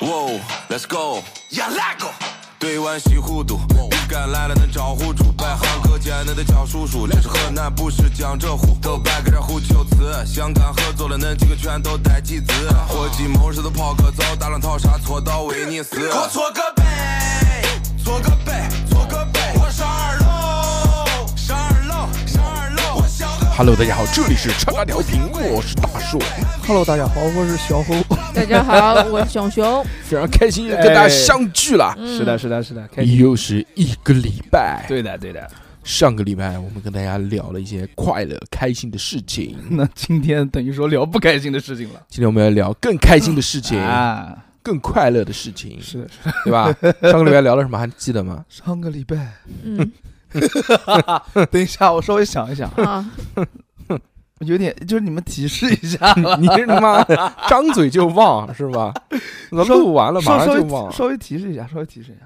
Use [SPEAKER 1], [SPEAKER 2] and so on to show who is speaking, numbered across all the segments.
[SPEAKER 1] Whoa, let's go！
[SPEAKER 2] 呀拉狗，
[SPEAKER 1] 对湾西糊涂，不敢来了能找户主，外行哥简单的叫叔叔，这是河南不是江浙沪，豆瓣搁这呼求词，香港喝走了恁几个全都带几子，伙计谋士都跑个早，大浪淘沙搓到威尼斯
[SPEAKER 2] 给。我搓个背，搓个背，搓个背，我上二楼，上二楼，上二楼，我小个
[SPEAKER 3] Hello，大家好，这里是叉叉调频，我是大硕，
[SPEAKER 4] Hello，大家好，我是小猴。
[SPEAKER 5] 大家好，我是熊熊。
[SPEAKER 3] 非常开心又跟大家
[SPEAKER 4] 哎
[SPEAKER 3] 相聚了，
[SPEAKER 4] 是的，是的，是的，开心。
[SPEAKER 3] 又是一个礼拜。
[SPEAKER 4] 对的，对的。
[SPEAKER 3] 上个礼拜我们跟大家聊了一些快乐、开心的事情，
[SPEAKER 4] 那今天等于说聊不开心的事情了
[SPEAKER 3] 今天我们要聊更开心的事情，
[SPEAKER 4] 啊！
[SPEAKER 3] 更快乐的事情，
[SPEAKER 4] 是的，是的
[SPEAKER 3] 对 吧？上个礼拜聊了什么？还记得吗？，
[SPEAKER 4] 上个礼拜，
[SPEAKER 5] 嗯
[SPEAKER 4] 等一下，我稍微想一想，
[SPEAKER 5] 啊，
[SPEAKER 4] 有点就是你们提示一下吧
[SPEAKER 3] 你是他 妈张嘴就忘是吧？我
[SPEAKER 4] 说
[SPEAKER 3] 录完了马
[SPEAKER 4] 稍稍
[SPEAKER 3] 上就
[SPEAKER 4] 微
[SPEAKER 3] 忘。
[SPEAKER 4] 稍微提示一下，稍微提 示一下。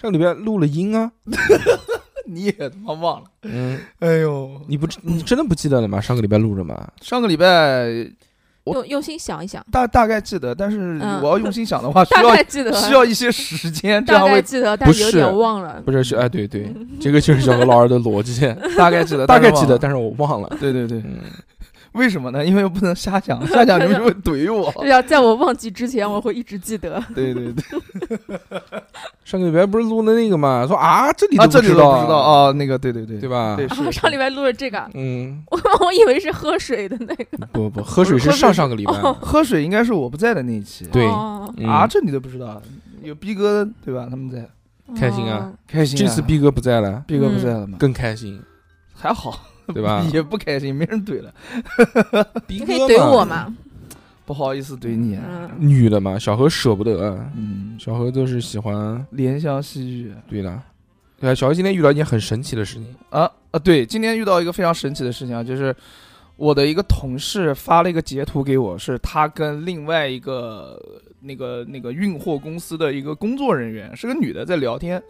[SPEAKER 3] 上个礼拜录了音啊，
[SPEAKER 4] 你也他妈忘了？
[SPEAKER 3] 嗯，
[SPEAKER 4] 哎呦，
[SPEAKER 3] 你不你真的不记得了吗？上个礼拜录了吗？
[SPEAKER 4] 上个礼拜我
[SPEAKER 5] 用用心想一想，
[SPEAKER 4] 大大概记得，但是
[SPEAKER 5] 嗯
[SPEAKER 4] 我要用心想 的话，需
[SPEAKER 5] 大
[SPEAKER 4] 要
[SPEAKER 5] 概记得，
[SPEAKER 4] 需要一些时间，这
[SPEAKER 5] 大
[SPEAKER 4] 样
[SPEAKER 5] 概
[SPEAKER 4] 会
[SPEAKER 5] 记得，但
[SPEAKER 3] 不
[SPEAKER 5] 是有
[SPEAKER 3] 是
[SPEAKER 5] 点忘了。
[SPEAKER 3] 不是，是哎，对对，这个就是小何老师的逻辑，
[SPEAKER 4] 大概 记得，
[SPEAKER 3] 大概
[SPEAKER 4] 但是
[SPEAKER 3] 记得，
[SPEAKER 4] 忘了
[SPEAKER 3] 但是我忘了。
[SPEAKER 4] 对对对，
[SPEAKER 3] 嗯，
[SPEAKER 4] 为什么呢？因为不能瞎想，瞎想你们就会怼 我。
[SPEAKER 5] 对呀，在我忘记之前，我会一直记得。
[SPEAKER 4] 对对 对，
[SPEAKER 3] 上个礼拜不是录的那个嘛？说啊，这里
[SPEAKER 4] 啊，
[SPEAKER 3] 都
[SPEAKER 4] 这里都
[SPEAKER 3] 知道
[SPEAKER 4] 不知道，啊，那个对对对
[SPEAKER 3] 对吧？
[SPEAKER 4] 对，是
[SPEAKER 5] 上礼拜录了这个，
[SPEAKER 3] 嗯，
[SPEAKER 5] 我我以为是喝水的那个。
[SPEAKER 3] 不不，喝水是
[SPEAKER 4] 喝水
[SPEAKER 3] 上上个礼拜，
[SPEAKER 4] 喝水应该是我不在的那一期
[SPEAKER 3] 嗯对
[SPEAKER 5] 哦
[SPEAKER 3] 嗯
[SPEAKER 4] 啊，这你都不知道，有逼哥对吧？他们在，
[SPEAKER 3] 开心啊！
[SPEAKER 5] 哦
[SPEAKER 4] 开心啊。
[SPEAKER 3] 这次逼哥不在了，
[SPEAKER 4] 逼哥不在了嘛，
[SPEAKER 3] 更开心，
[SPEAKER 4] 还好
[SPEAKER 3] 对吧
[SPEAKER 4] 也不开心，没人怼了，
[SPEAKER 3] 逼
[SPEAKER 5] 你
[SPEAKER 3] 哥
[SPEAKER 5] 可以怼我
[SPEAKER 3] 嘛？
[SPEAKER 5] 嘛？
[SPEAKER 4] 不好意思怼你。啊
[SPEAKER 5] 嗯，
[SPEAKER 3] 女的嘛，小何舍不得，啊
[SPEAKER 4] 嗯，
[SPEAKER 3] 小何都是喜欢，
[SPEAKER 4] 怜香惜玉
[SPEAKER 3] 对的。对啊，小何今天遇到一件很神奇的事情，
[SPEAKER 4] 啊啊！对，今天遇到一个非常神奇的事情啊，就是。我的一个同事发了一个截图给我，是他跟另外一个那个那个运货公司的一个工作人员，是个女的在聊天。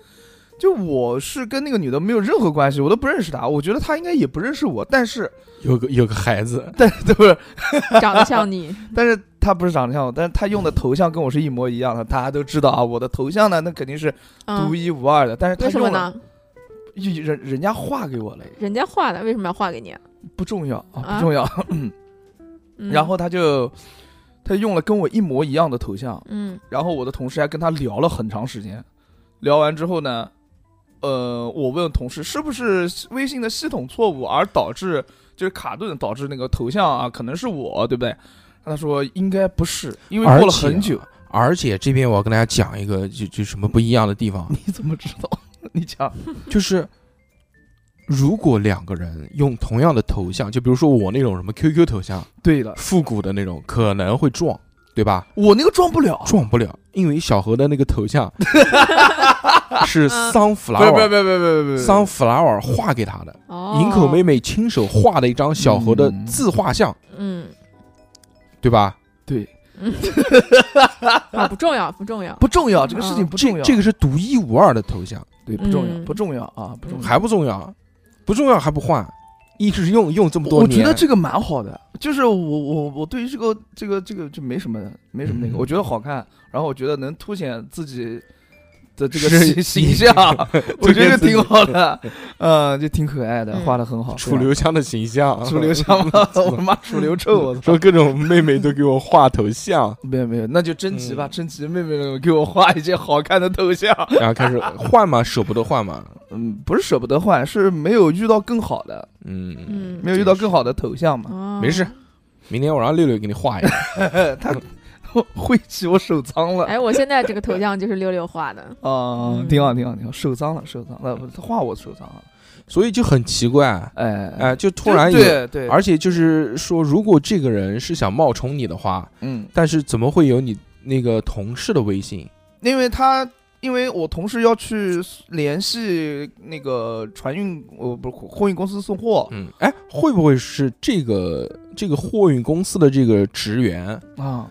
[SPEAKER 4] 就我是跟那个女的没有任何关系，我都不认识她，我觉得她应该也不认识我，但是
[SPEAKER 3] 有个有个孩子，
[SPEAKER 4] 但是不是，
[SPEAKER 5] 长得像你，
[SPEAKER 4] 但是她不是长得像我，但是她用的头像跟我是一模一样的，大家都知道啊，我的头像呢，那肯定是
[SPEAKER 5] 嗯
[SPEAKER 4] 独，一无二的，但是她
[SPEAKER 5] 为什么
[SPEAKER 4] 用了
[SPEAKER 5] 呢？
[SPEAKER 4] 一人人家画给我了，
[SPEAKER 5] 人家画的，为什么要画给你啊？
[SPEAKER 4] 不重要啊，
[SPEAKER 5] 啊
[SPEAKER 4] 不重要。
[SPEAKER 5] 嗯
[SPEAKER 4] 然后她就她用了跟我一模一样的头像，
[SPEAKER 5] 嗯，
[SPEAKER 4] 然后我的同事还跟他聊了很长时间。聊完之后呢，呃，我问同事是不是微信的系统错误而导致就是卡顿导致那个头像啊，可能是我，对不对？他说应该不是，因为
[SPEAKER 3] 而
[SPEAKER 4] 过了
[SPEAKER 3] 且
[SPEAKER 4] 很久。
[SPEAKER 3] 而且这边我要跟大家讲一个，就就什么不一样的地方，
[SPEAKER 4] 你怎么知道？你讲
[SPEAKER 3] 就是如果两个人用同样的头像，就比如说我那种什么 QQ 头像，
[SPEAKER 4] 对了，
[SPEAKER 3] 复古的那种，可能会撞，对吧？
[SPEAKER 4] 我那个装不了。
[SPEAKER 3] 撞不了，因为小何的那个头 像是桑弗拉
[SPEAKER 4] 不是嗯不是
[SPEAKER 3] 尔
[SPEAKER 4] 不是不是不是不是
[SPEAKER 3] 桑弗拉尔画给他的，
[SPEAKER 5] 哦，
[SPEAKER 3] 营口妹，妹亲手画的一张小何的自画像，
[SPEAKER 5] 嗯，
[SPEAKER 3] 对吧？
[SPEAKER 4] 对
[SPEAKER 5] 啊，不重要，不重要，
[SPEAKER 4] 不重要，这个事情
[SPEAKER 5] 嗯
[SPEAKER 4] 不重
[SPEAKER 3] 这
[SPEAKER 4] 要，
[SPEAKER 3] 这个是独一无二的头像，
[SPEAKER 4] 对不重要
[SPEAKER 5] 嗯
[SPEAKER 4] 不重要啊不重要。
[SPEAKER 3] 还不重要，不重要还不换，一直用用这么多
[SPEAKER 4] 我
[SPEAKER 3] 年，
[SPEAKER 4] 觉得这个蛮好的，就是我我我对于这个这个这个就没什么没什么那个，
[SPEAKER 3] 嗯
[SPEAKER 4] 我觉得好看，然后我觉得能凸显自己的这个
[SPEAKER 3] 是
[SPEAKER 4] 形形象，我觉得挺好的，嗯，就挺可爱的，
[SPEAKER 5] 嗯
[SPEAKER 4] 画的很好，啊
[SPEAKER 3] 楚留香的形象，
[SPEAKER 4] 楚留香 吗？我他妈楚留臭， 我操！
[SPEAKER 3] 说各种妹妹都给我画头像，
[SPEAKER 4] 没有没有，那就征集吧，
[SPEAKER 3] 嗯
[SPEAKER 4] 征集妹妹们给我画一些好看的头像。
[SPEAKER 3] 然后开始换嘛，舍不得换嘛，
[SPEAKER 4] 嗯，不是舍不得换，是没有遇到更好的，
[SPEAKER 3] 嗯，
[SPEAKER 5] 嗯，
[SPEAKER 4] 没有遇到更好的头像嘛。
[SPEAKER 5] 哦
[SPEAKER 3] 没事。明天我让六六给你画一个，嗯
[SPEAKER 4] 他晦气，我手脏了。
[SPEAKER 5] 哎，我现在这个头像就是六六画的，
[SPEAKER 4] 啊，
[SPEAKER 5] 嗯
[SPEAKER 4] 挺好，挺好，挺好，手脏了，手脏了，不他画我手脏了，
[SPEAKER 3] 所以就很奇怪，
[SPEAKER 4] 哎
[SPEAKER 3] 哎，，就突然有，
[SPEAKER 4] 对对，
[SPEAKER 3] 而且就是说，如果这个人是想冒充你的话，
[SPEAKER 4] 嗯，
[SPEAKER 3] 但是怎么会有你那个同事的微信？
[SPEAKER 4] 因为他因为我同事要去联系那个船运，呃，不是货运公司送货
[SPEAKER 3] 嗯，哎，会不会是这个这个货运公司的这个职员，
[SPEAKER 4] 啊，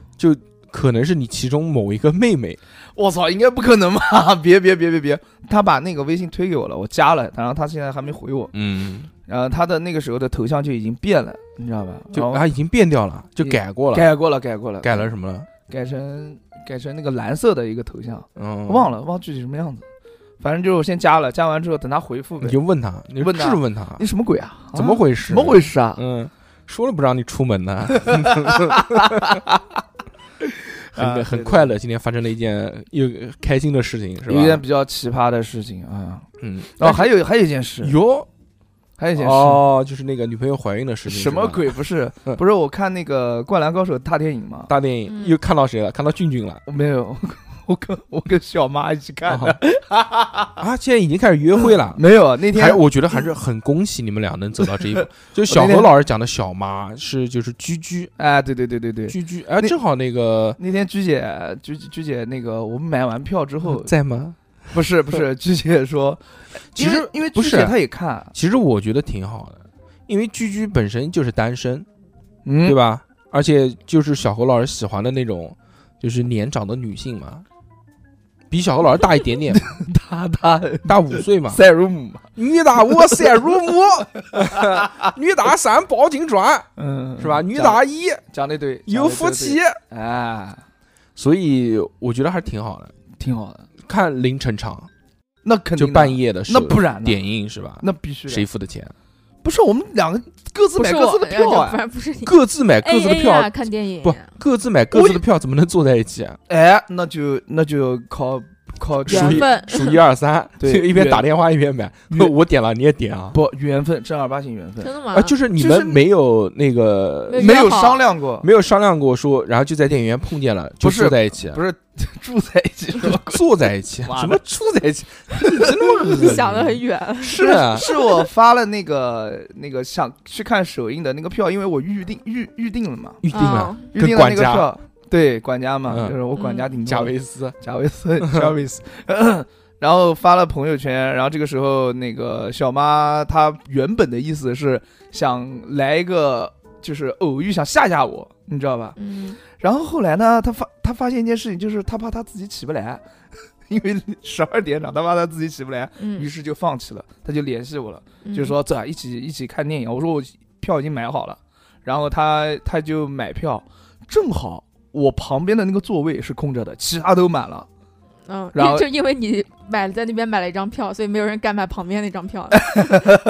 [SPEAKER 3] 可能是你其中某一个妹妹？
[SPEAKER 4] 我操，应该不可能吧？ 别别别别别，他把那个微信推给我了，我加了，然后他现在还没回我，
[SPEAKER 3] 嗯，
[SPEAKER 4] 然后他的那个时候的头像就已经变了，你知道吧？
[SPEAKER 3] 就
[SPEAKER 4] 然后
[SPEAKER 3] 啊，已经变掉了，就
[SPEAKER 4] 嗯
[SPEAKER 3] 改过了，
[SPEAKER 4] 改过了，改过了，
[SPEAKER 3] 改了什么了？
[SPEAKER 4] 改成改成那个蓝色的一个头像，
[SPEAKER 3] 嗯，
[SPEAKER 4] 忘
[SPEAKER 3] 了，
[SPEAKER 4] 了忘具体什么样子，反正就是我先加了，加完之后等他回复呗
[SPEAKER 3] 你。就问他，你就
[SPEAKER 4] 问他
[SPEAKER 3] 质问他
[SPEAKER 4] 你，什么鬼啊？
[SPEAKER 3] 怎么
[SPEAKER 4] 啊
[SPEAKER 3] 回事？
[SPEAKER 4] 怎么回事啊？
[SPEAKER 3] 嗯，说了不让你出门 呢，
[SPEAKER 4] 啊
[SPEAKER 3] 很很快乐。今天发生了一件又开心的事情，是
[SPEAKER 4] 有一件
[SPEAKER 3] 吧？
[SPEAKER 4] 比较奇葩的事情啊。
[SPEAKER 3] 嗯，哦
[SPEAKER 4] 哦，还有还有一件事，
[SPEAKER 3] 哟，
[SPEAKER 4] 还有一件事，
[SPEAKER 3] 哦，就是那个女朋友怀孕的事情，
[SPEAKER 4] 什么
[SPEAKER 3] 是吧？
[SPEAKER 4] 鬼？不是
[SPEAKER 3] 嗯
[SPEAKER 4] 不是，我看那个《灌篮高手》大电影嘛，
[SPEAKER 3] 大电影
[SPEAKER 5] 嗯
[SPEAKER 3] 又看到谁了？看到俊俊 了。
[SPEAKER 4] 我没有，我跟我跟小妈一起看的，
[SPEAKER 3] 啊啊，现在已经开始约会了。
[SPEAKER 4] 没有那嗯天
[SPEAKER 3] 还我觉得还是很恭喜你们俩能走到这一 步。就
[SPEAKER 4] 我
[SPEAKER 3] 小
[SPEAKER 4] 那天
[SPEAKER 3] 何老师讲的小妈是就是居居
[SPEAKER 4] 哎，对对对对对，
[SPEAKER 3] 居居，哎，
[SPEAKER 4] 那
[SPEAKER 3] 正好那个
[SPEAKER 4] 那天鞠姐鞠鞠姐那个我们买完票之后，
[SPEAKER 3] 在吗？
[SPEAKER 4] 嗯不是不是， 鞠姐说，
[SPEAKER 3] 其实
[SPEAKER 4] 因为因为
[SPEAKER 3] 不
[SPEAKER 4] 鞠
[SPEAKER 3] 是
[SPEAKER 4] 姐她也看，
[SPEAKER 3] 其实我觉得挺好的，因为居居本身就是单身，
[SPEAKER 4] 嗯
[SPEAKER 3] 对？吧？而且就是小何老师喜欢的那种，就是年长的女性嘛，比小何老师大一点 点嘛，
[SPEAKER 4] 她她
[SPEAKER 3] 大五岁嘛。
[SPEAKER 4] 塞入姆嘛，
[SPEAKER 3] 女大我三如 母，女大三抱金砖，
[SPEAKER 4] 嗯
[SPEAKER 3] 是吧？女
[SPEAKER 4] 讲
[SPEAKER 3] 大一
[SPEAKER 4] 讲那对
[SPEAKER 3] 有福气，，
[SPEAKER 4] 讲那对哎，
[SPEAKER 3] 所以我觉得还是挺好的。
[SPEAKER 4] 挺好的，
[SPEAKER 3] 看凌晨场，
[SPEAKER 4] 那肯
[SPEAKER 3] 就
[SPEAKER 4] 定的
[SPEAKER 3] 半夜的时
[SPEAKER 4] 那
[SPEAKER 3] 候，
[SPEAKER 4] 不然呢？
[SPEAKER 3] 点映是吧？
[SPEAKER 4] 那必须的
[SPEAKER 3] 谁付的钱？
[SPEAKER 4] 不是我们两个各自
[SPEAKER 5] 不
[SPEAKER 4] 买
[SPEAKER 5] 是
[SPEAKER 4] 各
[SPEAKER 5] 我哎
[SPEAKER 4] 自的票
[SPEAKER 5] 呀
[SPEAKER 4] 啊
[SPEAKER 5] 不？然不是你
[SPEAKER 3] 各自买各自的
[SPEAKER 5] AA
[SPEAKER 3] 票
[SPEAKER 5] 啊，，看电影
[SPEAKER 3] 不
[SPEAKER 5] 呀
[SPEAKER 3] 各自买各自的票，怎么能坐在一起啊？
[SPEAKER 4] 哎，那就那就靠靠
[SPEAKER 3] 属于
[SPEAKER 5] 缘分
[SPEAKER 3] 数一二 三，
[SPEAKER 4] 对
[SPEAKER 3] 一边打电话一边买。
[SPEAKER 4] 缘
[SPEAKER 3] 我点了，你也点啊？
[SPEAKER 4] 不缘分，正儿八经缘
[SPEAKER 5] 真
[SPEAKER 4] 分，
[SPEAKER 5] 的吗？
[SPEAKER 3] 啊，就是你
[SPEAKER 4] 就是
[SPEAKER 3] 们没有那个
[SPEAKER 5] 没
[SPEAKER 4] 没
[SPEAKER 5] 约
[SPEAKER 4] 有
[SPEAKER 5] 好
[SPEAKER 4] 商 量过，
[SPEAKER 3] 没有商量过说，然后就在电影院碰见了，就
[SPEAKER 4] 不是
[SPEAKER 3] 坐在一起，
[SPEAKER 4] 不是住在一起 是吧？
[SPEAKER 3] 坐在一起，啊
[SPEAKER 4] 妈 的
[SPEAKER 3] 什么住在一起？你真他妈恶
[SPEAKER 5] 你
[SPEAKER 3] 心
[SPEAKER 5] 想的很远，
[SPEAKER 3] 是啊，
[SPEAKER 4] 是我发了那个那个想去看首映的那个票，因为我预定预预定了嘛，
[SPEAKER 3] 预定啊
[SPEAKER 5] 啊哦
[SPEAKER 3] 了，
[SPEAKER 4] 预
[SPEAKER 3] 跟
[SPEAKER 4] 定了
[SPEAKER 3] 管
[SPEAKER 4] 那个
[SPEAKER 3] 家
[SPEAKER 4] 票，对管家嘛，
[SPEAKER 3] 嗯
[SPEAKER 4] 就是我管家顶多
[SPEAKER 3] 贾维斯，
[SPEAKER 4] 贾维 斯贾维斯，然后发了朋友圈，然后这个时候那个小妈她原本的意思是想来一个就是偶遇，想吓吓我，你知道吧？
[SPEAKER 5] 嗯，
[SPEAKER 4] 然后后来呢，她发她发现一件事情，就是她怕她自己起不来， 因为十二点整，她怕她自己起不来，
[SPEAKER 5] 嗯
[SPEAKER 4] 于是就放弃了，她就联系我了。
[SPEAKER 5] 嗯
[SPEAKER 4] 就说走啊，一起一起看电影。我说我票已经买好了，然后他他就买票，正好我旁边的那个座位是空着的，其他都满了。
[SPEAKER 5] 嗯，
[SPEAKER 4] 然后
[SPEAKER 5] 就就因为你买在那边买了一张票，所以没有人敢买旁边那张票。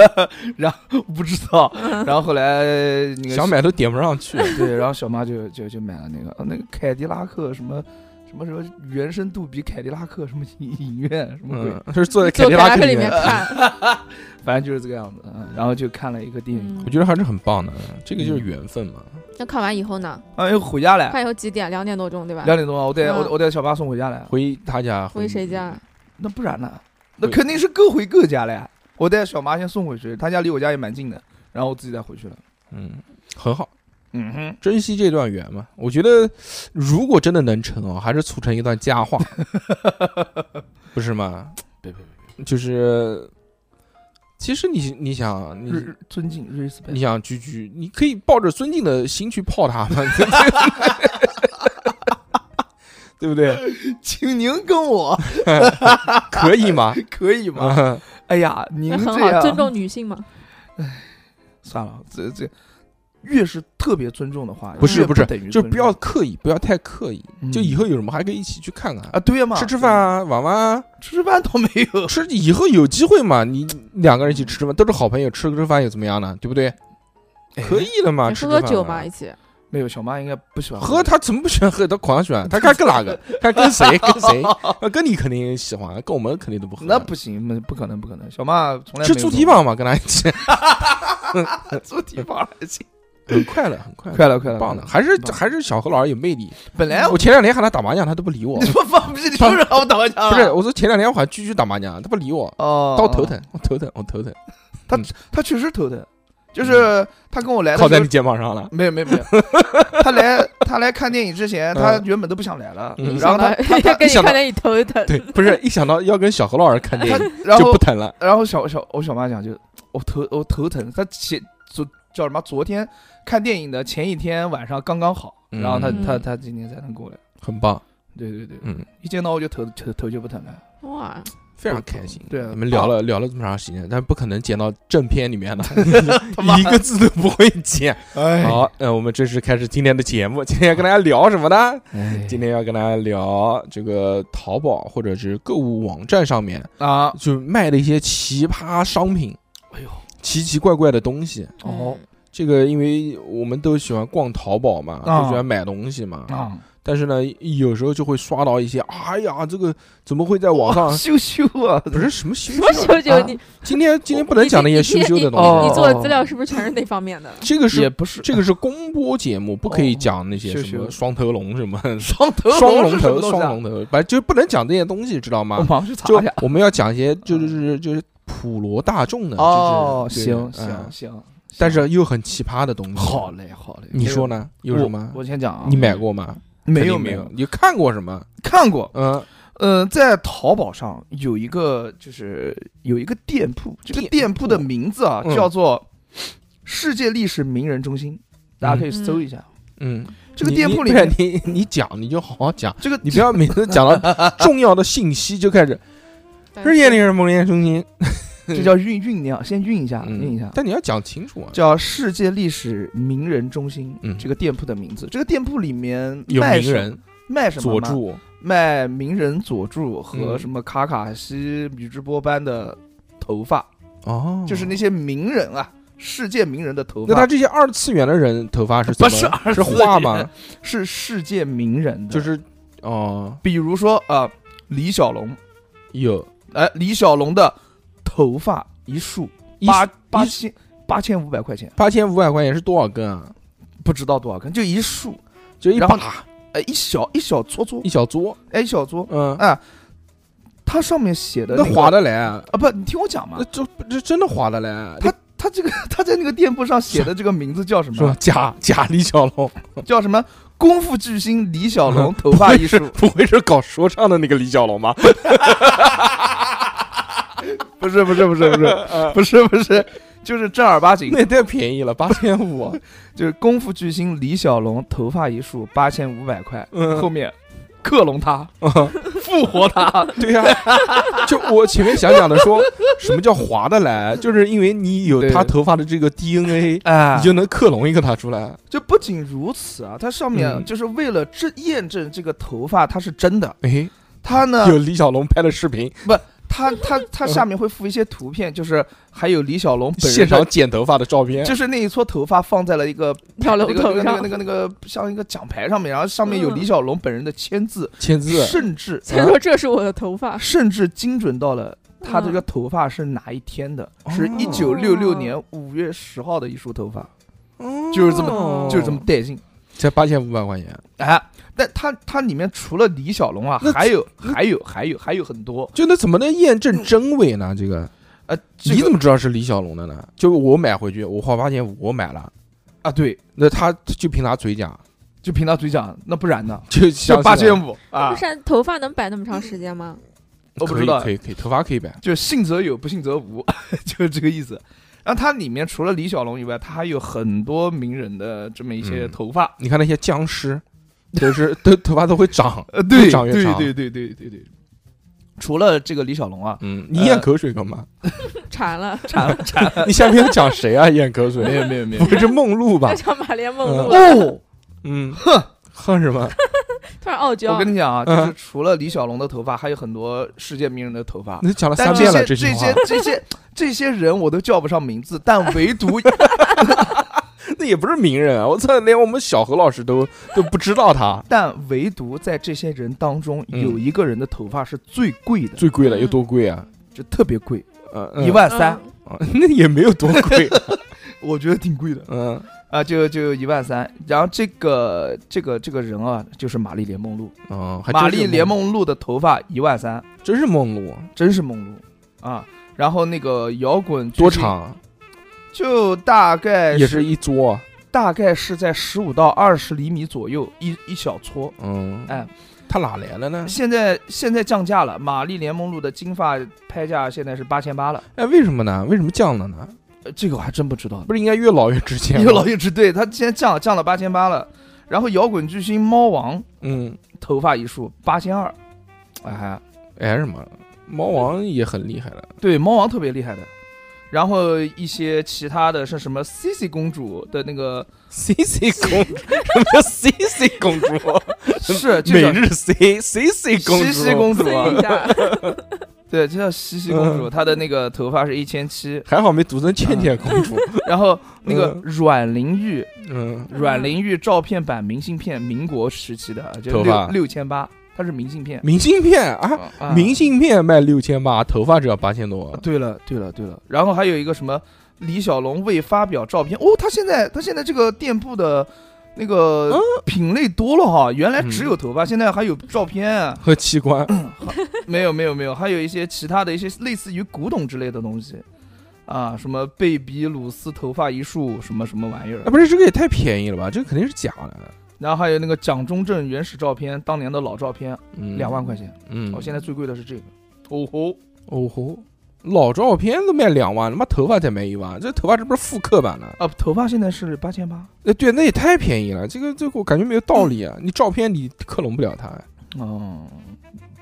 [SPEAKER 4] 我不知道，
[SPEAKER 5] 嗯
[SPEAKER 4] 然后后来那个
[SPEAKER 3] 想买都点不上 去。
[SPEAKER 4] 对，然后小妈就就就买了那个呃那个凯迪拉克什么。什么什么原声杜比凯迪拉克什么影影院什么鬼，
[SPEAKER 3] 嗯，就是坐在
[SPEAKER 5] 坐
[SPEAKER 3] 凯迪
[SPEAKER 5] 凯
[SPEAKER 3] 拉
[SPEAKER 5] 克
[SPEAKER 3] 克
[SPEAKER 5] 里
[SPEAKER 3] 面
[SPEAKER 5] 面，看，
[SPEAKER 3] 嗯
[SPEAKER 4] 反正就是这个样子。嗯，然后就看了一个电影，
[SPEAKER 5] 嗯
[SPEAKER 3] 我觉得还是很棒的。嗯这个就是缘分嘛。
[SPEAKER 5] 那看完以后呢？
[SPEAKER 4] 哎呦回家来
[SPEAKER 5] 看以后几点？两点多钟对吧？
[SPEAKER 4] 两点钟啊，我带我
[SPEAKER 5] 嗯
[SPEAKER 4] 我带小妈送回家来，
[SPEAKER 3] 回他家，
[SPEAKER 5] 回谁家？？
[SPEAKER 4] 那不然呢？那
[SPEAKER 3] 对
[SPEAKER 4] 肯定是各回各家了呀。我带小妈先送回去，她家离我家也蛮近的，然后我自己再回去了。
[SPEAKER 3] 嗯，很好。
[SPEAKER 4] 嗯哼，
[SPEAKER 3] 珍惜这段缘嘛。我觉得，如果真的能成啊，还是促成一段佳 话，不是吗？
[SPEAKER 4] 别别
[SPEAKER 3] 别，就是，其实你你想你。
[SPEAKER 4] 日尊敬
[SPEAKER 3] 你
[SPEAKER 4] respect，
[SPEAKER 3] 想居居，你可以抱着尊敬的心去泡他嘛，对不 对？
[SPEAKER 4] 请您跟我
[SPEAKER 3] 可以吗？
[SPEAKER 4] 可以吗？
[SPEAKER 3] 啊，
[SPEAKER 4] 哎呀，您
[SPEAKER 5] 那很
[SPEAKER 4] 这
[SPEAKER 5] 好，
[SPEAKER 4] 样
[SPEAKER 5] 尊重女性嘛。
[SPEAKER 4] 算了，这这越是特别尊重的话，
[SPEAKER 3] 不是
[SPEAKER 4] 越
[SPEAKER 3] 不
[SPEAKER 4] 不
[SPEAKER 3] 是
[SPEAKER 4] 等于，
[SPEAKER 3] 就
[SPEAKER 4] 尊
[SPEAKER 3] 不要
[SPEAKER 4] 重
[SPEAKER 3] 刻意，不要太刻意。就以
[SPEAKER 4] 嗯
[SPEAKER 3] 后有什么还可以一起去看看
[SPEAKER 4] 啊，，对嘛，
[SPEAKER 3] 吃吃饭啊，玩玩啊，
[SPEAKER 4] 对，吃吃饭倒没有。
[SPEAKER 3] 吃以后有机会嘛，你两个人一起吃吃饭，都是好朋友，吃个吃饭又怎么样呢？对不对？ 哎可以了嘛，
[SPEAKER 5] 你
[SPEAKER 3] 啊吃
[SPEAKER 5] 喝喝
[SPEAKER 3] 吃饭
[SPEAKER 5] 酒
[SPEAKER 3] 嘛
[SPEAKER 5] 嘛，一。起。
[SPEAKER 4] 哎没有，小妈应该不喜欢
[SPEAKER 3] 喝他怎么不喜欢喝？他狂喜欢，他看跟哪个？看跟谁？跟谁？那跟你肯定喜欢，跟我们肯定都不喝。
[SPEAKER 4] 那不行，那不可能，不可能。小妈从来
[SPEAKER 3] 吃
[SPEAKER 4] 没有
[SPEAKER 3] 猪
[SPEAKER 4] 跟
[SPEAKER 3] 蹄
[SPEAKER 4] 我
[SPEAKER 3] 膀嘛？跟他一起，
[SPEAKER 4] 做提膀还行，
[SPEAKER 3] 很快乐，很 快乐，
[SPEAKER 4] 快了快了，
[SPEAKER 3] 棒的。啊还是
[SPEAKER 4] 棒
[SPEAKER 3] 还是小何老师有魅力。
[SPEAKER 4] 本来
[SPEAKER 3] 我前两天喊他打麻将，他都不理我
[SPEAKER 4] 你。说放屁，你就是让我打麻将啊，
[SPEAKER 3] 不是，我说前两天我喊居居打麻将，他不理我，
[SPEAKER 4] 哦，
[SPEAKER 3] 到头疼，我头疼，我头疼，
[SPEAKER 4] 他确实头疼，就是他跟我来的时
[SPEAKER 3] 靠
[SPEAKER 4] 候
[SPEAKER 3] 在你肩膀上了。
[SPEAKER 4] 没有没有没有，他来他来看电影之前，
[SPEAKER 3] 嗯
[SPEAKER 4] 他原本都不想来了
[SPEAKER 3] 嗯，
[SPEAKER 4] 然后他他 他
[SPEAKER 5] 跟你
[SPEAKER 3] 想到
[SPEAKER 5] 看电影头疼。
[SPEAKER 3] 对，不是一想到要跟小何老师看电
[SPEAKER 4] 他
[SPEAKER 3] 影
[SPEAKER 4] 然
[SPEAKER 3] 就
[SPEAKER 4] 后
[SPEAKER 3] 不疼了。
[SPEAKER 4] 然后小小我小妈讲就我头我头疼，他前昨叫什么昨天看电影的前一天晚上刚刚好，
[SPEAKER 3] 嗯
[SPEAKER 4] 然后他
[SPEAKER 5] 嗯
[SPEAKER 4] 他他今天才能过来，
[SPEAKER 3] 很棒，
[SPEAKER 4] 对对对，
[SPEAKER 3] 嗯，
[SPEAKER 4] 一见到我就头头头就不疼了，
[SPEAKER 5] 哇，
[SPEAKER 3] 非常开心。
[SPEAKER 4] 对啊
[SPEAKER 3] 你们聊了聊了这么长时间，但不可能剪到正片里面的，
[SPEAKER 4] 妈
[SPEAKER 3] 一个字都不会剪。
[SPEAKER 4] 哎，
[SPEAKER 3] 好，那我们正式开始今天的节目。今天要跟大家聊什么
[SPEAKER 4] 哎
[SPEAKER 3] 呢？今天要跟大家聊这个淘宝或者是购物网站上面
[SPEAKER 4] 啊，
[SPEAKER 3] 就卖的一些奇葩商品，
[SPEAKER 4] 哎呦，
[SPEAKER 3] 奇奇怪怪的东西。
[SPEAKER 4] 哦
[SPEAKER 5] 嗯
[SPEAKER 3] 这个因为我们都喜欢逛淘宝嘛，
[SPEAKER 4] 啊
[SPEAKER 3] 都喜欢买东西嘛，
[SPEAKER 4] 啊，
[SPEAKER 3] 但是呢，有时候就会刷到一些，哎呀，这个怎么会在网上？
[SPEAKER 4] 羞羞啊，
[SPEAKER 3] 不是什么羞
[SPEAKER 5] 什么
[SPEAKER 3] 羞
[SPEAKER 5] 羞
[SPEAKER 3] 啊
[SPEAKER 5] 羞？你
[SPEAKER 3] 今天今天不能讲那些羞羞的东
[SPEAKER 4] 哦
[SPEAKER 5] 你
[SPEAKER 3] 西，
[SPEAKER 5] 做的资料是不是全是那方面的？
[SPEAKER 3] 这个
[SPEAKER 4] 也
[SPEAKER 3] 是
[SPEAKER 4] 不是
[SPEAKER 3] 这个是公播节目，不可以讲那些
[SPEAKER 4] 羞
[SPEAKER 3] 什
[SPEAKER 4] 羞
[SPEAKER 3] 么双头龙什么
[SPEAKER 4] 双头
[SPEAKER 3] 双
[SPEAKER 4] 哦是
[SPEAKER 3] 龙
[SPEAKER 4] 什么
[SPEAKER 3] 头
[SPEAKER 4] 东西啊哦哎
[SPEAKER 3] 双龙头，反正就不能讲这些东西，知道
[SPEAKER 4] 我
[SPEAKER 3] 吗？
[SPEAKER 4] 马上去查
[SPEAKER 3] 就
[SPEAKER 4] 一下。
[SPEAKER 3] 我们要讲一些就是就是普罗大众的，
[SPEAKER 4] 嗯哦，
[SPEAKER 3] 嗯就是对
[SPEAKER 4] 行
[SPEAKER 3] 嗯
[SPEAKER 4] 行行，
[SPEAKER 3] 但是又很奇葩的东西。
[SPEAKER 4] 好，嘞好嘞，
[SPEAKER 3] 你说呢？有什么
[SPEAKER 4] 我？我先讲啊，
[SPEAKER 3] 你买过吗？
[SPEAKER 4] 没有
[SPEAKER 3] 肯定没
[SPEAKER 4] 有，
[SPEAKER 3] 你看过什么？
[SPEAKER 4] 看过，
[SPEAKER 3] 嗯，
[SPEAKER 4] 呃，在淘宝上有一个就是有一个店铺，这个店铺的名字啊
[SPEAKER 3] 嗯
[SPEAKER 4] 叫做世界历史名人中心，大家可以搜一下。
[SPEAKER 3] 嗯，
[SPEAKER 4] 这个
[SPEAKER 3] 你
[SPEAKER 4] 店
[SPEAKER 3] 你
[SPEAKER 4] 铺里
[SPEAKER 3] 不是
[SPEAKER 4] 面，
[SPEAKER 3] 你你讲你就好好讲，
[SPEAKER 4] 这个
[SPEAKER 3] 你不要每次讲 到重要的信息就开始
[SPEAKER 5] 哎
[SPEAKER 3] 日夜令人蒙人中心，
[SPEAKER 4] 这叫酝酝酿，先酝一下，
[SPEAKER 3] 嗯
[SPEAKER 4] 酝一下。
[SPEAKER 3] 但你要讲清楚啊，
[SPEAKER 4] 叫世界历史名人中心，
[SPEAKER 3] 嗯
[SPEAKER 4] 这个店铺的名字。这个店铺里面
[SPEAKER 3] 有
[SPEAKER 4] 卖
[SPEAKER 3] 名
[SPEAKER 4] 什
[SPEAKER 3] 人
[SPEAKER 4] 卖什
[SPEAKER 3] 佐
[SPEAKER 4] 么吗
[SPEAKER 3] 助，
[SPEAKER 4] 卖名人佐助
[SPEAKER 3] 嗯
[SPEAKER 4] 和什么卡卡西、宇智波斑的头发，
[SPEAKER 3] 哦，
[SPEAKER 4] 就是那些名人啊，世界名人的头
[SPEAKER 3] 那
[SPEAKER 4] 发
[SPEAKER 3] 他，这些二次元的人头发是怎么
[SPEAKER 4] 不是二
[SPEAKER 3] 是
[SPEAKER 4] 次
[SPEAKER 3] 画
[SPEAKER 4] 元
[SPEAKER 3] 吗？
[SPEAKER 4] 是世界名人的，
[SPEAKER 3] 就是哦，
[SPEAKER 4] 比如说啊、呃李小龙，
[SPEAKER 3] 有
[SPEAKER 4] 哎，李小龙的头发一束
[SPEAKER 3] 一
[SPEAKER 4] 八八
[SPEAKER 3] 一
[SPEAKER 4] 千八千五百块钱，
[SPEAKER 3] 八千五百块钱是多少根啊？
[SPEAKER 4] 不知道多少根，就一束，
[SPEAKER 3] 就一
[SPEAKER 4] 然后
[SPEAKER 3] 把
[SPEAKER 4] 哎，一小一小撮撮
[SPEAKER 3] 一，小撮，
[SPEAKER 4] 哎，一小撮，
[SPEAKER 3] 嗯，
[SPEAKER 4] 啊，它上面写的
[SPEAKER 3] 那
[SPEAKER 4] 个
[SPEAKER 3] 划得来啊，
[SPEAKER 4] 啊，不，你听我讲嘛
[SPEAKER 3] 那，就这真的划得来啊，
[SPEAKER 4] 他他这个他在那个店铺上写的这个名字叫什
[SPEAKER 3] 说
[SPEAKER 4] 么？
[SPEAKER 3] 假假李小龙，
[SPEAKER 4] 叫什么？功夫巨星李小 龙头发一束，
[SPEAKER 3] 不会是搞说唱的那个李小龙吧？
[SPEAKER 4] 不是不是不是 不是不是不是，就是正儿八经，
[SPEAKER 3] 那也太便宜了，八 千五。
[SPEAKER 4] 就是功夫巨星李小龙头发一束八千五百块，
[SPEAKER 3] 嗯
[SPEAKER 4] 后面克隆他，
[SPEAKER 3] 啊
[SPEAKER 4] 复活他，
[SPEAKER 3] 对呀、就我前面想讲的说，什么叫划得来，就是因为你有
[SPEAKER 4] 对
[SPEAKER 3] 他头发的这个 DNA，
[SPEAKER 4] 哎
[SPEAKER 3] 你就能克隆一个他出来。
[SPEAKER 4] 就不仅如此啊，它上面
[SPEAKER 3] 嗯
[SPEAKER 4] 就是为了证验证这个头发它是真的，
[SPEAKER 3] 哎，
[SPEAKER 4] 它 呢
[SPEAKER 3] 有李小龙拍的视 频，
[SPEAKER 4] 它它它下面会附一些图片，就是还有李小龙本
[SPEAKER 3] 现
[SPEAKER 4] 人的
[SPEAKER 3] 场剪头发的照片。
[SPEAKER 4] 就是那一撮头发放在了一 个
[SPEAKER 5] 跳楼
[SPEAKER 4] 那个
[SPEAKER 5] 头
[SPEAKER 4] 那个
[SPEAKER 5] 上嗯
[SPEAKER 4] 那个那个那个像一个奖牌上面，然后上面有李小龙本人的签字，
[SPEAKER 3] 签字，
[SPEAKER 4] 甚至
[SPEAKER 5] 所以说这是我 的头发，
[SPEAKER 4] 甚至精准到了他这
[SPEAKER 5] 嗯
[SPEAKER 4] 个头发是哪一天的，
[SPEAKER 3] 哦
[SPEAKER 4] 是一九六六年五月十号的一束头发，
[SPEAKER 3] 哦
[SPEAKER 4] 就是这么就是这么，带劲。
[SPEAKER 3] 才八千五百块钱，
[SPEAKER 4] 哎，但它它里面除了李小龙啊
[SPEAKER 3] 那，
[SPEAKER 4] 还有还有还有还有很多，
[SPEAKER 3] 就那怎么能验证真伪呢？这个
[SPEAKER 4] 呃，嗯这
[SPEAKER 3] 你
[SPEAKER 4] 个
[SPEAKER 3] 怎么知道是李小龙的呢？就我买回去，我花八千五，我买了，
[SPEAKER 4] 啊？对，
[SPEAKER 3] 那他就凭他嘴讲，
[SPEAKER 4] 就凭他嘴讲，那不然呢？
[SPEAKER 3] 就相
[SPEAKER 4] 就
[SPEAKER 3] 信
[SPEAKER 4] 八
[SPEAKER 3] 了
[SPEAKER 4] 千五啊
[SPEAKER 5] 不，是头发能摆那么长时间吗？
[SPEAKER 4] 我不
[SPEAKER 3] 可
[SPEAKER 4] 知
[SPEAKER 3] 以
[SPEAKER 4] 道
[SPEAKER 3] 可，以可以，头发可以摆，
[SPEAKER 4] 就信则有，不信则无， 就是这个意思。然后它里面除了李小龙以外，它还有很多名人的这么一些
[SPEAKER 3] 嗯
[SPEAKER 4] 头发，
[SPEAKER 3] 你看那些僵尸，都是都头发都会长。
[SPEAKER 4] 呃，对
[SPEAKER 3] 越长越
[SPEAKER 4] 对
[SPEAKER 3] 长
[SPEAKER 4] 对对对对对。除了这个李小龙 啊，
[SPEAKER 3] 嗯，你咽口水干嘛？
[SPEAKER 5] 馋了，
[SPEAKER 4] 馋了馋了，
[SPEAKER 3] 你下面讲谁啊？ 咽口
[SPEAKER 4] 没
[SPEAKER 3] 水？
[SPEAKER 4] 有没有没有
[SPEAKER 3] 不会是梦露吧
[SPEAKER 5] 要？讲玛丽梦露了，
[SPEAKER 4] 哦，
[SPEAKER 3] 嗯，
[SPEAKER 4] 哼，
[SPEAKER 3] 哼什 么？
[SPEAKER 5] 突然傲娇。
[SPEAKER 4] 我跟你讲啊，
[SPEAKER 3] 嗯
[SPEAKER 4] 就是除了李小龙的头发，还有很多世界名人的头发，
[SPEAKER 3] 你讲了
[SPEAKER 4] 但
[SPEAKER 3] 三遍了
[SPEAKER 4] 这
[SPEAKER 3] 句话
[SPEAKER 4] 些这，这些这些人我都叫不上名字，但 唯独
[SPEAKER 3] 那也不是名人啊！我操，连我们小何老师都都不知道他
[SPEAKER 4] 但唯独在这些人当中，
[SPEAKER 3] 嗯
[SPEAKER 4] 有一个人的头发是最贵的，
[SPEAKER 3] 最贵的有多贵啊？
[SPEAKER 4] 就特别贵，
[SPEAKER 3] 呃，嗯
[SPEAKER 4] 一万三，
[SPEAKER 5] 嗯
[SPEAKER 3] 啊那也没有多贵。
[SPEAKER 4] 我觉得挺贵的
[SPEAKER 3] 嗯
[SPEAKER 4] 啊，就就一万三。然后这个这个这个人啊，就是玛丽莲梦露，
[SPEAKER 3] 哦，还真
[SPEAKER 4] 玛
[SPEAKER 3] 是
[SPEAKER 4] 丽莲梦露的头发一万三，
[SPEAKER 3] 真是梦露，啊
[SPEAKER 4] 真是梦露啊。然后那个摇滚巨
[SPEAKER 3] 多
[SPEAKER 4] 星？
[SPEAKER 3] 长？
[SPEAKER 4] 就大概
[SPEAKER 3] 也是一啊撮。
[SPEAKER 4] 大概是在十五到二十厘米左右，一一小撮。
[SPEAKER 3] 嗯，
[SPEAKER 4] 哎，
[SPEAKER 3] 他哪来的呢？
[SPEAKER 4] 现在现在降价了，玛丽莲梦露的金发拍价现在是八千八了，
[SPEAKER 3] 哎，为什么呢？为什么降了呢？
[SPEAKER 4] 呃这个我还真不知 道。
[SPEAKER 3] 不是应该越老越值钱吗？
[SPEAKER 4] 越老越值，对，它现在降降了八千八了。然后摇滚巨星猫王
[SPEAKER 3] 嗯，
[SPEAKER 4] 头发一束八千二，哎，
[SPEAKER 3] 哎什么？猫王也很厉害了，
[SPEAKER 4] 对，猫王特别厉害的。然后一些其他的，是什么 CC 公主的那个
[SPEAKER 3] C C 公主，什么叫 C C 公主？
[SPEAKER 4] 是 就
[SPEAKER 3] 每
[SPEAKER 4] 叫
[SPEAKER 3] 日 C C C 公主，嗯
[SPEAKER 4] 西西 公主啊
[SPEAKER 5] 一，下，
[SPEAKER 4] 对，就叫西西公主，她的那个头发是一千七。
[SPEAKER 3] 还好没读成倩倩公 主。
[SPEAKER 4] 然后那个
[SPEAKER 3] 嗯
[SPEAKER 4] 阮玲玉，
[SPEAKER 3] 嗯，
[SPEAKER 4] 阮玲玉照片版明信片，民国时期的，就
[SPEAKER 3] 头发
[SPEAKER 4] 六六千八，它是明信片。
[SPEAKER 3] 明信片啊，
[SPEAKER 4] 啊
[SPEAKER 3] 明信片卖六千八，头发只要八千多。
[SPEAKER 4] 对了，对了，对了。然后还有一个什么李小龙未发表照片，哦，他现在他现在这个店铺的那
[SPEAKER 3] 嗯
[SPEAKER 4] 个品类多了哈，原来只有头发，现在还有照片啊。
[SPEAKER 3] 和器 官，
[SPEAKER 4] 没有没有没有，还有一些其他的一些类似于古董之类的东西。啊，什么贝比鲁斯头发一束，什么什么玩意儿
[SPEAKER 3] 啊，？不是这个也太便宜了吧？这个肯定是假的，
[SPEAKER 4] 然后还有那个蒋中正原始照片，当年的老照片，
[SPEAKER 3] 嗯，
[SPEAKER 4] 两万块钱。
[SPEAKER 3] 嗯，
[SPEAKER 4] 哦，现在最贵的是这个。哦吼，
[SPEAKER 3] 哦吼，老照片都卖两万，他妈头发才卖一万，这头发这不是复刻版的？
[SPEAKER 4] 啊，头发现在是八千八。
[SPEAKER 3] 哎，对，那也太便宜了，这个这个我感觉没有道理
[SPEAKER 4] 嗯
[SPEAKER 3] 啊！你照片你克隆不了它，
[SPEAKER 4] 哦，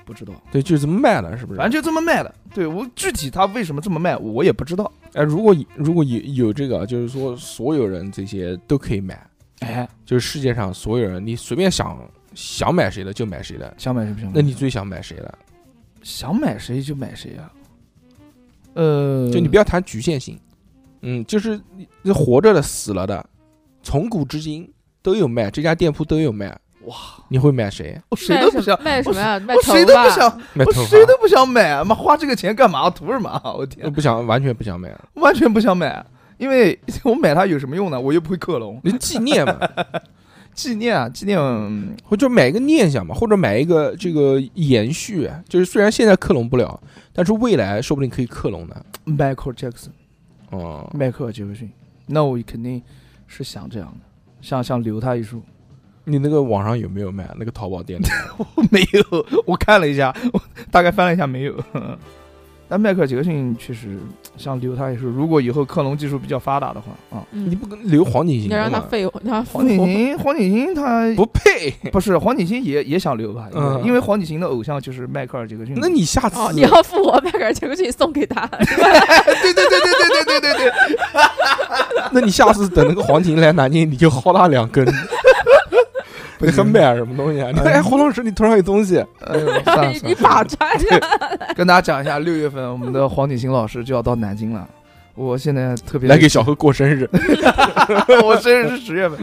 [SPEAKER 4] 不知道。
[SPEAKER 3] 对，就是这么卖的，是不是？
[SPEAKER 4] 反正就这么卖的。对我具体他为什么这么卖，我也不知道。
[SPEAKER 3] 哎，如果如果有有这个，就是说所有人这些都可以买，
[SPEAKER 4] 哎，
[SPEAKER 3] 就是世界上所有人，你随便想想买谁的就买谁的。
[SPEAKER 4] 想买谁不想买？
[SPEAKER 3] 那你最想买谁的？
[SPEAKER 4] 想买谁就买谁呀、呃，
[SPEAKER 3] 就你不要谈局限性，嗯，就是你这活着的、死了的，从古至今都有卖，这家店铺都有卖。
[SPEAKER 4] 哇，
[SPEAKER 3] 你会买谁？啊
[SPEAKER 4] 我 谁都不想，
[SPEAKER 5] 卖什么呀？卖
[SPEAKER 4] 我
[SPEAKER 5] 头
[SPEAKER 4] 谁都不
[SPEAKER 5] 发。
[SPEAKER 4] 想，
[SPEAKER 3] 买
[SPEAKER 4] 我
[SPEAKER 3] 头发？
[SPEAKER 4] 谁都不想买啊！妈，花这个钱干嘛？图什么啊？我
[SPEAKER 3] 呃
[SPEAKER 4] 天，
[SPEAKER 3] 不想，完全不想买。
[SPEAKER 4] 完全不想买。因为 我买它有什么用呢？我又不会克隆，
[SPEAKER 3] 你纪念嘛，
[SPEAKER 4] 纪念啊，纪念。嗯
[SPEAKER 3] 或者买一个念想嘛，或者买一个这个延续，啊就是虽然现在克隆不了，但是未来说不定可以克隆的。
[SPEAKER 4] Michael Jackson，
[SPEAKER 3] 哦、
[SPEAKER 4] 迈克尔杰克逊，那我肯定是想这样的，想想留他一束。
[SPEAKER 3] 你那个网上有没有卖？那个淘宝店里
[SPEAKER 4] 没有，我看了一下，我大概翻了一下没有。 但迈克尔杰克逊确实像留他也是，如果以后克隆技术比较发达的话啊，
[SPEAKER 5] 嗯
[SPEAKER 3] 你不跟留黄景
[SPEAKER 5] 你
[SPEAKER 3] 行
[SPEAKER 5] 要
[SPEAKER 3] 的
[SPEAKER 5] 让他
[SPEAKER 3] 吗？
[SPEAKER 5] 废，你让他复
[SPEAKER 4] 黄景
[SPEAKER 5] 活。
[SPEAKER 4] 行，黄景行他
[SPEAKER 3] 不配。
[SPEAKER 4] 不是黄景行也也想留吧，因为
[SPEAKER 3] 嗯
[SPEAKER 4] 因为黄景行的偶像就是迈克尔杰克逊。
[SPEAKER 3] 那你下次、
[SPEAKER 5] 哦，你要复活迈克尔杰克逊送给他，
[SPEAKER 4] 对对对对对对对对对，
[SPEAKER 3] 那你下次等那个黄景来南京，你就薅他两 根。你还买什么东西啊？你看哎，胡老师，你头上有东西。
[SPEAKER 4] 哎呦， 算了
[SPEAKER 5] 你
[SPEAKER 4] 算
[SPEAKER 5] 你
[SPEAKER 4] 了
[SPEAKER 5] 把穿上。
[SPEAKER 4] 跟大家讲一下，六月份我们的黄景行老师就要到南京了。我现在特别
[SPEAKER 3] 来给小何过生日，
[SPEAKER 4] 我生日是十 月份，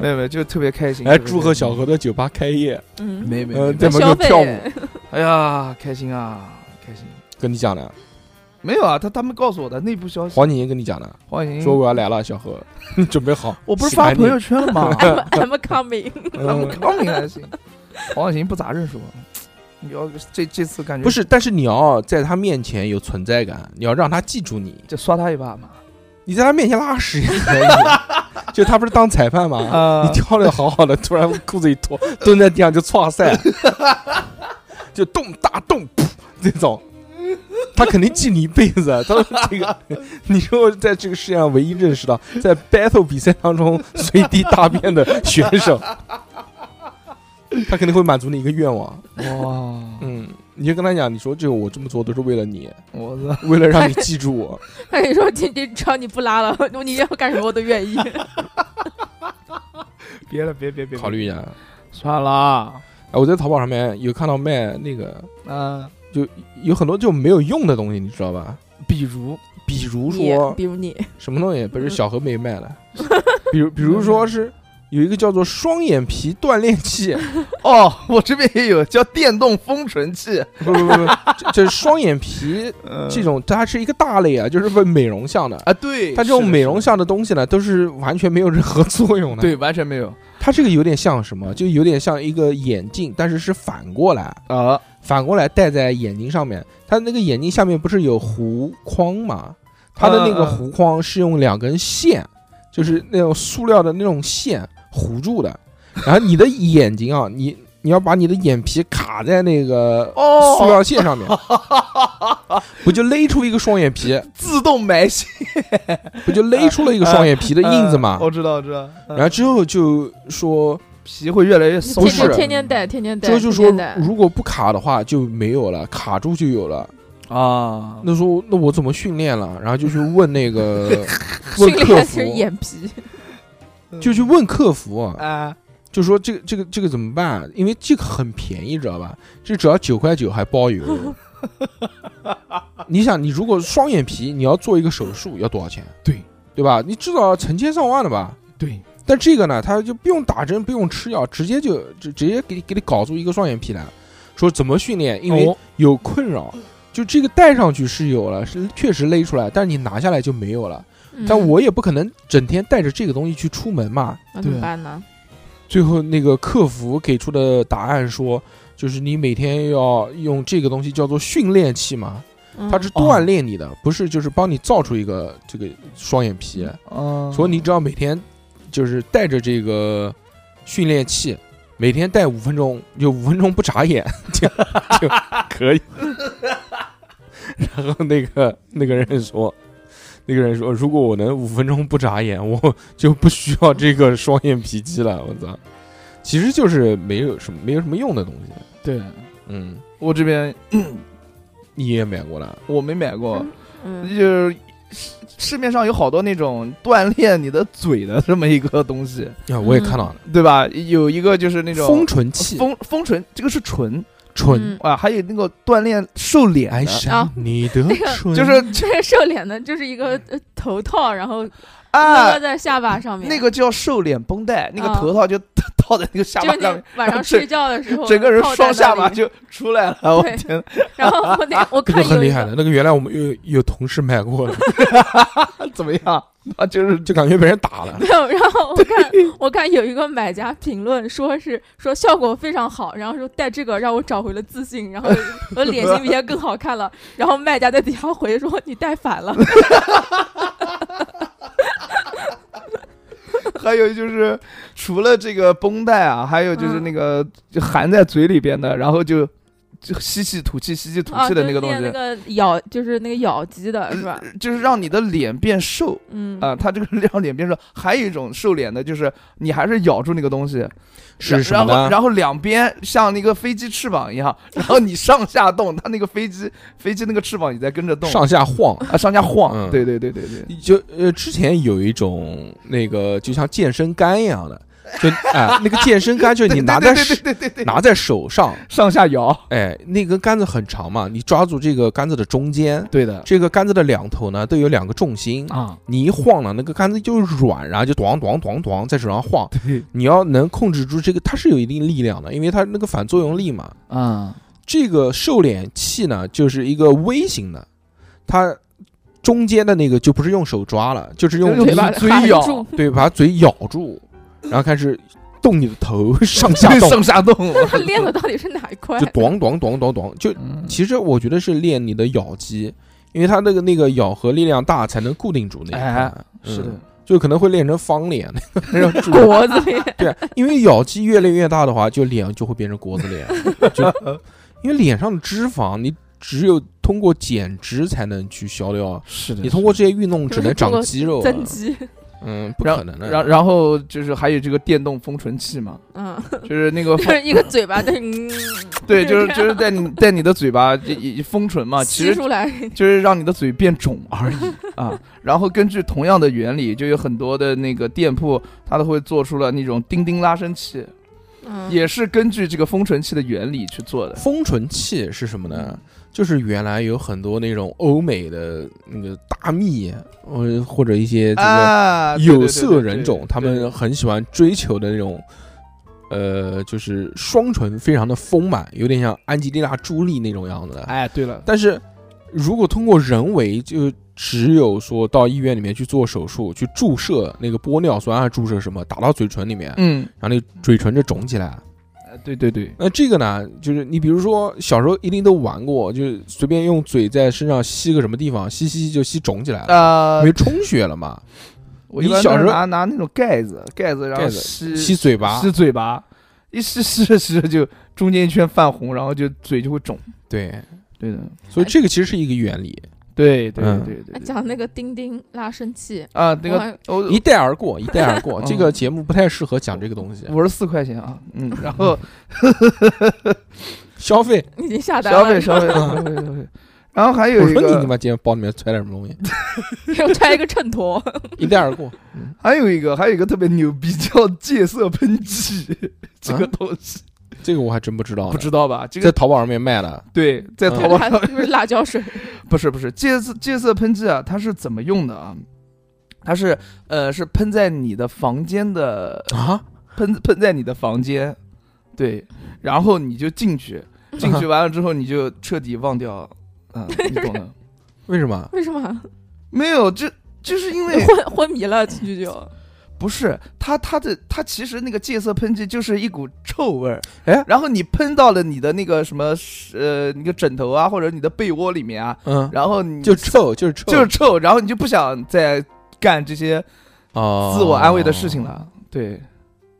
[SPEAKER 4] 没有没有，就特别开心。
[SPEAKER 3] 来
[SPEAKER 4] 特别
[SPEAKER 3] 祝
[SPEAKER 4] 开
[SPEAKER 3] 贺
[SPEAKER 4] 心
[SPEAKER 3] 小何的酒吧开业。
[SPEAKER 5] 嗯，
[SPEAKER 4] 没没
[SPEAKER 3] 呃
[SPEAKER 4] 没，
[SPEAKER 3] 在门口
[SPEAKER 5] 消费
[SPEAKER 3] 跳舞
[SPEAKER 4] 哎呀，开心啊，开心。
[SPEAKER 3] 跟你讲的，
[SPEAKER 4] 没有啊，他他们告诉我的内部消息。
[SPEAKER 3] 黄景行跟你讲的，
[SPEAKER 4] 黄景
[SPEAKER 3] 说我要来了，小何， 你准备好。
[SPEAKER 4] 嗯 我不是
[SPEAKER 3] 喜欢
[SPEAKER 4] 发
[SPEAKER 3] 你
[SPEAKER 4] 朋友圈了吗？
[SPEAKER 5] ，I'm I'm coming。
[SPEAKER 4] 我
[SPEAKER 3] 嗯
[SPEAKER 4] 刚明还行。黄景行不咋认识我，你要这这次感觉
[SPEAKER 3] 不是，但是你要在他面前有存在感，你要让他记住你。
[SPEAKER 4] 就刷他一把嘛？
[SPEAKER 3] 你在他面前拉屎也可 以，就他不是当裁判吗？
[SPEAKER 4] 啊
[SPEAKER 3] 你跳的好好的，突然裤子一脱， 蹲在地上就搓赛，就动大动噗这种，他肯定记你一辈子。他说这个，你是我在这个世界上唯一认识到在 battle 比赛当中随地大便的选手，他肯定会满足你一个愿望。
[SPEAKER 4] 哇，
[SPEAKER 3] 嗯，你就跟他讲，你说这个我这么做都是为了你，
[SPEAKER 4] 我操！
[SPEAKER 3] 为了让你记住我。
[SPEAKER 5] 他跟你说，今天只要你不拉了，你要干什么我都愿意。
[SPEAKER 4] 别了，别别别
[SPEAKER 3] 考虑一下。
[SPEAKER 4] 算了。啊
[SPEAKER 3] 哎，我在淘宝上面有看到卖那个，
[SPEAKER 4] 嗯，
[SPEAKER 3] 有很多就没有用的东西，你知道吧？
[SPEAKER 4] 比如
[SPEAKER 3] 比如
[SPEAKER 5] 你
[SPEAKER 3] 说
[SPEAKER 5] 比如你，
[SPEAKER 3] 什么东西不是小何没卖的，比如比如说是有一个叫做双眼皮锻炼 器，
[SPEAKER 4] 哦，我这边也有叫电动封唇器，
[SPEAKER 3] 不不不不，这这双眼皮
[SPEAKER 4] 嗯
[SPEAKER 3] 这种它是一个大类啊，就是为美容项的。
[SPEAKER 4] 啊，对，
[SPEAKER 3] 它这种
[SPEAKER 4] 是的
[SPEAKER 3] 美
[SPEAKER 4] 是的
[SPEAKER 3] 容项的东西呢，都是完全没有任何作用的。
[SPEAKER 4] 对，完全没有
[SPEAKER 3] 它这个有点像什么，就有点像一个眼镜，但是是反过来，
[SPEAKER 4] 啊，
[SPEAKER 3] 反过来戴在眼睛上面。它那个眼睛下面不是有弧框吗？它的那个
[SPEAKER 4] 嗯嗯
[SPEAKER 3] 弧框是用两根线，就是那种塑料的那种线糊住的。然后你的眼睛啊， 你你要把你的眼皮卡在那个
[SPEAKER 4] 哦
[SPEAKER 3] 塑料线上面，不就勒出一个双眼皮，
[SPEAKER 4] 自动埋线
[SPEAKER 3] 不就勒出了一个双眼皮的印子
[SPEAKER 4] 嗯
[SPEAKER 3] 嘛？
[SPEAKER 4] 我知道，我知道。嗯
[SPEAKER 3] 然后之后就说
[SPEAKER 4] 皮会越来越松
[SPEAKER 3] 不
[SPEAKER 5] 天
[SPEAKER 3] 是
[SPEAKER 5] 天天天戴，天天戴，
[SPEAKER 3] 这就
[SPEAKER 5] 天
[SPEAKER 3] 说
[SPEAKER 5] 天戴，
[SPEAKER 3] 如果不卡的话就没有了，卡住就有了。
[SPEAKER 4] 啊，
[SPEAKER 3] 那说那我怎么训练了？然后就去问那个 问
[SPEAKER 5] 训
[SPEAKER 3] 客
[SPEAKER 5] 练
[SPEAKER 3] 服，
[SPEAKER 5] 是眼皮，
[SPEAKER 3] 就去问客服，
[SPEAKER 4] 啊，
[SPEAKER 3] 就说这个这个这个怎么办？因为这个很便宜，知道吧？这只要九块九还包邮。 你想，你如果双眼皮，你要做一个手术要多少钱？
[SPEAKER 4] 对
[SPEAKER 3] 对吧？你至少成千上万的吧？
[SPEAKER 4] 对，
[SPEAKER 3] 但这个呢，他就不用打针，不用吃药，直接就直直接给给你搞出一个双眼皮来，说怎么训练，因为
[SPEAKER 4] 哦
[SPEAKER 3] 有困扰。
[SPEAKER 5] 嗯
[SPEAKER 3] 就这个戴上去是有了，是确实勒出来，但是你拿下来就没有了。
[SPEAKER 5] 嗯
[SPEAKER 3] 但我也不可能整天带着这个东西去出门嘛。
[SPEAKER 5] 那怎么
[SPEAKER 4] 对
[SPEAKER 5] 办呢？
[SPEAKER 3] 最后那个客服给出的答案说，就是你每天要用这个东西叫做训练器嘛，
[SPEAKER 5] 嗯
[SPEAKER 3] 它是锻炼你的，不是就是帮你造出一个这个双眼皮。
[SPEAKER 4] 嗯，
[SPEAKER 3] 所以你只要每天就是带着这个训练器，每天带五分钟，就五分钟不眨眼 就就可以。 然后那个那个人说，那个人说，如果我能五分钟不眨眼，我就不需要这个双眼皮肌了。我操，其实就是没有什么没有什么用的东西。
[SPEAKER 4] 对
[SPEAKER 3] 嗯，
[SPEAKER 4] 我这边
[SPEAKER 3] 你也买过了？
[SPEAKER 4] 我没买过，
[SPEAKER 5] 嗯，
[SPEAKER 4] 就是市市面上有好多那种锻炼你的嘴的这么一个东西，
[SPEAKER 3] 啊，我也看到了，
[SPEAKER 4] 对吧？有一个就是那种
[SPEAKER 3] 丰唇器，
[SPEAKER 4] 丰丰唇，这个是唇
[SPEAKER 3] 唇。
[SPEAKER 5] 嗯
[SPEAKER 4] 啊，还有那个锻炼瘦脸
[SPEAKER 3] 爱
[SPEAKER 4] 的，
[SPEAKER 3] 上你的
[SPEAKER 5] 那个
[SPEAKER 3] 唇，
[SPEAKER 4] 哦 就是
[SPEAKER 5] 这个瘦脸的就是一
[SPEAKER 3] 嗯
[SPEAKER 5] 个呃头套，然后
[SPEAKER 4] 啊
[SPEAKER 5] 勒，在下巴上面，
[SPEAKER 4] 那个叫瘦脸绷带，那个
[SPEAKER 5] 啊
[SPEAKER 4] 头套就套在那个下
[SPEAKER 5] 就
[SPEAKER 4] 巴
[SPEAKER 5] 是
[SPEAKER 4] 上
[SPEAKER 5] 你
[SPEAKER 4] 面，
[SPEAKER 5] 晚 上
[SPEAKER 4] 整
[SPEAKER 5] 睡觉的时候，
[SPEAKER 4] 整个人
[SPEAKER 5] 套在
[SPEAKER 4] 双下
[SPEAKER 5] 那
[SPEAKER 4] 巴
[SPEAKER 5] 里
[SPEAKER 4] 就出 来了。我
[SPEAKER 5] 对
[SPEAKER 4] 天，
[SPEAKER 5] 然后我那我
[SPEAKER 3] 那
[SPEAKER 5] 看
[SPEAKER 3] 啊个很
[SPEAKER 5] 有一
[SPEAKER 3] 厉害的，那个原来我们有有同事买过的，
[SPEAKER 4] 怎么样？ 啊，就是
[SPEAKER 3] 就感觉被人打了
[SPEAKER 5] 没。有，然后我看我看有一个买家评论说是说效果非常好，然后说带这个让我找回了自 信，然后我脸型比以前更好看了。然后卖家在底下回说你带 反了，
[SPEAKER 4] 还有就是，除了这个绷带啊，还有
[SPEAKER 5] 嗯
[SPEAKER 4] 就是那个就含在嘴里边的，然后就就吸气吐气、吸气吐
[SPEAKER 5] 啊，
[SPEAKER 4] 气
[SPEAKER 5] 就
[SPEAKER 4] 的
[SPEAKER 5] 是
[SPEAKER 4] 那个东
[SPEAKER 5] 练
[SPEAKER 4] 西，
[SPEAKER 5] 那个咬就是那个咬肌的是吧？
[SPEAKER 4] 就是让你的脸变瘦
[SPEAKER 5] 嗯
[SPEAKER 4] 啊、它这个 让脸变瘦。还有一种瘦脸的，就是你还是咬住那个东西，
[SPEAKER 3] 是什
[SPEAKER 4] 然
[SPEAKER 3] 么
[SPEAKER 4] 后
[SPEAKER 3] 呢？
[SPEAKER 4] 然后两边像那个飞机翅膀一样，然后你上下动，它那个飞机飞机那个翅膀也在跟着动，
[SPEAKER 3] 上下晃。
[SPEAKER 4] 啊上下晃。
[SPEAKER 3] 嗯
[SPEAKER 4] 对对对对对，
[SPEAKER 3] 就呃，之前有一种那个就像健身杆一样的，就啊、那个健身杆就是你拿在
[SPEAKER 4] 对对
[SPEAKER 3] 手
[SPEAKER 4] 对对对对，
[SPEAKER 3] 拿在手上，
[SPEAKER 4] 上下摇。
[SPEAKER 3] 哎，那根杆子很长嘛，你抓住这个杆子的中间，
[SPEAKER 4] 对的
[SPEAKER 3] 这个杆子的两头呢都有两个重心，
[SPEAKER 4] 啊，
[SPEAKER 3] 你一晃呢，那个杆子就软，然后就咣咣咣咣在手上晃。
[SPEAKER 4] 对
[SPEAKER 3] 你要能控制住这个，它是有一定力量的，因为它那个反作用力嘛。
[SPEAKER 4] 啊
[SPEAKER 3] 这个瘦脸器呢，就是一个微型的，它中间的那个就不是用手抓了，就是用
[SPEAKER 4] 用
[SPEAKER 3] 力
[SPEAKER 4] 嘴巴嘴
[SPEAKER 5] 含
[SPEAKER 4] 咬
[SPEAKER 5] 住
[SPEAKER 3] 对，把嘴咬 住，然后开始动你的头上下
[SPEAKER 4] 对
[SPEAKER 3] 动，
[SPEAKER 4] 上下动，
[SPEAKER 5] 他练的到底是哪一块
[SPEAKER 3] 就？咚咚咚咚咚，就
[SPEAKER 4] 嗯
[SPEAKER 3] 其实我觉得是练你的咬肌，因为它那个那个咬合力量大，才能固定住那一
[SPEAKER 4] 哎
[SPEAKER 3] 块。嗯
[SPEAKER 4] 是的，
[SPEAKER 3] 就可能会练成方脸，
[SPEAKER 5] 脖子里
[SPEAKER 3] 对，因为咬肌越练越大的话，就脸就会变成国字 脸，就因为脸上的脂肪，你只有通过减脂才能去消掉啊。
[SPEAKER 4] 是的
[SPEAKER 3] 你通过这些运 动只能长肌肉啊，
[SPEAKER 5] 增肌，
[SPEAKER 3] 嗯，不
[SPEAKER 4] 然
[SPEAKER 3] 可能的。
[SPEAKER 4] 然然后就是还有这个电动丰唇器嘛，
[SPEAKER 5] 嗯，
[SPEAKER 4] 就是那个
[SPEAKER 5] 就
[SPEAKER 4] 丰
[SPEAKER 5] 是 一个嘴巴在嗯，
[SPEAKER 4] 对，就是
[SPEAKER 5] 这
[SPEAKER 4] 就
[SPEAKER 5] 样
[SPEAKER 4] 是在你在你的嘴巴一一一丰唇嘛，啊其
[SPEAKER 5] 吸
[SPEAKER 4] 实
[SPEAKER 5] 出来，
[SPEAKER 4] 就是让你的嘴变肿而 已啊。然后根据同样的原理，就有很多的那个店铺，它都会做出了那种钉钉拉伸器，
[SPEAKER 5] 嗯，
[SPEAKER 4] 也是根据这个丰唇器的原理去做的。
[SPEAKER 3] 丰唇器是什么呢？就是原来有很多那种欧美的那个大蜜，呃，或者一些这个
[SPEAKER 4] 啊，对
[SPEAKER 3] 有色人种，他。
[SPEAKER 4] 对对对对
[SPEAKER 3] 们很喜欢追求的那种，呃，就是双唇非常的丰满，有点像安吉丽娜·朱莉那种样子的。
[SPEAKER 4] 哎，对了，
[SPEAKER 3] 但是如果通过人为，就只有说到医院里面去做手术，去注射那个玻尿酸啊，注射什么打到嘴唇里面，
[SPEAKER 4] 嗯，
[SPEAKER 3] 然后那嘴唇就肿起来。嗯
[SPEAKER 4] 哎对对对，
[SPEAKER 3] 那这个呢，就是你比如说小时候一定都玩过，就是随便用嘴在身上吸个什么地方，吸吸吸就吸肿起来了，
[SPEAKER 4] 啊
[SPEAKER 3] 因，为充血了嘛，
[SPEAKER 4] 我
[SPEAKER 3] 你
[SPEAKER 4] 一般
[SPEAKER 3] 小
[SPEAKER 4] 都是
[SPEAKER 3] 时候
[SPEAKER 4] 拿拿那种盖子，盖子然后
[SPEAKER 3] 盖子
[SPEAKER 4] 吸
[SPEAKER 3] 吸嘴巴。
[SPEAKER 4] 吸嘴巴，一吸吸着吸着就中间一圈泛红，然后就嘴就会肿。
[SPEAKER 3] 对，
[SPEAKER 4] 对的，
[SPEAKER 3] 所以这个其实是一个原理，
[SPEAKER 4] 对对
[SPEAKER 3] 嗯
[SPEAKER 4] 对对对。
[SPEAKER 5] 哎讲那个钉钉拉伸器，
[SPEAKER 4] 啊，那
[SPEAKER 5] 我
[SPEAKER 4] 个
[SPEAKER 5] 还
[SPEAKER 4] 我
[SPEAKER 3] 一带而 过，一带而过。
[SPEAKER 4] 嗯
[SPEAKER 3] 这个节目不太适合讲这个东西，
[SPEAKER 4] 五十四块钱啊， 嗯，然后
[SPEAKER 3] 消费
[SPEAKER 5] 已经下单
[SPEAKER 4] 消
[SPEAKER 5] 了
[SPEAKER 4] 费，消费消费消费。然后还有
[SPEAKER 3] 我
[SPEAKER 4] 一
[SPEAKER 3] 说 你他
[SPEAKER 4] 个，
[SPEAKER 3] 妈今天包里面揣点什么东西，
[SPEAKER 5] 给我穿一个 衬托，
[SPEAKER 4] 哦
[SPEAKER 3] 一带而过。
[SPEAKER 4] 还有一个，还有一个特别牛逼，叫戒色喷剂，
[SPEAKER 3] 啊
[SPEAKER 4] 这个东西
[SPEAKER 3] 这个我还真不知道呢，
[SPEAKER 4] 不知道吧？这
[SPEAKER 3] 在
[SPEAKER 4] 个
[SPEAKER 3] 淘宝上面卖的，
[SPEAKER 4] 对，在
[SPEAKER 3] 啊
[SPEAKER 4] 淘
[SPEAKER 5] 还
[SPEAKER 4] 宝
[SPEAKER 5] 还
[SPEAKER 4] 上
[SPEAKER 5] 不是辣椒水，
[SPEAKER 4] 不是不是戒色戒色喷剂啊，它是怎么用的啊？它是呃是喷在你的房间 的
[SPEAKER 3] 啊，
[SPEAKER 4] 喷喷在你的房间，对，然后你就进 去，进去完了之后你就彻底忘掉，啊、你懂 的。
[SPEAKER 3] 为什么？
[SPEAKER 5] 为什么
[SPEAKER 4] 没有，这就是因为
[SPEAKER 5] 昏昏迷了？进去就
[SPEAKER 4] 哦不是它它的它其实那个戒色喷剂就是一股臭味儿，
[SPEAKER 3] 哎
[SPEAKER 4] 然后你喷到了你的那个什么呃那个枕头啊或者你的被窝里面啊，
[SPEAKER 3] 嗯，
[SPEAKER 4] 然后你
[SPEAKER 3] 就臭，就是臭，
[SPEAKER 4] 就是臭，然后你就不想再干这些
[SPEAKER 3] 啊，
[SPEAKER 4] 自我安慰的事情。了。对，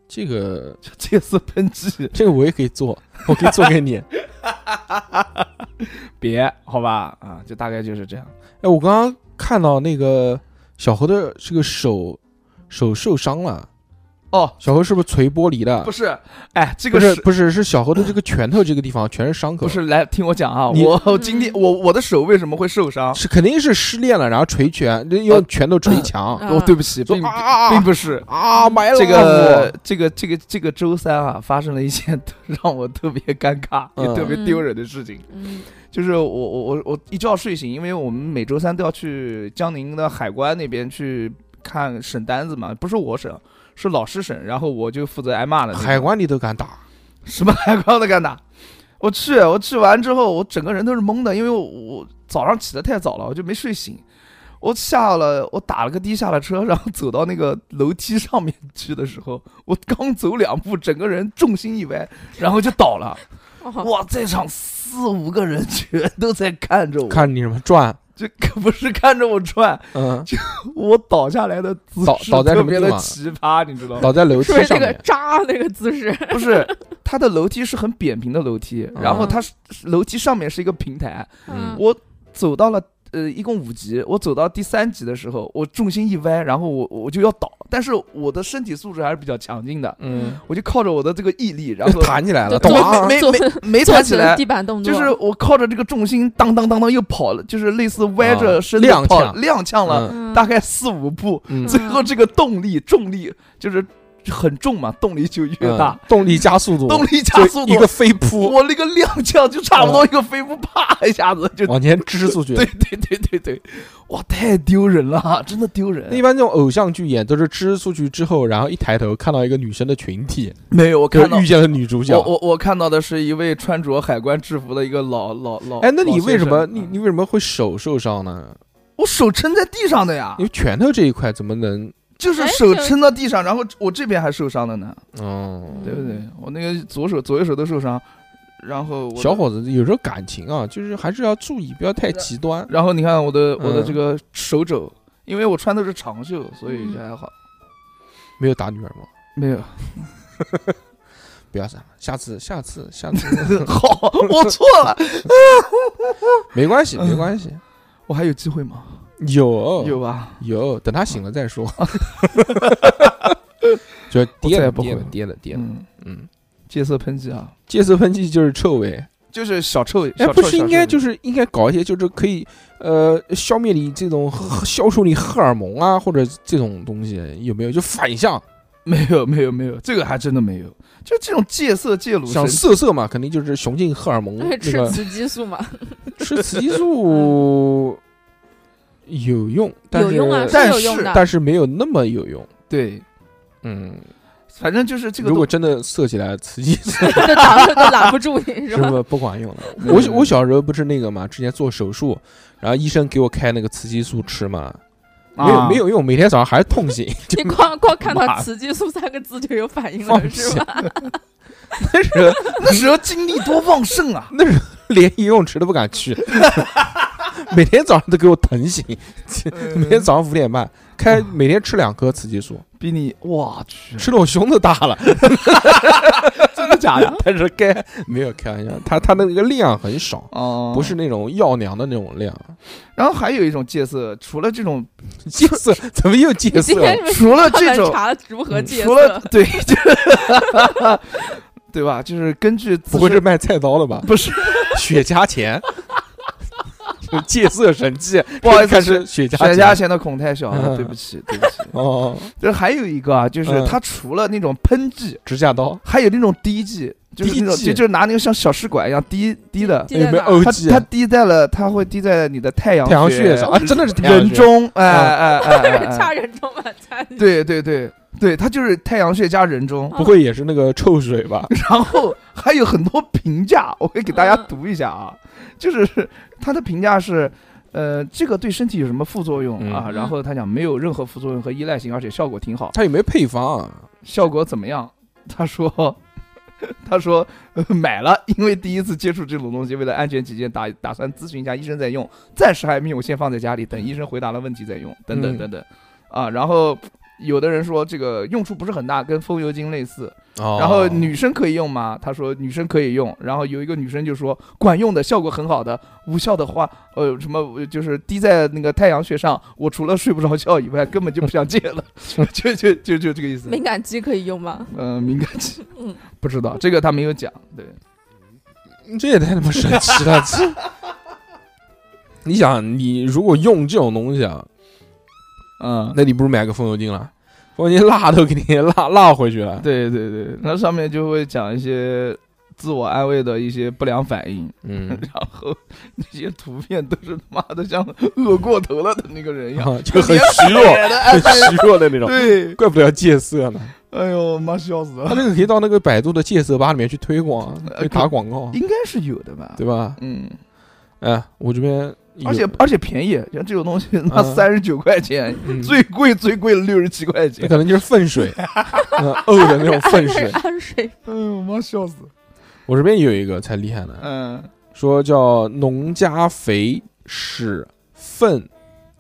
[SPEAKER 3] 这个
[SPEAKER 4] 就戒色喷剂，
[SPEAKER 3] 这个我也可以做， 我可以做给你。
[SPEAKER 4] 别好吧啊，就大概就是这样。
[SPEAKER 3] 哎，我刚刚看到那个小猴的这个手手受伤了，
[SPEAKER 4] 哦，
[SPEAKER 3] 小猴是不是捶玻璃的
[SPEAKER 4] 不？是，哎，这
[SPEAKER 3] 不
[SPEAKER 4] 个
[SPEAKER 3] 是不是是小猴的这个拳头这个地方全是伤口，
[SPEAKER 4] 不是来听我讲啊，
[SPEAKER 3] 你
[SPEAKER 4] 我今天我我的手为什么会受伤？
[SPEAKER 3] 是肯定是失恋了，然后捶拳，用拳头捶墙。
[SPEAKER 5] 啊
[SPEAKER 4] 哦，对不起，
[SPEAKER 3] 说
[SPEAKER 4] 并
[SPEAKER 3] 啊
[SPEAKER 4] 并不是。
[SPEAKER 3] 啊，埋了
[SPEAKER 4] 这个这个这个这个周三啊，发生了一件让我 特别尴尬也
[SPEAKER 3] 嗯
[SPEAKER 4] 特别丢人的事情，
[SPEAKER 5] 嗯
[SPEAKER 4] 就是我我我我一觉睡醒，因为我们每周三都要去江宁的海关那边去看审单子嘛，不是我审，是老师审，然后我就负责挨骂了。
[SPEAKER 3] 我海关你都敢打，
[SPEAKER 4] 什么海关的干的？ 我去，我去完之后，我整个人都是懵的，因为我我早上起得太早了，我就没睡醒。我下了，我打了个的，下了车，然后走到那个楼梯上面去的时候，我刚走两步，整个人重心一歪，然后就倒了。
[SPEAKER 5] 哦
[SPEAKER 4] 哇，在场四五个人全都在看着我，
[SPEAKER 3] 看你什么转？
[SPEAKER 4] 就可不是看着我转，
[SPEAKER 3] 嗯，
[SPEAKER 4] 我倒下来的姿
[SPEAKER 3] 倒
[SPEAKER 4] 势
[SPEAKER 3] 倒在什
[SPEAKER 4] 特
[SPEAKER 3] 么
[SPEAKER 4] 别
[SPEAKER 3] 地
[SPEAKER 4] 的
[SPEAKER 3] 方啊
[SPEAKER 4] 奇葩，你知道吗？
[SPEAKER 3] 倒在楼梯
[SPEAKER 5] 是不是
[SPEAKER 3] 上
[SPEAKER 5] 那个
[SPEAKER 3] 面。
[SPEAKER 5] 扎那个姿势？
[SPEAKER 4] 不是，它的楼梯是很扁平的楼梯，然后它是楼梯上面是一个平台，
[SPEAKER 3] 嗯
[SPEAKER 4] 我走到了。呃，一共五级，我走到第三级的时候，我重心一歪，然后我我就要倒，但是我的身体素质还是比较强劲的，
[SPEAKER 3] 嗯，
[SPEAKER 4] 我就靠着我的这个毅力，然 后
[SPEAKER 3] 弹起来
[SPEAKER 4] 嗯
[SPEAKER 3] 了，
[SPEAKER 5] 就
[SPEAKER 3] 懂
[SPEAKER 5] 坐
[SPEAKER 3] 啊？
[SPEAKER 4] 没没
[SPEAKER 5] 坐
[SPEAKER 4] 没没
[SPEAKER 5] 做
[SPEAKER 4] 弹
[SPEAKER 5] 起
[SPEAKER 4] 起
[SPEAKER 5] 了
[SPEAKER 4] 来
[SPEAKER 5] 地，板动作，
[SPEAKER 4] 就是我靠着这个重心，当当当当又跑了，就是类似歪
[SPEAKER 3] 啊
[SPEAKER 4] 着身子
[SPEAKER 3] 踉
[SPEAKER 4] 跑，
[SPEAKER 3] 跄
[SPEAKER 4] 踉跄了，
[SPEAKER 5] 嗯
[SPEAKER 4] 大概四五步，
[SPEAKER 3] 嗯
[SPEAKER 4] 最后这个动力重力就是很重嘛，动力就越
[SPEAKER 3] 嗯
[SPEAKER 4] 大，，
[SPEAKER 3] 动力加速度，
[SPEAKER 4] 动力加速
[SPEAKER 3] 就
[SPEAKER 4] 度
[SPEAKER 3] 一个飞扑，
[SPEAKER 4] 我那个踉跄就差
[SPEAKER 3] 嗯
[SPEAKER 4] 不多一个飞扑，啪一下子就，
[SPEAKER 3] 往前支出去
[SPEAKER 4] 对。对对对对，哇，太丢人了，真的丢
[SPEAKER 3] 那一
[SPEAKER 4] 人。
[SPEAKER 3] 般这种偶像剧演都是支出去之后，然后一抬头看到一个女生的群体，
[SPEAKER 4] 没有，我
[SPEAKER 3] 可
[SPEAKER 4] 看到
[SPEAKER 3] 是遇见了女主角
[SPEAKER 4] 我。我我看到的是一位穿着海关制服的一个老老老。
[SPEAKER 3] 哎，那
[SPEAKER 4] 老
[SPEAKER 3] 你
[SPEAKER 4] 先
[SPEAKER 3] 为什么
[SPEAKER 4] 生
[SPEAKER 3] 你
[SPEAKER 4] 嗯
[SPEAKER 3] 你为什么会手受伤呢？
[SPEAKER 4] 我手撑在地上的呀
[SPEAKER 3] 因？为拳头这一块怎么能？
[SPEAKER 4] 就是
[SPEAKER 5] 哎
[SPEAKER 4] 手
[SPEAKER 5] 这
[SPEAKER 4] 撑到地上，然后我这边还受伤了呢，
[SPEAKER 3] 嗯，
[SPEAKER 4] 对不对？我那个左手左右手都受伤，然后我的啊
[SPEAKER 3] 小伙子有时候感情啊，就是还是要注意，不要太极端。
[SPEAKER 4] 然后你看我的我的
[SPEAKER 3] 嗯
[SPEAKER 4] 这个手肘，因为我穿的是长袖，所以就
[SPEAKER 5] 嗯
[SPEAKER 4] 还好。
[SPEAKER 3] 没有打女儿吗？
[SPEAKER 4] 没有，
[SPEAKER 3] 不要闪，下次下次下次
[SPEAKER 4] 好，我错了，
[SPEAKER 3] 没关系
[SPEAKER 4] 嗯
[SPEAKER 3] 没关 系，
[SPEAKER 4] 我还有机会吗？
[SPEAKER 3] 有
[SPEAKER 4] 有啊吧？
[SPEAKER 3] 有，等他醒了再说。 就
[SPEAKER 4] 哦我
[SPEAKER 3] 跌
[SPEAKER 4] 再也
[SPEAKER 3] 了
[SPEAKER 4] 不
[SPEAKER 3] 跌
[SPEAKER 4] 会
[SPEAKER 3] 了跌了跌了，
[SPEAKER 4] 嗯，
[SPEAKER 3] 嗯，
[SPEAKER 4] 戒色喷剂啊，
[SPEAKER 3] 戒色喷剂就是臭味。
[SPEAKER 4] 就是小臭，
[SPEAKER 3] 哎，
[SPEAKER 4] 小臭
[SPEAKER 3] 不是应该就是是应该搞一些就是可以呃消灭你这种呃消除你荷尔蒙啊或者这种东西有没有？就反向
[SPEAKER 4] 没有没有没有，这个还真的没有，就这种戒色戒乳
[SPEAKER 3] 想
[SPEAKER 4] 神
[SPEAKER 3] 色色嘛，肯定就是雄性荷尔 蒙
[SPEAKER 5] 那
[SPEAKER 3] 那
[SPEAKER 5] 是吃
[SPEAKER 3] 个
[SPEAKER 5] 雌激素嘛？
[SPEAKER 3] 吃雌激
[SPEAKER 4] 嗯
[SPEAKER 3] 素有用，但
[SPEAKER 5] 有
[SPEAKER 3] 是
[SPEAKER 5] 用啊，
[SPEAKER 4] 但
[SPEAKER 5] 有
[SPEAKER 4] 是
[SPEAKER 5] 用的。
[SPEAKER 3] 但是没有那么有用。
[SPEAKER 4] 对，
[SPEAKER 3] 嗯，
[SPEAKER 4] 反正就是这个
[SPEAKER 3] 如果
[SPEAKER 4] 东。
[SPEAKER 3] 真的色起来，雌激素
[SPEAKER 5] 这挡都拦不住你是
[SPEAKER 3] 是
[SPEAKER 5] 吧？
[SPEAKER 3] 不不管用了。
[SPEAKER 4] 嗯
[SPEAKER 3] 我小我小时候不是那个嘛，之前做手术，然后医生给我开那个雌激素吃嘛，没有
[SPEAKER 4] 啊
[SPEAKER 3] 没有用，每天早上还是痛醒，就
[SPEAKER 5] 你光光看
[SPEAKER 4] 妈
[SPEAKER 5] 到“雌激素”三个字就有反应
[SPEAKER 3] 放
[SPEAKER 5] 了，
[SPEAKER 3] 屁
[SPEAKER 5] 是吧？
[SPEAKER 3] 那时候
[SPEAKER 4] 那时候精力多旺 盛啊！
[SPEAKER 3] 那时候连游泳池都不敢去， 每天早上都给我疼醒， 每天早上五点半开，每天吃两颗雌激素，
[SPEAKER 4] 比你，我去，
[SPEAKER 3] 吃的我胸都大了。
[SPEAKER 4] 嗯 真的假的？
[SPEAKER 3] 但是该没有开玩笑，它它那个量很少，
[SPEAKER 4] 哦，
[SPEAKER 3] 不是。那种药娘的那种量。
[SPEAKER 4] 然后还有一种戒色，除了这 种，
[SPEAKER 3] 戒色怎么又戒
[SPEAKER 5] 你今
[SPEAKER 3] 色？
[SPEAKER 5] 天是
[SPEAKER 4] 除了
[SPEAKER 5] 不是
[SPEAKER 4] 这
[SPEAKER 5] 看
[SPEAKER 4] 种嗯
[SPEAKER 5] 完，查如何戒
[SPEAKER 4] 除了
[SPEAKER 5] 色？
[SPEAKER 4] 对，就对吧？就是根据自
[SPEAKER 3] 不会
[SPEAKER 4] 身
[SPEAKER 3] 是卖菜刀的吧？
[SPEAKER 4] 不是
[SPEAKER 3] 雪茄钱，就是戒色神 器，
[SPEAKER 4] 不好意思
[SPEAKER 3] 开始雪茄
[SPEAKER 4] 雪茄
[SPEAKER 3] 茄
[SPEAKER 4] 显得孔太小了，
[SPEAKER 3] 嗯
[SPEAKER 4] 对不起，对不起。
[SPEAKER 3] 哦，
[SPEAKER 4] 这还有一个啊，就是
[SPEAKER 3] 嗯
[SPEAKER 4] 它除了那种喷剂，
[SPEAKER 3] 指甲刀，
[SPEAKER 4] 还有那种滴剂，就是那种
[SPEAKER 3] 滴剂
[SPEAKER 4] 就就是拿那个像小试管一样滴滴的，
[SPEAKER 5] 滴
[SPEAKER 3] 有没有
[SPEAKER 5] 在哪儿
[SPEAKER 3] 欧
[SPEAKER 4] 它
[SPEAKER 3] 记
[SPEAKER 4] 它滴在了，它会滴在你的太阳
[SPEAKER 3] 太阳穴上啊？真的是 太阳
[SPEAKER 4] 人
[SPEAKER 3] 穴嗯
[SPEAKER 4] 中，哎哎哎 哎哎
[SPEAKER 5] 掐
[SPEAKER 4] 哎，
[SPEAKER 5] 人中晚餐。
[SPEAKER 4] 对对对对，它就是太阳穴加人中，
[SPEAKER 3] 不会也是那个臭水 吧？
[SPEAKER 4] 然后还有很多评价，我会给大家
[SPEAKER 5] 嗯
[SPEAKER 4] 读一下啊，就是他的评价是。呃，这个对身体有什么副作用啊？
[SPEAKER 5] 嗯
[SPEAKER 4] 然后他讲没有任何副作用和依赖性，而且效果挺好。
[SPEAKER 3] 它有没有配方啊？
[SPEAKER 4] 效果怎么样？他说， 他说、 呃买了，因为第一次接触这种东西，为了安全起见，打打算咨询一下医生再用，暂时还没有，先放在家里，等医生回答了问题再用，等等
[SPEAKER 3] 嗯
[SPEAKER 4] 等等，啊，然后。有的人说这个用处不是很大，跟风油精类似。然
[SPEAKER 3] 然
[SPEAKER 4] 后女生可以用吗？他说女生可以用。然后有一个女生就说管用的，效果很好的，无效的话，呃，什么呃就是滴在那个太阳穴上，我除了睡不着觉以外，根本就不想戒了， 就就就就这个意思。
[SPEAKER 5] 敏感肌可以用吗？
[SPEAKER 4] 呃，敏感肌，
[SPEAKER 5] 嗯，
[SPEAKER 4] 不知道这个他没有讲，对，
[SPEAKER 3] 这也太他妈神奇 了！这你想，你如果用这种东西啊，
[SPEAKER 4] 嗯，
[SPEAKER 3] 那你不如买个风油精了，风油精辣都给你辣辣回去了。
[SPEAKER 4] 对对对，那上面就会讲一些自我安慰的一些不良反应，
[SPEAKER 3] 嗯，
[SPEAKER 4] 然后那些图片都是他妈的像饿过头了的那个人一
[SPEAKER 3] 然
[SPEAKER 4] 样，
[SPEAKER 3] 后就很 虚弱，很虚弱的那 种，
[SPEAKER 4] 对，
[SPEAKER 3] 怪不得要戒色呢。
[SPEAKER 4] 哎呦妈笑死
[SPEAKER 3] 他
[SPEAKER 4] 了，
[SPEAKER 3] 这个可以到那个百度的戒色吧里面去推广，
[SPEAKER 4] 呃
[SPEAKER 3] 去打广告，
[SPEAKER 4] 应该是有的吧，
[SPEAKER 3] 对吧？
[SPEAKER 4] 嗯，
[SPEAKER 3] 哎，我这边有，
[SPEAKER 4] 而且而且便宜，像这种东西，那
[SPEAKER 3] 嗯
[SPEAKER 4] 三十九块钱，
[SPEAKER 3] 嗯
[SPEAKER 4] 最贵最贵六十七块
[SPEAKER 3] 那
[SPEAKER 4] 钱，
[SPEAKER 3] 可能就是粪 水，嗯呕的那种粪
[SPEAKER 5] 是
[SPEAKER 3] 水。
[SPEAKER 5] 氨水，
[SPEAKER 4] 哎呦妈笑死，
[SPEAKER 3] 我这边有一个才厉害呢，
[SPEAKER 4] 嗯，，
[SPEAKER 3] 说叫农家肥屎粪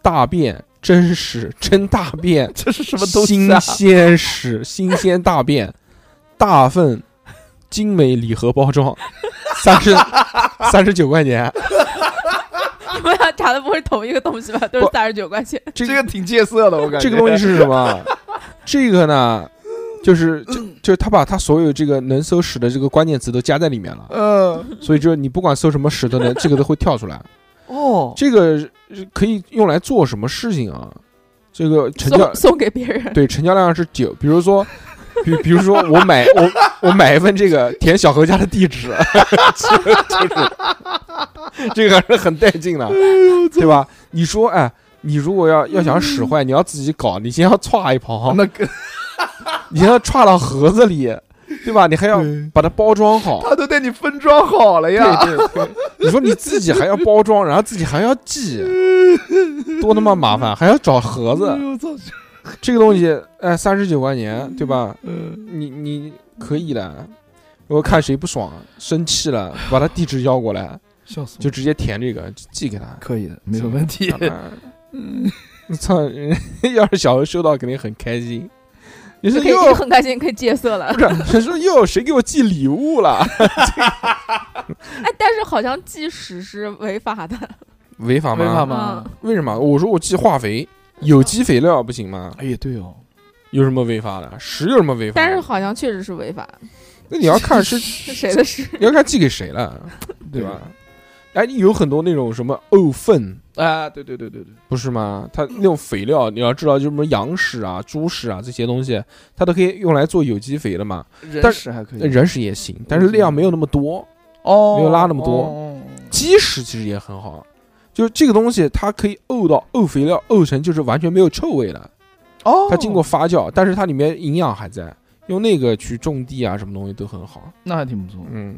[SPEAKER 3] 大便真屎真大便
[SPEAKER 4] 这是什么东西啊
[SPEAKER 3] 新？鲜屎新鲜大便大粪，精美礼盒包装，三十三十九块钱，
[SPEAKER 5] 你们俩查的不会是同一个东西吧？都是三十九块钱。
[SPEAKER 4] 这个挺戒色的，我感觉
[SPEAKER 3] 这个东西是什 么？这个呢，就是
[SPEAKER 4] 嗯
[SPEAKER 3] 就就是他把他所有这个能搜屎的这个关键词都加在里面了，
[SPEAKER 4] 嗯，
[SPEAKER 3] 所以就是你不管搜什么屎都 能，这个都会跳出来。
[SPEAKER 4] 哦，
[SPEAKER 3] 这个是可以用来做什么事情啊？这个成交
[SPEAKER 5] 送送给别人，
[SPEAKER 3] 对，成交量是九，比如说，比比如说我买我我买一份这个填小何家的地址， 就是这个还是很带劲
[SPEAKER 4] 哎
[SPEAKER 3] 的，对吧？你说，哎，你如果要要想使坏，你要自己搞，你先要歘一泡，
[SPEAKER 4] 那个
[SPEAKER 3] 你先要歘到盒子里，对吧？你还要把它包装好。
[SPEAKER 4] 哎他都带你分装好了呀，
[SPEAKER 3] 对对对， 你说你自己还要包装，然后自己还要寄，多他妈麻烦，还要找盒子。
[SPEAKER 4] 哎我操，
[SPEAKER 3] 这个东西，哎，三十九块钱，对吧？
[SPEAKER 4] 嗯，
[SPEAKER 3] 你你可以的，我看谁不爽，生气了，把他地址要过来，
[SPEAKER 4] 笑死
[SPEAKER 3] 就直接填这个寄给他。
[SPEAKER 4] 可以的，没有问 题
[SPEAKER 3] 他。妈我操！ 人要是小何收到，肯定很开心。你
[SPEAKER 5] 就
[SPEAKER 3] 说
[SPEAKER 5] 可以
[SPEAKER 3] 又
[SPEAKER 5] 就很开心，可以戒色了
[SPEAKER 3] 不。是？你说又谁给我寄礼物了？
[SPEAKER 5] 哎，但是好像计时是违法的，
[SPEAKER 3] 违法
[SPEAKER 4] 违法
[SPEAKER 3] 吗？
[SPEAKER 4] 吗？
[SPEAKER 3] 为什么？我说我寄化肥、有机肥料不行吗？
[SPEAKER 4] 哎呀，对哦，
[SPEAKER 3] 有什么违法的？屎有什么违法的？
[SPEAKER 5] 但是好像确实是违法，
[SPEAKER 3] 那你要看 是
[SPEAKER 5] 是谁的事？
[SPEAKER 3] 你要看寄给谁了，对吧？哎，有很多那种什么沤粪。
[SPEAKER 4] 啊，对对对对对，
[SPEAKER 3] 不是吗？它那种肥料，你要知道，就是什么羊屎啊、猪屎啊这些东西，它都可以用来做有机肥的嘛。
[SPEAKER 4] 人
[SPEAKER 3] 但
[SPEAKER 4] 屎还可
[SPEAKER 3] 那
[SPEAKER 4] 以，
[SPEAKER 3] 人屎也行，但是量没有那么多。
[SPEAKER 4] 哦
[SPEAKER 3] 没有拉那么多
[SPEAKER 4] 多，
[SPEAKER 3] 鸡屎其实也很好，就是这个东西它可以沤到沤肥料沤成就是完全没有臭味了。
[SPEAKER 4] 哦，
[SPEAKER 3] 它经过发酵，但是它里面营养还在，用那个去种地啊，什么东西都很好。
[SPEAKER 4] 那还挺不错，
[SPEAKER 3] 嗯，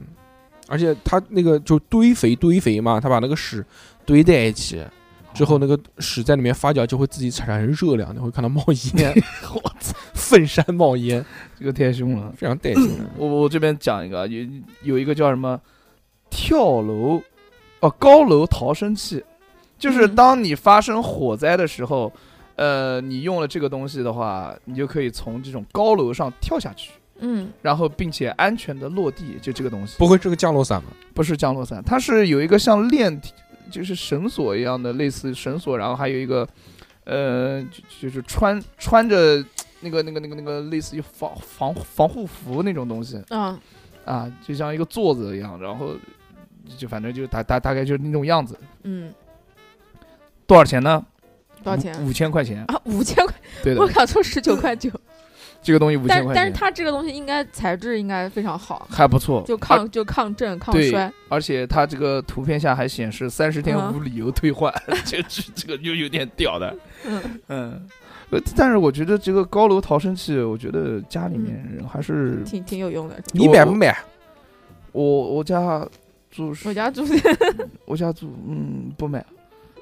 [SPEAKER 3] 而且它那个就堆肥堆肥嘛，它把那个屎堆在一起。之后那个屎在里面发酵，就会自己产生热量，你会看到冒烟， 我操，粪山冒烟，
[SPEAKER 4] 这个太凶了。
[SPEAKER 3] 非常带劲 的。
[SPEAKER 4] 我我这边讲一个啊，有有一个叫什么跳楼哦、高楼逃生器，就是
[SPEAKER 5] 嗯
[SPEAKER 4] 当你发生火灾的时候，呃，你用了这个东西的话，你就可以从这种高楼上跳下去，
[SPEAKER 5] 嗯，
[SPEAKER 4] 然后并且安全的落地。就这个东西
[SPEAKER 3] 不会是个降落伞吧？
[SPEAKER 4] 不是降落伞，它是有一个像链体，就是绳索一样的，类似绳索，然后还有一个呃，就就是穿穿着那个那个那个那个类似于防防防护服那种东西。
[SPEAKER 5] 啊，
[SPEAKER 4] 啊，就像一个座子一样，然后就反正就大大大概就是那种样子。
[SPEAKER 5] 嗯，
[SPEAKER 4] 多少钱呢？
[SPEAKER 5] 多少钱
[SPEAKER 4] 五？五千块 钱。
[SPEAKER 5] 啊，五千块，
[SPEAKER 4] 对
[SPEAKER 5] 我
[SPEAKER 4] 的，
[SPEAKER 5] 想说十九块九，
[SPEAKER 4] 这个东西五
[SPEAKER 5] 但
[SPEAKER 4] 千
[SPEAKER 5] 是
[SPEAKER 4] 块
[SPEAKER 5] 但是
[SPEAKER 4] 钱
[SPEAKER 5] 它这个东西应该材质应该非常好，
[SPEAKER 4] 还不错，
[SPEAKER 5] 就
[SPEAKER 4] 而
[SPEAKER 5] 抗就抗震抗
[SPEAKER 4] 对
[SPEAKER 5] 摔，
[SPEAKER 4] 而且它这个图片下还显示三十天
[SPEAKER 5] 嗯
[SPEAKER 4] 无理由退换， 这这这个就有点屌的。
[SPEAKER 5] 嗯，
[SPEAKER 4] 嗯，呃但是我觉得这个高楼逃生器，我觉得家里面人还是
[SPEAKER 5] 嗯挺挺有 用的。
[SPEAKER 3] 你买不买？
[SPEAKER 4] 我我家住是
[SPEAKER 5] 我家住
[SPEAKER 4] 我家住嗯不买，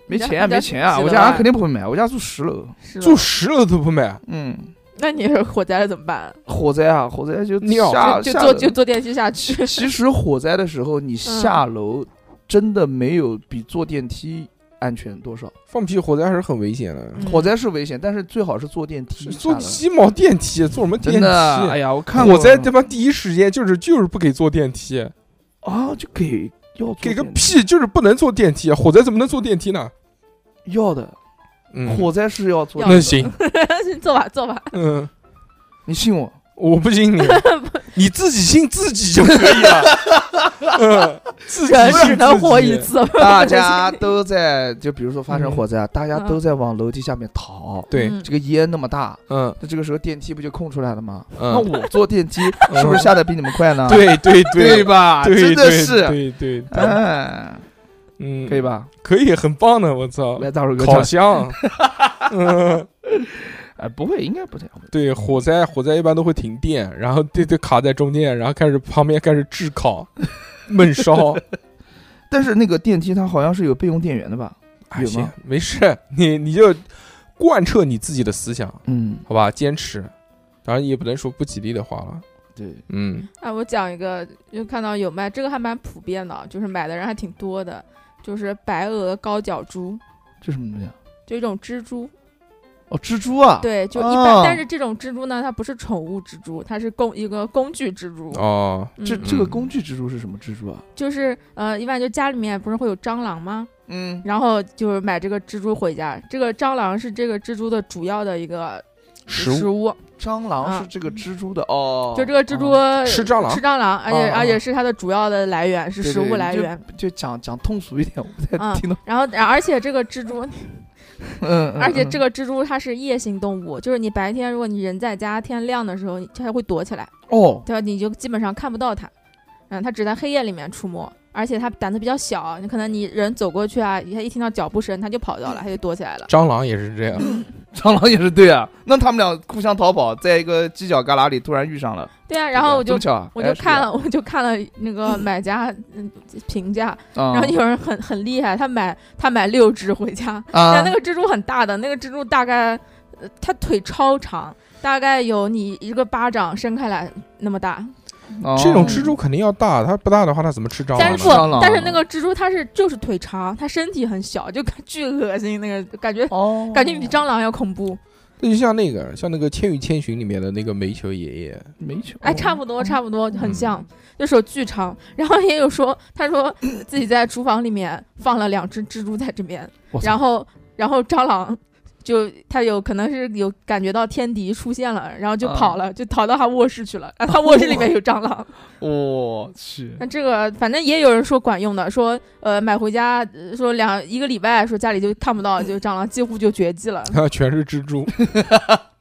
[SPEAKER 4] 没
[SPEAKER 5] 你家
[SPEAKER 4] 钱啊
[SPEAKER 5] 你家
[SPEAKER 4] 没钱啊，
[SPEAKER 5] 住几
[SPEAKER 4] 我
[SPEAKER 5] 楼
[SPEAKER 4] 家
[SPEAKER 5] 啊
[SPEAKER 4] 肯定不会买，我家住十楼。
[SPEAKER 5] 是
[SPEAKER 3] 住
[SPEAKER 5] 吧？
[SPEAKER 3] 十楼都不买，
[SPEAKER 4] 嗯，
[SPEAKER 5] 那你是火灾了怎么办？
[SPEAKER 4] 火灾啊火灾就
[SPEAKER 3] 尿
[SPEAKER 4] 下
[SPEAKER 5] 就就
[SPEAKER 4] 下
[SPEAKER 5] 坐
[SPEAKER 4] 楼
[SPEAKER 5] 就坐电梯下 去。
[SPEAKER 4] 其实火灾的时候你下楼真的没有比坐电梯安全多少。
[SPEAKER 3] 放屁！火灾还是很危险的，
[SPEAKER 5] 嗯
[SPEAKER 4] 火 灾是危险，但是最好是坐电梯
[SPEAKER 3] 是
[SPEAKER 4] 下
[SPEAKER 3] 坐
[SPEAKER 4] 楼。
[SPEAKER 3] 鸡毛电梯，坐什么电
[SPEAKER 4] 真
[SPEAKER 3] 梯？
[SPEAKER 4] 的，哎呀，我看
[SPEAKER 3] 火
[SPEAKER 4] 过
[SPEAKER 3] 灾他妈第一时间就是就是不给坐电梯，
[SPEAKER 4] 啊，就给要坐
[SPEAKER 3] 给个
[SPEAKER 4] 电梯
[SPEAKER 3] 屁，就是不能坐电梯。啊火灾怎么能坐电梯呢？
[SPEAKER 4] 要的，
[SPEAKER 3] 嗯，
[SPEAKER 4] 火灾是要坐
[SPEAKER 5] 要
[SPEAKER 4] 的。
[SPEAKER 3] 那行，
[SPEAKER 5] 坐吧，坐吧。
[SPEAKER 3] 嗯，
[SPEAKER 4] 你信我，
[SPEAKER 3] 我不 信你，你自己信自己就可以了。 嗯，自己
[SPEAKER 5] 人
[SPEAKER 3] 信
[SPEAKER 5] 只能
[SPEAKER 3] 自己
[SPEAKER 5] 活一。次，
[SPEAKER 4] 大家都在，就比如说发生
[SPEAKER 3] 嗯
[SPEAKER 4] 火灾啊，大家都在往楼梯下面逃。
[SPEAKER 3] 对，
[SPEAKER 5] 嗯
[SPEAKER 4] 这个烟那么大，
[SPEAKER 3] 嗯
[SPEAKER 4] 那这个时候电梯不就空出来了吗？那
[SPEAKER 3] 嗯，
[SPEAKER 4] 我坐电梯是不是下的比你们快呢？
[SPEAKER 3] 对对
[SPEAKER 4] 对
[SPEAKER 3] 对
[SPEAKER 4] 吧？
[SPEAKER 3] 对
[SPEAKER 4] 真的
[SPEAKER 3] 对
[SPEAKER 4] 是，
[SPEAKER 3] 对对，对
[SPEAKER 4] 哎，
[SPEAKER 3] 嗯，
[SPEAKER 4] 可以？吧？
[SPEAKER 3] 可以，很棒的，我操！
[SPEAKER 4] 来，大手哥
[SPEAKER 3] 烤
[SPEAKER 4] 唱，
[SPEAKER 3] 箱，嗯，
[SPEAKER 4] 哎，不会，应该不太会。
[SPEAKER 3] 对，火灾火灾一般都会停电，然后对对卡在中间，然后开始旁边开始炙烤、焖烧，
[SPEAKER 4] 但是那个电梯它好像是有备用电源的吧？
[SPEAKER 3] 哎
[SPEAKER 4] 有
[SPEAKER 3] 行
[SPEAKER 4] 吗？
[SPEAKER 3] 没事，你你就贯彻你自己的思想，
[SPEAKER 4] 嗯，
[SPEAKER 3] 好吧？坚持，当然也不能说不吉利的话了。
[SPEAKER 4] 对，
[SPEAKER 3] 嗯，
[SPEAKER 5] 哎，我讲一个，就看到有卖这个还蛮普遍的，啊就是买的人还挺多的，就是白额高脚蛛，
[SPEAKER 4] 这什么东西啊？
[SPEAKER 5] 就一种蜘蛛。
[SPEAKER 4] 哦，蜘蛛啊！
[SPEAKER 5] 对，就一般，
[SPEAKER 4] 哦
[SPEAKER 5] 但是这种蜘蛛呢，它不是宠物蜘蛛，它是工一个工具蜘蛛。
[SPEAKER 3] 哦，
[SPEAKER 5] 嗯
[SPEAKER 4] 这这个工具蜘蛛是什么蜘蛛啊？
[SPEAKER 5] 就是呃，一般就家里面不是会有蟑螂吗？
[SPEAKER 4] 嗯，
[SPEAKER 5] 然后就是买这个蜘蛛回家，这个蟑螂是这个蜘蛛的主要的一个
[SPEAKER 3] 食
[SPEAKER 5] 食
[SPEAKER 3] 物
[SPEAKER 5] 物，
[SPEAKER 4] 蟑螂是这个蜘蛛的哦，
[SPEAKER 5] 嗯就这个蜘蛛、
[SPEAKER 4] 哦
[SPEAKER 3] 吃蟑螂
[SPEAKER 5] 吃蟑螂，而且、
[SPEAKER 4] 哦哦
[SPEAKER 5] 而且是它的主要的来源，是食物来源。，
[SPEAKER 4] 对对就就讲讲通俗一点，我不
[SPEAKER 5] 嗯
[SPEAKER 4] 太 听懂。
[SPEAKER 5] 然后，然后而且这个蜘蛛，
[SPEAKER 4] 嗯，
[SPEAKER 5] 而且这
[SPEAKER 4] 个
[SPEAKER 5] 个蜘蛛它是夜行动物，就是你白天如果你人在家，天亮的时候，它会躲起来，
[SPEAKER 4] 哦，
[SPEAKER 5] 对吧？你就基本上看不到它，嗯，它只在黑夜里面出没，而且它胆子比较小，你可能你人走过去啊，它一听到脚步声，它就跑掉了，它就躲起来了。
[SPEAKER 3] 蟑螂也是这样，
[SPEAKER 4] 蟑螂也是对啊，那他们俩互相逃跑，在一个犄角旮旯里突然遇上了，
[SPEAKER 5] 对啊，然后我
[SPEAKER 4] 这
[SPEAKER 5] 就
[SPEAKER 4] 么巧啊，
[SPEAKER 5] 我就看了，我就看了 那个买家嗯评价，
[SPEAKER 4] 然
[SPEAKER 5] 然后有人很很厉害，他买他买六只回家，
[SPEAKER 4] 啊
[SPEAKER 5] 但那个蜘蛛很大的，那个蜘蛛大概，呃它腿超长，大概有你一个巴掌伸开来那么大。
[SPEAKER 4] 哦
[SPEAKER 3] 这种蜘蛛肯定要大，它不大的话，它怎么吃蟑
[SPEAKER 5] 但
[SPEAKER 3] 螂
[SPEAKER 5] 是
[SPEAKER 4] 蟑
[SPEAKER 3] 呢？
[SPEAKER 4] 螂
[SPEAKER 5] 不，但是那个蜘蛛它是就是腿长，它身体很小，就感巨恶心，那个感觉
[SPEAKER 4] 哦，
[SPEAKER 5] 感觉比蟑螂要恐怖。
[SPEAKER 3] 那就像那个，像那个《千与千寻》里面的那个煤球爷爷，
[SPEAKER 4] 没哦球，
[SPEAKER 5] 哎，差不多，差不多，很像，
[SPEAKER 4] 嗯
[SPEAKER 5] 就手巨长。然后也有说，他说自己在厨房里面放了两只蜘蛛在这边，
[SPEAKER 4] 我操
[SPEAKER 5] 然后然后蟑螂就他有可能是有感觉到天敌出现了，然后就
[SPEAKER 4] 啊
[SPEAKER 5] 跑了，就逃到他卧室去了。 啊，他卧室里面有蟑螂。
[SPEAKER 4] 我去
[SPEAKER 5] 那这个反正也有人说管用的，说呃买回家呃说两一个礼拜，说家里就看不到，就蟑螂几乎就绝 迹了。
[SPEAKER 3] 全是蜘蛛。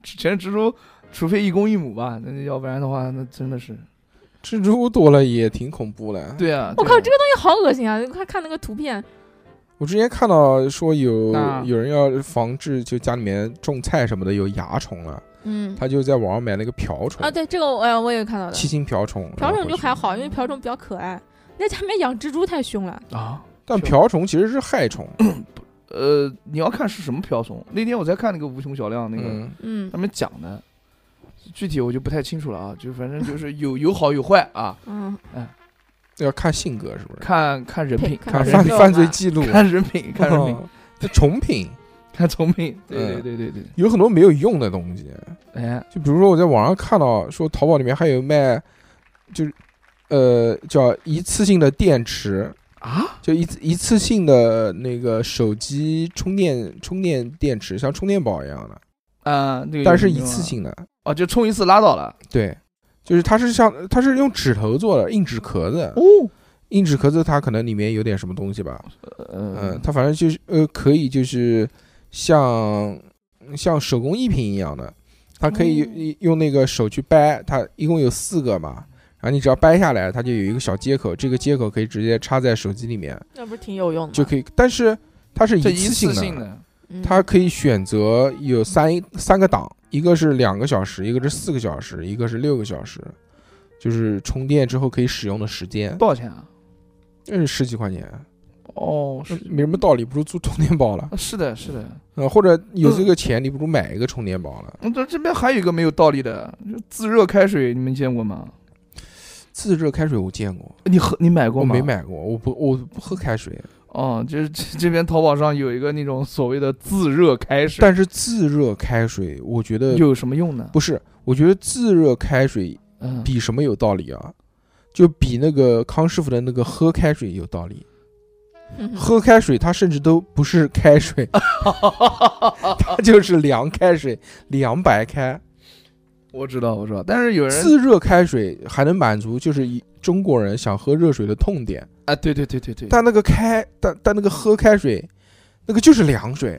[SPEAKER 4] 全是蜘蛛，除非一公一母吧，那要不然的话，那真的是
[SPEAKER 3] 蜘蛛多了也挺恐怖的。
[SPEAKER 4] 对啊，
[SPEAKER 5] 嗯我
[SPEAKER 4] 对啊
[SPEAKER 5] 靠，这个东西好恶心啊！你快看那个图片，
[SPEAKER 3] 我之前看到说有
[SPEAKER 4] 啊
[SPEAKER 3] 有人要防治，就家里面种菜什么的有蚜虫了，
[SPEAKER 5] 嗯
[SPEAKER 3] 他就在网上买那个瓢虫
[SPEAKER 5] 啊，，对这个我呃我也看到的。
[SPEAKER 3] 七星瓢虫。
[SPEAKER 5] 瓢
[SPEAKER 3] 然
[SPEAKER 5] 虫
[SPEAKER 3] 后
[SPEAKER 5] 就
[SPEAKER 3] 去
[SPEAKER 5] 还好，因为瓢虫比较可爱。那家里面养蜘蛛太凶了，
[SPEAKER 4] 啊，
[SPEAKER 3] 但瓢虫其实是害虫。
[SPEAKER 4] 呃，你要看是什么瓢虫。那天我在看那个无穷小亮那个，
[SPEAKER 3] 嗯，
[SPEAKER 5] 嗯
[SPEAKER 4] 他们讲的，具体我就不太清楚了啊，就反正就是有有好有坏啊，
[SPEAKER 5] 嗯，
[SPEAKER 3] 要看性格是不是？
[SPEAKER 4] 看看人品，
[SPEAKER 5] 看
[SPEAKER 3] 看
[SPEAKER 5] 人
[SPEAKER 3] 犯
[SPEAKER 5] 品
[SPEAKER 3] 犯罪记录，
[SPEAKER 4] 看人品，看人 品，
[SPEAKER 3] 哦那虫品
[SPEAKER 4] 看聪明，对对
[SPEAKER 3] 嗯
[SPEAKER 4] 对对对，
[SPEAKER 3] 有很多没有用的东西，
[SPEAKER 4] 哎，
[SPEAKER 3] 就比如说我在网上看到说淘宝里面还有卖，就是呃叫一次性的电池。
[SPEAKER 4] 啊，
[SPEAKER 3] 就一次一次性的那个手机充电充电电池，像充电宝一样的，
[SPEAKER 4] 啊，那个
[SPEAKER 3] 但
[SPEAKER 4] 有
[SPEAKER 3] 是
[SPEAKER 4] 什
[SPEAKER 3] 一
[SPEAKER 4] 么
[SPEAKER 3] 次
[SPEAKER 4] 用啊
[SPEAKER 3] 性的，
[SPEAKER 4] 哦，就充一次拉倒了，
[SPEAKER 3] 对，就是它是像它是用纸头做的硬纸壳子，
[SPEAKER 4] 哦，
[SPEAKER 3] 硬纸壳子它可能里面有点什么东西吧，嗯，它反正就是呃，可以就是像像手工艺品一样的，它可以用用那个手去掰，它一共有四个嘛，然后你只要掰下来，它就有一个小接口，这个接口可以直接插在手机里面
[SPEAKER 5] 那不是挺有用的
[SPEAKER 3] 就可以，但是它是一
[SPEAKER 4] 这一
[SPEAKER 3] 次
[SPEAKER 4] 次
[SPEAKER 3] 性
[SPEAKER 4] 性
[SPEAKER 3] 的，啊
[SPEAKER 4] 的，
[SPEAKER 5] 以
[SPEAKER 3] 它可以选择有三三个档，一个是两个小时，一个是四个小时，一个是六个小时，就是充电之后可以使用的时间，
[SPEAKER 4] 多少钱啊？
[SPEAKER 3] 这是十几块钱，
[SPEAKER 4] 哦，是
[SPEAKER 3] 没什么道理，不如租充电宝了。
[SPEAKER 4] 是的，是的。
[SPEAKER 3] 呃，或者有这个钱，你不如买一个充电宝了。
[SPEAKER 4] 嗯，这这边还有一个没有道理的，就自热开水，你们见过吗？
[SPEAKER 3] 自热开水我见过，
[SPEAKER 4] 你喝你买过
[SPEAKER 3] 我
[SPEAKER 4] 吗？
[SPEAKER 3] 没。买过，我不我不喝开水，
[SPEAKER 4] 哦，就是这这边淘宝上有一个那种所谓的自热开水，
[SPEAKER 3] 但是自热开水我觉得
[SPEAKER 4] 又有什么用呢？
[SPEAKER 3] 不是，我觉得自热开水
[SPEAKER 4] 嗯，
[SPEAKER 3] 比什么有道理啊？就比那个康师傅的那个喝开水有道理。
[SPEAKER 5] 嗯
[SPEAKER 4] 嗯
[SPEAKER 3] 喝开水它甚至都不是开 水，它就是凉开水，凉白开。
[SPEAKER 4] 我知道，我知道。但是有人
[SPEAKER 3] 自热开水还能满足就是一中国人想喝热水的痛点。
[SPEAKER 4] 啊，对对对对对，
[SPEAKER 3] 但那个开，但但那个喝开水，那个就是凉水，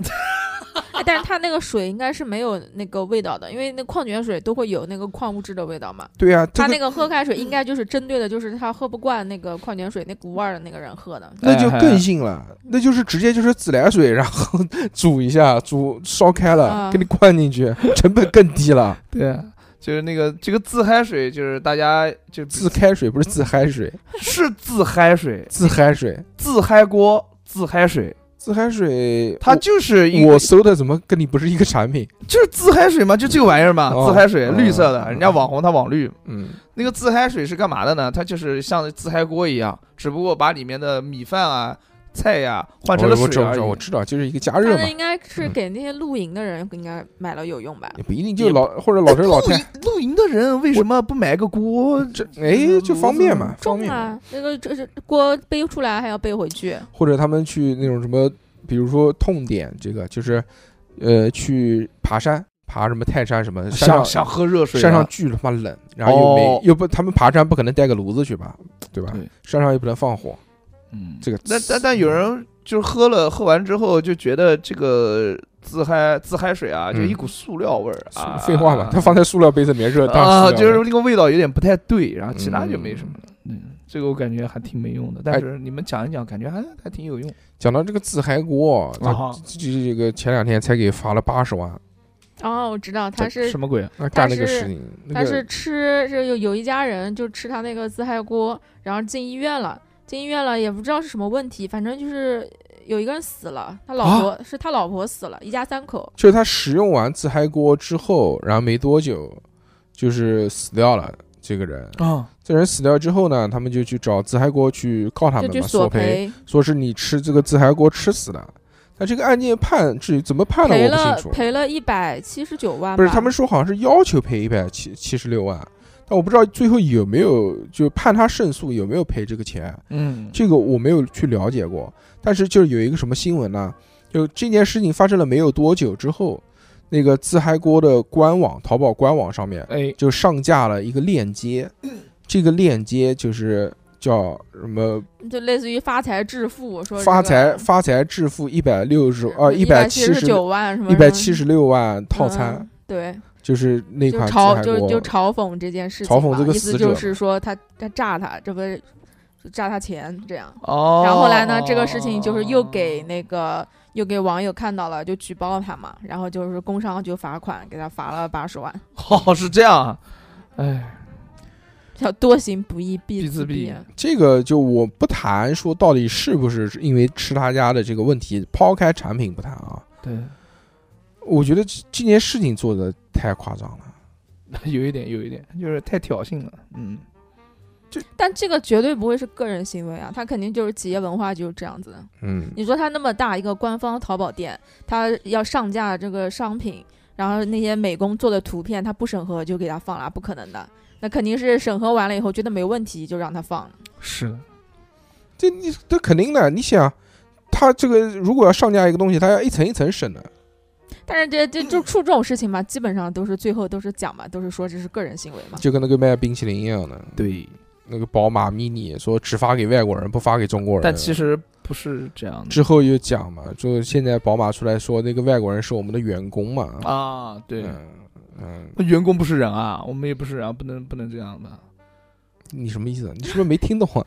[SPEAKER 5] 哎，但是它那个水应该是没有那个味道的，因为那矿泉水都会有那个矿物质的味道嘛。
[SPEAKER 3] 对啊，这
[SPEAKER 5] 他
[SPEAKER 3] 个
[SPEAKER 5] 那个喝开水应该就是针对的，就是他喝不惯那个矿泉水那股味儿的那个人喝的。
[SPEAKER 3] 那就
[SPEAKER 4] 哎
[SPEAKER 3] 更硬了，那就是直接就是自来水，然后 煮一下，煮烧开了，
[SPEAKER 5] 啊
[SPEAKER 3] 给你灌进去，成本更低了。
[SPEAKER 4] 对啊，就是那个这个自嗨水，就是大家就
[SPEAKER 3] 自开水不是自嗨水，
[SPEAKER 4] 是自嗨水、
[SPEAKER 3] 自嗨水，
[SPEAKER 4] 自嗨锅、自嗨水，
[SPEAKER 3] 自嗨水，
[SPEAKER 4] 它
[SPEAKER 3] 我
[SPEAKER 4] 就是一
[SPEAKER 3] 我搜的怎么跟你不是一个产品？
[SPEAKER 4] 就是自嗨水嘛，就这个玩意儿嘛，
[SPEAKER 3] 哦
[SPEAKER 4] 自嗨水
[SPEAKER 3] 嗯
[SPEAKER 4] 绿色的，
[SPEAKER 3] 嗯
[SPEAKER 4] 人家网红它网绿。
[SPEAKER 3] 嗯，
[SPEAKER 4] 那个自嗨水是干嘛的呢？它就是像自嗨锅一样，只不过把里面的米饭啊、菜呀、换成了
[SPEAKER 3] 我哦我
[SPEAKER 4] 水
[SPEAKER 3] 知道，我
[SPEAKER 4] 而
[SPEAKER 3] 知道，我
[SPEAKER 4] 已。
[SPEAKER 3] 知道，就是一个加
[SPEAKER 5] 他
[SPEAKER 3] 热
[SPEAKER 5] 那
[SPEAKER 3] 嘛，
[SPEAKER 5] 应该是给那些露营的人应该买了有用吧？
[SPEAKER 3] 也不一定就老或者 老头
[SPEAKER 4] 哎
[SPEAKER 3] 老
[SPEAKER 4] 露营
[SPEAKER 3] 太，
[SPEAKER 4] 露营的人为什么不买个锅？
[SPEAKER 3] 这哎就方便嘛，方
[SPEAKER 5] 重
[SPEAKER 3] 便嘛。
[SPEAKER 5] 啊，那个这是锅背出来还要背回去，
[SPEAKER 3] 或者他们去那种什么，比如说痛点，这个就是，呃，去爬山，爬什么泰山什么，山
[SPEAKER 4] 想
[SPEAKER 3] 上
[SPEAKER 4] 想喝热啊水啊，
[SPEAKER 3] 山上巨他妈冷，然后又没、
[SPEAKER 4] 哦
[SPEAKER 3] 又不，他们爬山不可能带个炉子去吧，对吧？
[SPEAKER 4] 对
[SPEAKER 3] 山上又不能放火，
[SPEAKER 4] 嗯，
[SPEAKER 3] 这个
[SPEAKER 4] 但但但有人就是喝了喝完之后就觉得这个自嗨自嗨水啊，就
[SPEAKER 3] 嗯
[SPEAKER 4] 一股塑料味儿啊，
[SPEAKER 3] 废话嘛，他放在塑料杯子里面热当
[SPEAKER 4] 啊，
[SPEAKER 3] 塑料
[SPEAKER 4] 就是
[SPEAKER 3] 了
[SPEAKER 4] 那个味道有点不太对，然后其他就没什么
[SPEAKER 3] 嗯哎
[SPEAKER 4] 了。嗯，这个我感觉还挺没用的，但是你们讲一讲，感觉还还挺有用。
[SPEAKER 3] 讲到这个自嗨锅，他
[SPEAKER 4] 啊
[SPEAKER 3] 这这这个前两天才给罚了八十万，
[SPEAKER 5] 哦，我知道他是
[SPEAKER 4] 什么鬼？
[SPEAKER 3] 那干那个
[SPEAKER 5] 但是
[SPEAKER 3] 事情，那
[SPEAKER 5] 他
[SPEAKER 3] 个
[SPEAKER 5] 是吃这有有一家人就吃他那个自嗨锅，然后进医院了，进医院了也不知道是什么问题，反正就是有一个人死了，他
[SPEAKER 3] 啊
[SPEAKER 5] 老婆、是他老婆死了，一家三口。
[SPEAKER 3] 就是他使用完自嗨锅之后，然后没多久就是死掉了，这个人。
[SPEAKER 5] 哦
[SPEAKER 4] 啊，
[SPEAKER 3] 这人死掉之后呢，他们就去找自嗨锅去告他
[SPEAKER 5] 就
[SPEAKER 3] 们
[SPEAKER 5] 去
[SPEAKER 3] 嘛，索赔，
[SPEAKER 5] 赔，
[SPEAKER 3] 说是你吃这个自嗨锅吃死的。但这个案件判至于怎么判的
[SPEAKER 5] 赔
[SPEAKER 3] 我不
[SPEAKER 5] 了
[SPEAKER 3] 清楚，
[SPEAKER 5] 赔了一百七十九万吧，
[SPEAKER 3] 不是他们说好像是要求赔一百七七十六万，但我不知道最后有没有就判他胜诉有没有赔这个钱，
[SPEAKER 4] 嗯，
[SPEAKER 3] 这个我没有去了解过。但是就是有一个什么新闻呢？就这件事情发生了没有多久之后，那个自嗨锅的官网淘宝官网上面
[SPEAKER 4] 哎，
[SPEAKER 3] 就上架了一个链接，这个链接就是叫什么
[SPEAKER 5] 就类似于发财致富，说
[SPEAKER 3] 发财发财致富一百六十呃一百
[SPEAKER 5] 百
[SPEAKER 3] 七十
[SPEAKER 5] 十九万什么
[SPEAKER 3] 一百七十六万套餐，
[SPEAKER 5] 嗯对，
[SPEAKER 3] 就是那
[SPEAKER 5] 就
[SPEAKER 3] 款自
[SPEAKER 5] 嘲
[SPEAKER 3] 嗨
[SPEAKER 5] 就就
[SPEAKER 3] 锅。
[SPEAKER 5] 嘲讽这件事情
[SPEAKER 3] 嘲
[SPEAKER 5] 嘛，
[SPEAKER 3] 讽这个
[SPEAKER 5] 意
[SPEAKER 3] 死
[SPEAKER 5] 思
[SPEAKER 3] 者
[SPEAKER 5] 就
[SPEAKER 3] 嘛
[SPEAKER 5] 是说他他诈他，这不是就诈他钱这样。
[SPEAKER 4] 哦。
[SPEAKER 5] 然后后来呢，这个事情就是
[SPEAKER 3] 哦
[SPEAKER 5] 又给那个又给网友看到了，就举报他嘛，然后就是工商就罚款，给他罚了八十万，
[SPEAKER 4] 哦是这样啊，哎，
[SPEAKER 5] 叫多行不义必
[SPEAKER 4] 必自
[SPEAKER 5] 毙啊
[SPEAKER 4] 毙。
[SPEAKER 3] 这个就我不谈说到底是不是因为吃他家的这个问题，抛开产品不谈啊，
[SPEAKER 4] 对，
[SPEAKER 3] 我觉得这这件事情做的太夸张了。
[SPEAKER 4] 有一点有一点，就是太挑衅了。嗯，
[SPEAKER 5] 但这个绝对不会是个人行为啊，他肯定就是企业文化就是这样子的。
[SPEAKER 3] 嗯，
[SPEAKER 5] 你说他那么大一个官方淘宝店，他要上架这个商品，然后那些美工做的图片，他不审核就给他放了，不可能的。那肯定是审核完了以后觉得没问题就让他放了。
[SPEAKER 4] 是的，
[SPEAKER 3] 这你这肯定的，你想，他这个如果要上架一个东西，他要一层一层审的，
[SPEAKER 5] 但是这这就出这种事情嘛，基本上都是最后都是讲嘛，都是说这是个人行为嘛。
[SPEAKER 3] 就跟那个卖冰淇淋一样的。
[SPEAKER 4] 啊对，
[SPEAKER 3] 那个宝马 mini 说只发给外国人，不发给中国人。
[SPEAKER 4] 但其实不是这样的
[SPEAKER 3] 之后又讲嘛，就现在宝马出来说那个外国人是我们的员工嘛。
[SPEAKER 4] 啊，对，
[SPEAKER 3] 嗯嗯，
[SPEAKER 4] 员工不是人啊，我们也不是人啊，不能不能这样的。
[SPEAKER 3] 你什么意思？你是不是没听懂啊？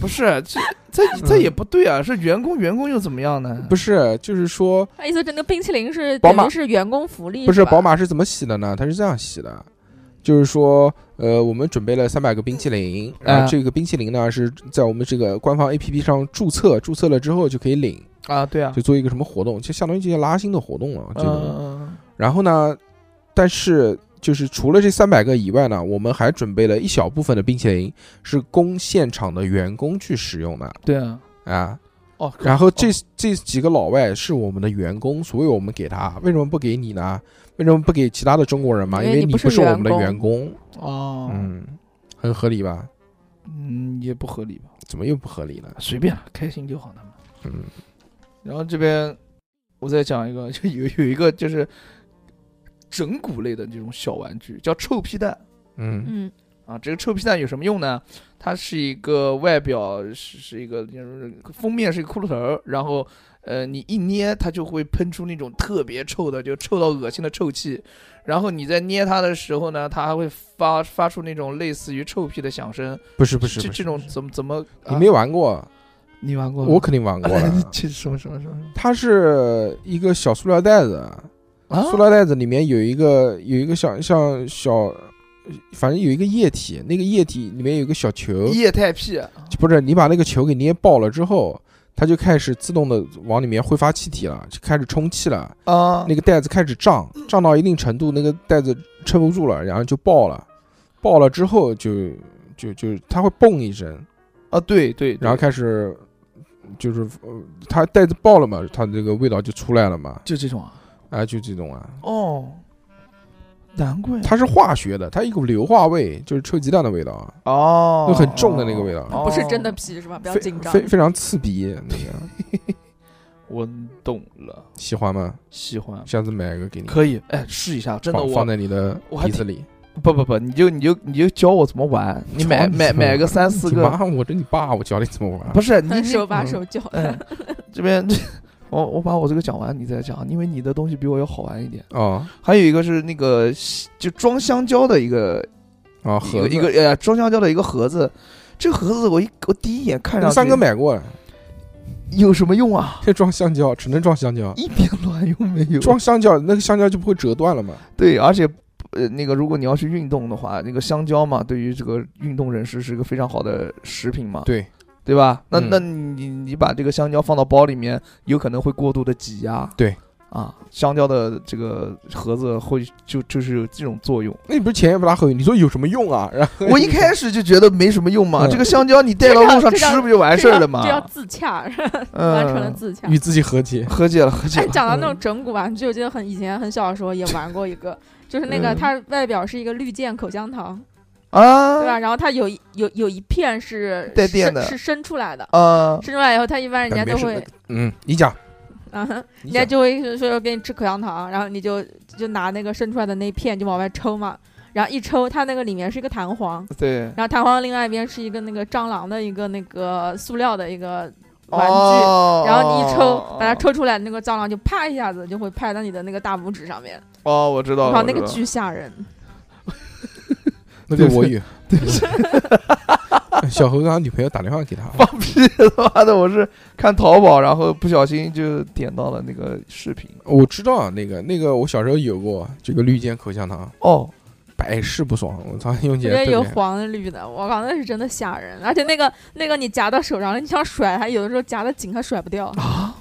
[SPEAKER 4] 不是， 这这这也不对啊！是员工，员工又怎么样呢？
[SPEAKER 3] 不是，就是说
[SPEAKER 5] 他意思这那个冰淇淋是
[SPEAKER 3] 宝
[SPEAKER 5] 等
[SPEAKER 3] 马
[SPEAKER 5] 于是员工福利，
[SPEAKER 3] 不是
[SPEAKER 5] 是吧
[SPEAKER 3] 宝马是怎么洗的呢？它是这样洗的，就是说，呃，我们准备了三百个冰淇淋，然
[SPEAKER 4] 啊
[SPEAKER 3] 后这个冰淇淋呢是在我们这个官方 APP 上注册，注册了之后就可以领，
[SPEAKER 4] 啊，对啊，
[SPEAKER 3] 就做一个什么活动，就相当于这些拉新的活动了。这种。
[SPEAKER 4] 嗯，
[SPEAKER 3] 然后呢，但是就是除了这三百个以外呢，我们还准备了一小部分的冰淇淋是供现场的员工去使用的
[SPEAKER 4] 对啊，
[SPEAKER 3] 啊。
[SPEAKER 4] 哦，
[SPEAKER 3] 然后这这几个老外是我们的员工，所以我们给他。为什么不给你呢？为什么不给其他的中国人嘛？
[SPEAKER 5] 因
[SPEAKER 3] 因
[SPEAKER 5] 为
[SPEAKER 3] 为
[SPEAKER 5] 你
[SPEAKER 3] 你
[SPEAKER 5] 不
[SPEAKER 3] 不
[SPEAKER 5] 是
[SPEAKER 3] 是我们的
[SPEAKER 5] 员
[SPEAKER 3] 员工。
[SPEAKER 4] 哦，
[SPEAKER 3] 嗯，很合理吧？
[SPEAKER 4] 嗯，也不合理吧？
[SPEAKER 3] 怎么又不合理了？
[SPEAKER 4] 随便了，开心就好了嘛。
[SPEAKER 3] 嗯，
[SPEAKER 4] 然后这边我再讲一个， 就有有一个就是整蛊类的这种小玩具，叫臭屁蛋
[SPEAKER 3] 嗯
[SPEAKER 5] 嗯，
[SPEAKER 4] 啊。这个臭屁蛋有什么用呢？它是一个外表是是一个就是封面是一个骷髅头儿，然后呃你一捏它就会喷出那种特别臭的，就臭到恶心的臭气。然后你在捏它的时候呢，它还会发发出那种类似于臭屁的响声。
[SPEAKER 3] 不是不是
[SPEAKER 4] 这
[SPEAKER 3] 不是
[SPEAKER 4] 这，种怎么怎么？
[SPEAKER 3] 你
[SPEAKER 4] 啊
[SPEAKER 3] 没玩过，
[SPEAKER 4] 你玩过吗？。
[SPEAKER 3] 我肯定玩过了
[SPEAKER 4] 这是什么什么什么？
[SPEAKER 3] 它是一个小塑料袋子，
[SPEAKER 4] 啊
[SPEAKER 3] 塑料袋子里面有一个有一个像像小，反正有一个液体，那个液体里面有一个小球，
[SPEAKER 4] 液态屁啊
[SPEAKER 3] 不是你把那个球给捏爆了之后，它就开始自动的往里面挥发气体了，就开始充气了。
[SPEAKER 4] 啊嗯
[SPEAKER 3] 那个袋子开始胀，胀到一定程度，那个袋子撑不住了，然后就爆了。爆了之后就就就它会嘣一声，
[SPEAKER 4] 啊！对对，对
[SPEAKER 3] 然后开始就是呃它袋子爆了嘛，它这个味道就出来了嘛，
[SPEAKER 4] 就这种啊。
[SPEAKER 3] 啊，就这种啊。
[SPEAKER 4] 哦，难怪
[SPEAKER 3] 它是化学的，它一股硫化味，就是臭鸡蛋的味道啊，
[SPEAKER 4] 哦，
[SPEAKER 3] 就很重的那个味道
[SPEAKER 4] 哦
[SPEAKER 5] 不是真的。皮是吧？不要
[SPEAKER 3] 非
[SPEAKER 5] 紧张
[SPEAKER 3] 非，非常刺鼻。那个
[SPEAKER 4] 我懂了，
[SPEAKER 3] 喜欢吗？
[SPEAKER 4] 喜欢
[SPEAKER 3] 下次买一个给你，
[SPEAKER 4] 可以，哎，试一下，真的
[SPEAKER 3] 放放
[SPEAKER 4] 我
[SPEAKER 3] 在你的
[SPEAKER 4] 我还
[SPEAKER 3] 鼻子里。
[SPEAKER 4] 不不不，你就你就你就教我怎么玩，你买
[SPEAKER 3] 教你
[SPEAKER 4] 买
[SPEAKER 3] 怎么玩
[SPEAKER 4] 买个三四
[SPEAKER 3] 你
[SPEAKER 4] 个，
[SPEAKER 3] 妈，我这你爸，我教你怎么玩
[SPEAKER 4] 不。是你你
[SPEAKER 5] 手把
[SPEAKER 4] 嗯
[SPEAKER 5] 手教。
[SPEAKER 4] 哎，这边我我把我这个讲完，你再讲，因为你的东西比我要好玩一点。
[SPEAKER 3] 哦
[SPEAKER 4] 还有一个是那个就装香蕉的一个
[SPEAKER 3] 哦，
[SPEAKER 4] 一
[SPEAKER 3] 盒
[SPEAKER 4] 个
[SPEAKER 3] 子
[SPEAKER 4] 一个呃装香蕉的一个盒子，这盒子我一我第一眼看
[SPEAKER 3] 那
[SPEAKER 4] 上
[SPEAKER 3] 个三
[SPEAKER 4] 去
[SPEAKER 3] 哥买过了。
[SPEAKER 4] 有什么用啊？
[SPEAKER 3] 这装香蕉只能装香蕉，
[SPEAKER 4] 一点卵用没有。
[SPEAKER 3] 装香蕉那个香蕉就不会折断了嘛。
[SPEAKER 4] 对，而且呃那个如果你要去运动的话，那个香蕉嘛，对于这个运动人士是一个非常好的食品嘛，
[SPEAKER 3] 对，
[SPEAKER 4] 对吧？那、
[SPEAKER 3] 嗯
[SPEAKER 4] 那你你把这个香蕉放到包里面，有可能会过度的挤压。
[SPEAKER 3] 对。
[SPEAKER 4] 啊，香蕉的这个盒子会就就是有这种作用。
[SPEAKER 3] 那你不是前言不搭后语，你说有什么用啊？然后
[SPEAKER 4] 我一开始就觉得没什么用嘛，
[SPEAKER 3] 嗯
[SPEAKER 4] 这个香蕉你带到路上吃不就完事儿了吗？
[SPEAKER 5] 这要自洽，
[SPEAKER 4] 嗯，
[SPEAKER 5] 完成了自 洽。
[SPEAKER 3] 与自己和解，
[SPEAKER 4] 和解了，和解
[SPEAKER 5] 哎
[SPEAKER 4] 了，。
[SPEAKER 5] 讲到那种整蛊玩具，我记得很以前很小的时候也玩过一个，就是那个
[SPEAKER 4] 嗯
[SPEAKER 5] 它外表是一个绿箭口香糖，
[SPEAKER 4] 啊，
[SPEAKER 5] 对吧？然后它有一有有一片是
[SPEAKER 4] 带电的
[SPEAKER 5] 是是伸出来的，
[SPEAKER 4] 啊，
[SPEAKER 5] 伸出来以后，它一般人家
[SPEAKER 3] 但
[SPEAKER 5] 都
[SPEAKER 3] 没事
[SPEAKER 5] 会，
[SPEAKER 3] 嗯，你讲，
[SPEAKER 5] 啊，哼
[SPEAKER 3] 你
[SPEAKER 5] 人家
[SPEAKER 3] 讲，
[SPEAKER 5] 就会说给你吃口香糖，然后你就就拿那个伸出来的那片就往外抽嘛，然后一抽，它那个里面是一个弹簧，
[SPEAKER 4] 对，
[SPEAKER 5] 然后弹簧另外一边是一个那个蟑螂的一个那个塑料的一个玩具，
[SPEAKER 4] 哦
[SPEAKER 5] 然后你一抽，把它。抽出来，那个蟑螂就啪一下子就会拍到你的那个大拇指上面，
[SPEAKER 4] 哦，我知道，
[SPEAKER 5] 我
[SPEAKER 4] 我
[SPEAKER 5] 靠，那
[SPEAKER 4] 知
[SPEAKER 5] 个
[SPEAKER 4] 道
[SPEAKER 5] 巨吓人。
[SPEAKER 3] 那个我 有， 小猴让女朋友打电话给他，
[SPEAKER 4] 放屁！ 他妈的，我是看淘宝，然后不小心就点到了那个视频。
[SPEAKER 3] 我知道那个那个我小时候有过这个绿箭口香糖，
[SPEAKER 4] 哦，
[SPEAKER 3] 百试不爽，我操，用起
[SPEAKER 5] 里
[SPEAKER 3] 来
[SPEAKER 5] 面
[SPEAKER 3] 特
[SPEAKER 5] 有
[SPEAKER 3] 别。
[SPEAKER 5] 黄的、绿的，我靠，那是真的吓人！而且那个那个你夹到手上，你想甩它，有的时候夹的紧还甩不掉。
[SPEAKER 4] 啊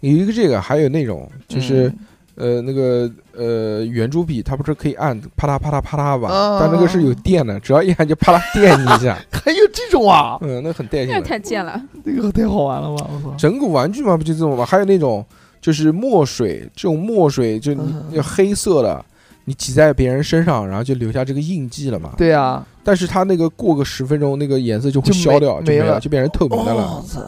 [SPEAKER 3] 有一个这个，还有那种
[SPEAKER 5] 嗯
[SPEAKER 4] 嗯
[SPEAKER 3] 就是呃那个呃圆珠笔，它不是可以按啪嗒啪嗒啪嗒吧
[SPEAKER 4] 啊？
[SPEAKER 3] 但那个是有电的，只要一按就啪嗒电你一下，
[SPEAKER 4] 还有这种啊，
[SPEAKER 3] 嗯，那很带劲
[SPEAKER 5] 那
[SPEAKER 3] 的。
[SPEAKER 5] 太贱了，
[SPEAKER 4] 那个太好玩了吧！我操，
[SPEAKER 3] 整蛊玩具嘛，不就这种吗？还有那种就是墨水，这种墨水就你
[SPEAKER 4] 嗯
[SPEAKER 3] 就黑色的，你挤在别人身上，然后就留下这个印记了嘛。
[SPEAKER 4] 对啊，
[SPEAKER 3] 但是它那个过个十分钟，那个颜色就会
[SPEAKER 4] 就没
[SPEAKER 3] 消掉，就
[SPEAKER 4] 没
[SPEAKER 3] 了，
[SPEAKER 4] 了哦
[SPEAKER 3] 就变成透明的了，
[SPEAKER 4] 哦操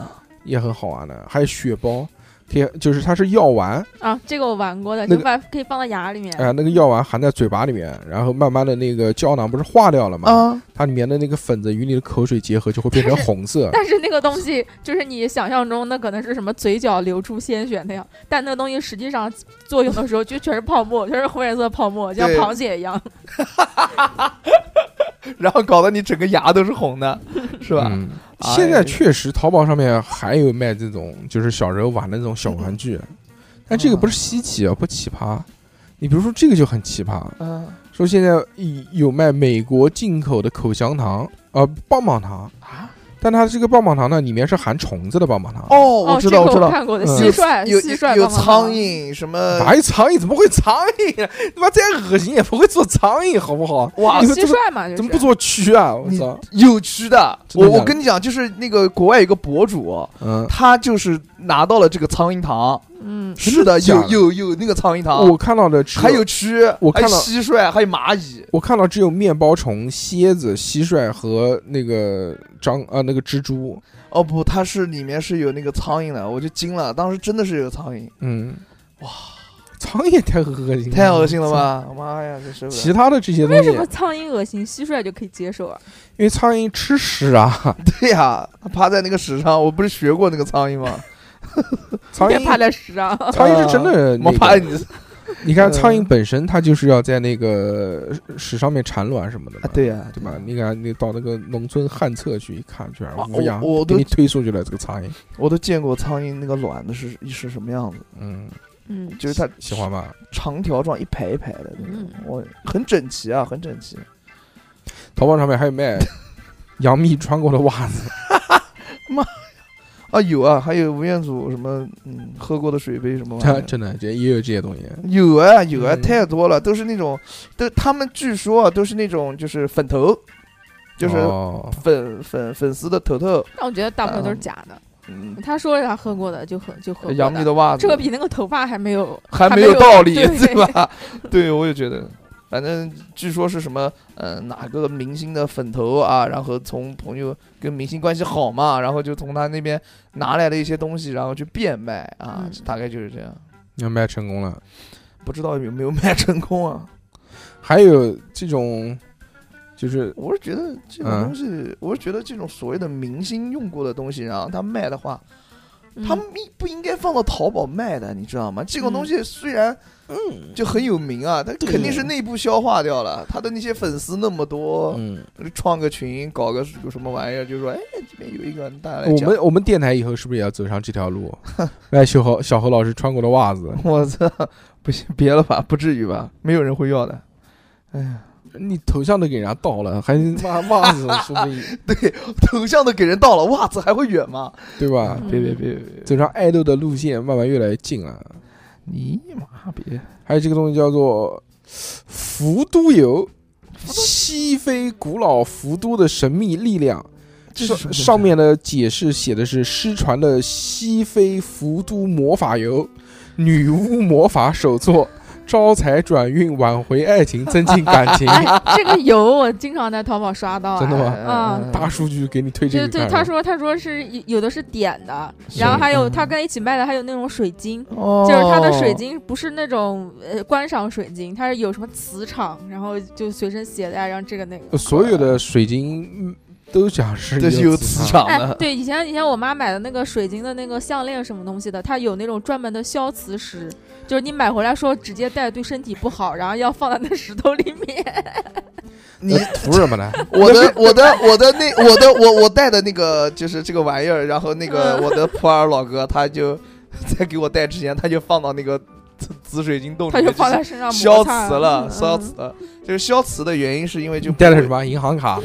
[SPEAKER 3] 也很好玩的。还有血包，贴就是它是药丸，
[SPEAKER 5] 啊，这个我玩过的，
[SPEAKER 3] 那
[SPEAKER 5] 就
[SPEAKER 3] 个
[SPEAKER 5] 把可以放到牙里面。
[SPEAKER 3] 哎、那个药丸含在嘴巴里面，然后慢慢的那个胶囊不是化掉了吗？
[SPEAKER 4] 啊，
[SPEAKER 3] 它里面的那个粉子与你的口水结合，就会变成
[SPEAKER 5] 但是
[SPEAKER 3] 红色。
[SPEAKER 5] 但是那个东西就是你想象中那可能是什么嘴角流出鲜血那样，但那个东西实际上作用的时候就全是泡沫，全是灰颜色泡沫，就像
[SPEAKER 4] 对
[SPEAKER 5] 螃蟹一样。
[SPEAKER 4] 然后搞得你整个牙都是红的， 是吧？
[SPEAKER 3] 嗯
[SPEAKER 4] 哎
[SPEAKER 3] 现在确实淘宝上面还有卖这种就是小人玩的那种小玩具，
[SPEAKER 4] 嗯
[SPEAKER 3] 但这个不是稀奇啊，不奇葩。你比如说这个就很奇葩，
[SPEAKER 4] 嗯，
[SPEAKER 3] 说现在有有卖美国进口的口香糖，呃，棒棒糖
[SPEAKER 4] 啊，
[SPEAKER 3] 但它这个棒棒糖呢，里面是含虫子的棒棒糖。
[SPEAKER 4] 哦，
[SPEAKER 5] 哦，
[SPEAKER 4] 我知道，
[SPEAKER 5] 这
[SPEAKER 4] 知
[SPEAKER 5] 个
[SPEAKER 4] 道，
[SPEAKER 5] 看过的
[SPEAKER 3] 嗯
[SPEAKER 5] 蟋蟀，
[SPEAKER 4] 有
[SPEAKER 5] 蟋蟀
[SPEAKER 4] 有有
[SPEAKER 5] 棒
[SPEAKER 4] 苍
[SPEAKER 5] 棒糖，
[SPEAKER 4] 蝇什么？
[SPEAKER 3] 哪有苍蝇？怎么会苍 蝇呢？他妈再恶心也不会做苍蝇，好不好？
[SPEAKER 4] 哇
[SPEAKER 3] 你，们
[SPEAKER 5] 蟋
[SPEAKER 3] 怎么
[SPEAKER 5] 蟀嘛，就是
[SPEAKER 3] 怎么不做蛆啊？我
[SPEAKER 4] 你
[SPEAKER 3] 操！
[SPEAKER 4] 有趣的，
[SPEAKER 3] 真的
[SPEAKER 4] 我
[SPEAKER 3] 假
[SPEAKER 4] 我
[SPEAKER 3] 的
[SPEAKER 4] 跟你讲，就是那个国外有个博主，
[SPEAKER 3] 嗯，
[SPEAKER 4] 他就是拿到了这个苍蝇糖，
[SPEAKER 5] 嗯，
[SPEAKER 4] 是的，
[SPEAKER 3] 真的假
[SPEAKER 4] 有
[SPEAKER 3] 的
[SPEAKER 4] 有有那个苍蝇糖，
[SPEAKER 3] 我看到的只
[SPEAKER 4] 还有蛆，
[SPEAKER 3] 我
[SPEAKER 4] 还有
[SPEAKER 3] 看到
[SPEAKER 4] 蟋蟀，还有蚂蚁，
[SPEAKER 3] 我看到只有面包虫、蝎子、蟋蟀和那个章啊、那个蜘蛛。
[SPEAKER 4] 哦不，它是里面是有那个苍蝇的，我就惊了，当时真的是有苍蝇，
[SPEAKER 3] 嗯，哇，苍蝇也太恶心，
[SPEAKER 4] 太恶心了？吧，妈呀，这受不
[SPEAKER 3] 其
[SPEAKER 4] 了，
[SPEAKER 3] 他的这些东
[SPEAKER 5] 为
[SPEAKER 3] 西
[SPEAKER 5] 什，么苍蝇恶心，蟋蟀就可以接受啊？
[SPEAKER 3] 因为苍蝇吃屎啊，
[SPEAKER 4] 对呀，它趴在那个屎上，我不是学过那个苍蝇 吗？
[SPEAKER 3] 苍
[SPEAKER 5] 别趴
[SPEAKER 3] 蝇。
[SPEAKER 5] 在屎上，
[SPEAKER 3] 苍蝇是真的那
[SPEAKER 4] 呃我怕
[SPEAKER 3] 个，
[SPEAKER 4] 你
[SPEAKER 3] 你看
[SPEAKER 4] 嗯
[SPEAKER 3] 苍蝇本身它就是要在那个屎上面产卵什么的
[SPEAKER 4] 啊
[SPEAKER 3] 嘛，，
[SPEAKER 4] 对呀，
[SPEAKER 3] 对吧？你看你到那个农村旱厕去一看，居然
[SPEAKER 4] 啊
[SPEAKER 3] 乌鸦
[SPEAKER 4] 我我
[SPEAKER 3] 给
[SPEAKER 4] 都
[SPEAKER 3] 你推出去了，这个苍蝇，
[SPEAKER 4] 我都见过苍蝇那个卵的是是什么样子，
[SPEAKER 3] 嗯，
[SPEAKER 5] 嗯，
[SPEAKER 4] 就是它
[SPEAKER 3] 喜欢吧？
[SPEAKER 4] 长条状一排一排的那种，
[SPEAKER 5] 嗯
[SPEAKER 4] 我很整齐啊，很整齐。
[SPEAKER 3] 淘宝上面还有卖 杨幂穿过的袜子，
[SPEAKER 4] 啊，有啊，还有吴彦祖什么，嗯，喝过的水杯 什么玩意
[SPEAKER 3] 真
[SPEAKER 4] 儿，
[SPEAKER 3] 真的这也有这些东西，
[SPEAKER 4] 有啊有啊，
[SPEAKER 3] 嗯
[SPEAKER 4] 太多了，都是那种，都他们据说啊，都是那种就是粉头，就是
[SPEAKER 3] 哦
[SPEAKER 4] 粉粉粉丝的头头，
[SPEAKER 5] 但我觉得大部分都是假的。
[SPEAKER 4] 嗯，
[SPEAKER 5] 他说他喝过的就喝就喝过的
[SPEAKER 4] 杨幂的袜子，
[SPEAKER 5] 这个比那个头发还没有
[SPEAKER 4] 还
[SPEAKER 5] 没
[SPEAKER 4] 没有道理，
[SPEAKER 5] 对
[SPEAKER 4] 对吧？ 对，我也觉得。反正据说是什么，呃，哪个明星的粉头啊，然后从朋友跟明星关系好嘛，然后就从他那边拿来的一些东西，然后去变卖啊，
[SPEAKER 5] 嗯
[SPEAKER 4] 大概就是这样。
[SPEAKER 3] 要卖成功了。
[SPEAKER 4] 不知道有没有卖成功啊？
[SPEAKER 3] 还有这种，就是
[SPEAKER 4] 我是觉得这种
[SPEAKER 3] 嗯
[SPEAKER 4] 东西，我是觉得这种所谓的明星用过的东西，然后他卖的话，
[SPEAKER 5] 嗯
[SPEAKER 4] 他们不应该放到淘宝卖的，你知道吗？这种
[SPEAKER 5] 嗯
[SPEAKER 4] 东西虽然嗯就很有名啊，但
[SPEAKER 3] 对
[SPEAKER 4] 肯定是内部消化掉了。他的那些粉丝那么多，
[SPEAKER 3] 嗯，
[SPEAKER 4] 创个群，搞个有什么玩意儿，就说哎，这边有一个，大家来
[SPEAKER 3] 我
[SPEAKER 4] 讲。
[SPEAKER 3] 们我们电台以后是不是也要走上这条路？卖小何小何老师穿过的袜子，
[SPEAKER 4] 我操，不行，别了吧，不至于吧？没有人会要 的。哎呀，
[SPEAKER 3] 你头像都给人家盗了，还袜袜 子，说不定
[SPEAKER 4] 对，头像都给人盗了，袜子还会远吗？
[SPEAKER 3] 对吧？
[SPEAKER 4] 啊别别别别别！
[SPEAKER 3] 走上爱豆的路线，慢慢越来越近了。
[SPEAKER 4] 你妈别！
[SPEAKER 3] 还有这个东西叫做呃福都游，西非古老福都的神秘力量。
[SPEAKER 4] 这是什
[SPEAKER 3] 上
[SPEAKER 4] 么东西啊
[SPEAKER 3] 上面的解释写的是失传的西非福都魔法油，女巫魔法手作，招财转运，挽回爱情，增进感 情。
[SPEAKER 5] 这个油我经常在淘宝刷到、啊，
[SPEAKER 3] 真的吗
[SPEAKER 5] 啊
[SPEAKER 4] 嗯
[SPEAKER 3] 大数据给你推这
[SPEAKER 5] 对
[SPEAKER 3] 个
[SPEAKER 5] 对，
[SPEAKER 3] 干什么。
[SPEAKER 5] 他说他说是有有的是点的，
[SPEAKER 3] 是
[SPEAKER 5] 然后还有
[SPEAKER 4] 嗯
[SPEAKER 5] 他跟一起卖的还有那种水晶，
[SPEAKER 4] 哦，
[SPEAKER 5] 就是它的水晶不是那种呃观赏水晶，它是有什么磁场，然后就随身携带，然后这个那个。
[SPEAKER 3] 呃所有的水晶嗯都讲是
[SPEAKER 4] 这是有磁
[SPEAKER 3] 场。
[SPEAKER 4] 场
[SPEAKER 5] 哎，
[SPEAKER 4] 的，
[SPEAKER 5] 对，以前以前我妈买的那个水晶的那个项链什么东西的，它有那种专门的消磁石，就是你买回来说直接戴对身体不好，然后要放在那石头里 面。
[SPEAKER 4] 你
[SPEAKER 3] 呃图什么呢？
[SPEAKER 4] 我的我的我的那我的我我带的那个就是这个玩意儿，然后那个
[SPEAKER 5] 嗯
[SPEAKER 4] 我的普洱老哥他就在给我带之前，他就放到那个紫紫水晶洞里
[SPEAKER 5] 它
[SPEAKER 4] 面，
[SPEAKER 5] 就放在身上
[SPEAKER 4] 是消
[SPEAKER 5] 摩
[SPEAKER 4] 磁
[SPEAKER 5] 擦
[SPEAKER 4] 了，
[SPEAKER 5] 嗯
[SPEAKER 4] 消磁了。就是消磁的原因是因为 就
[SPEAKER 3] 你带了什
[SPEAKER 4] 么
[SPEAKER 3] 么银行卡？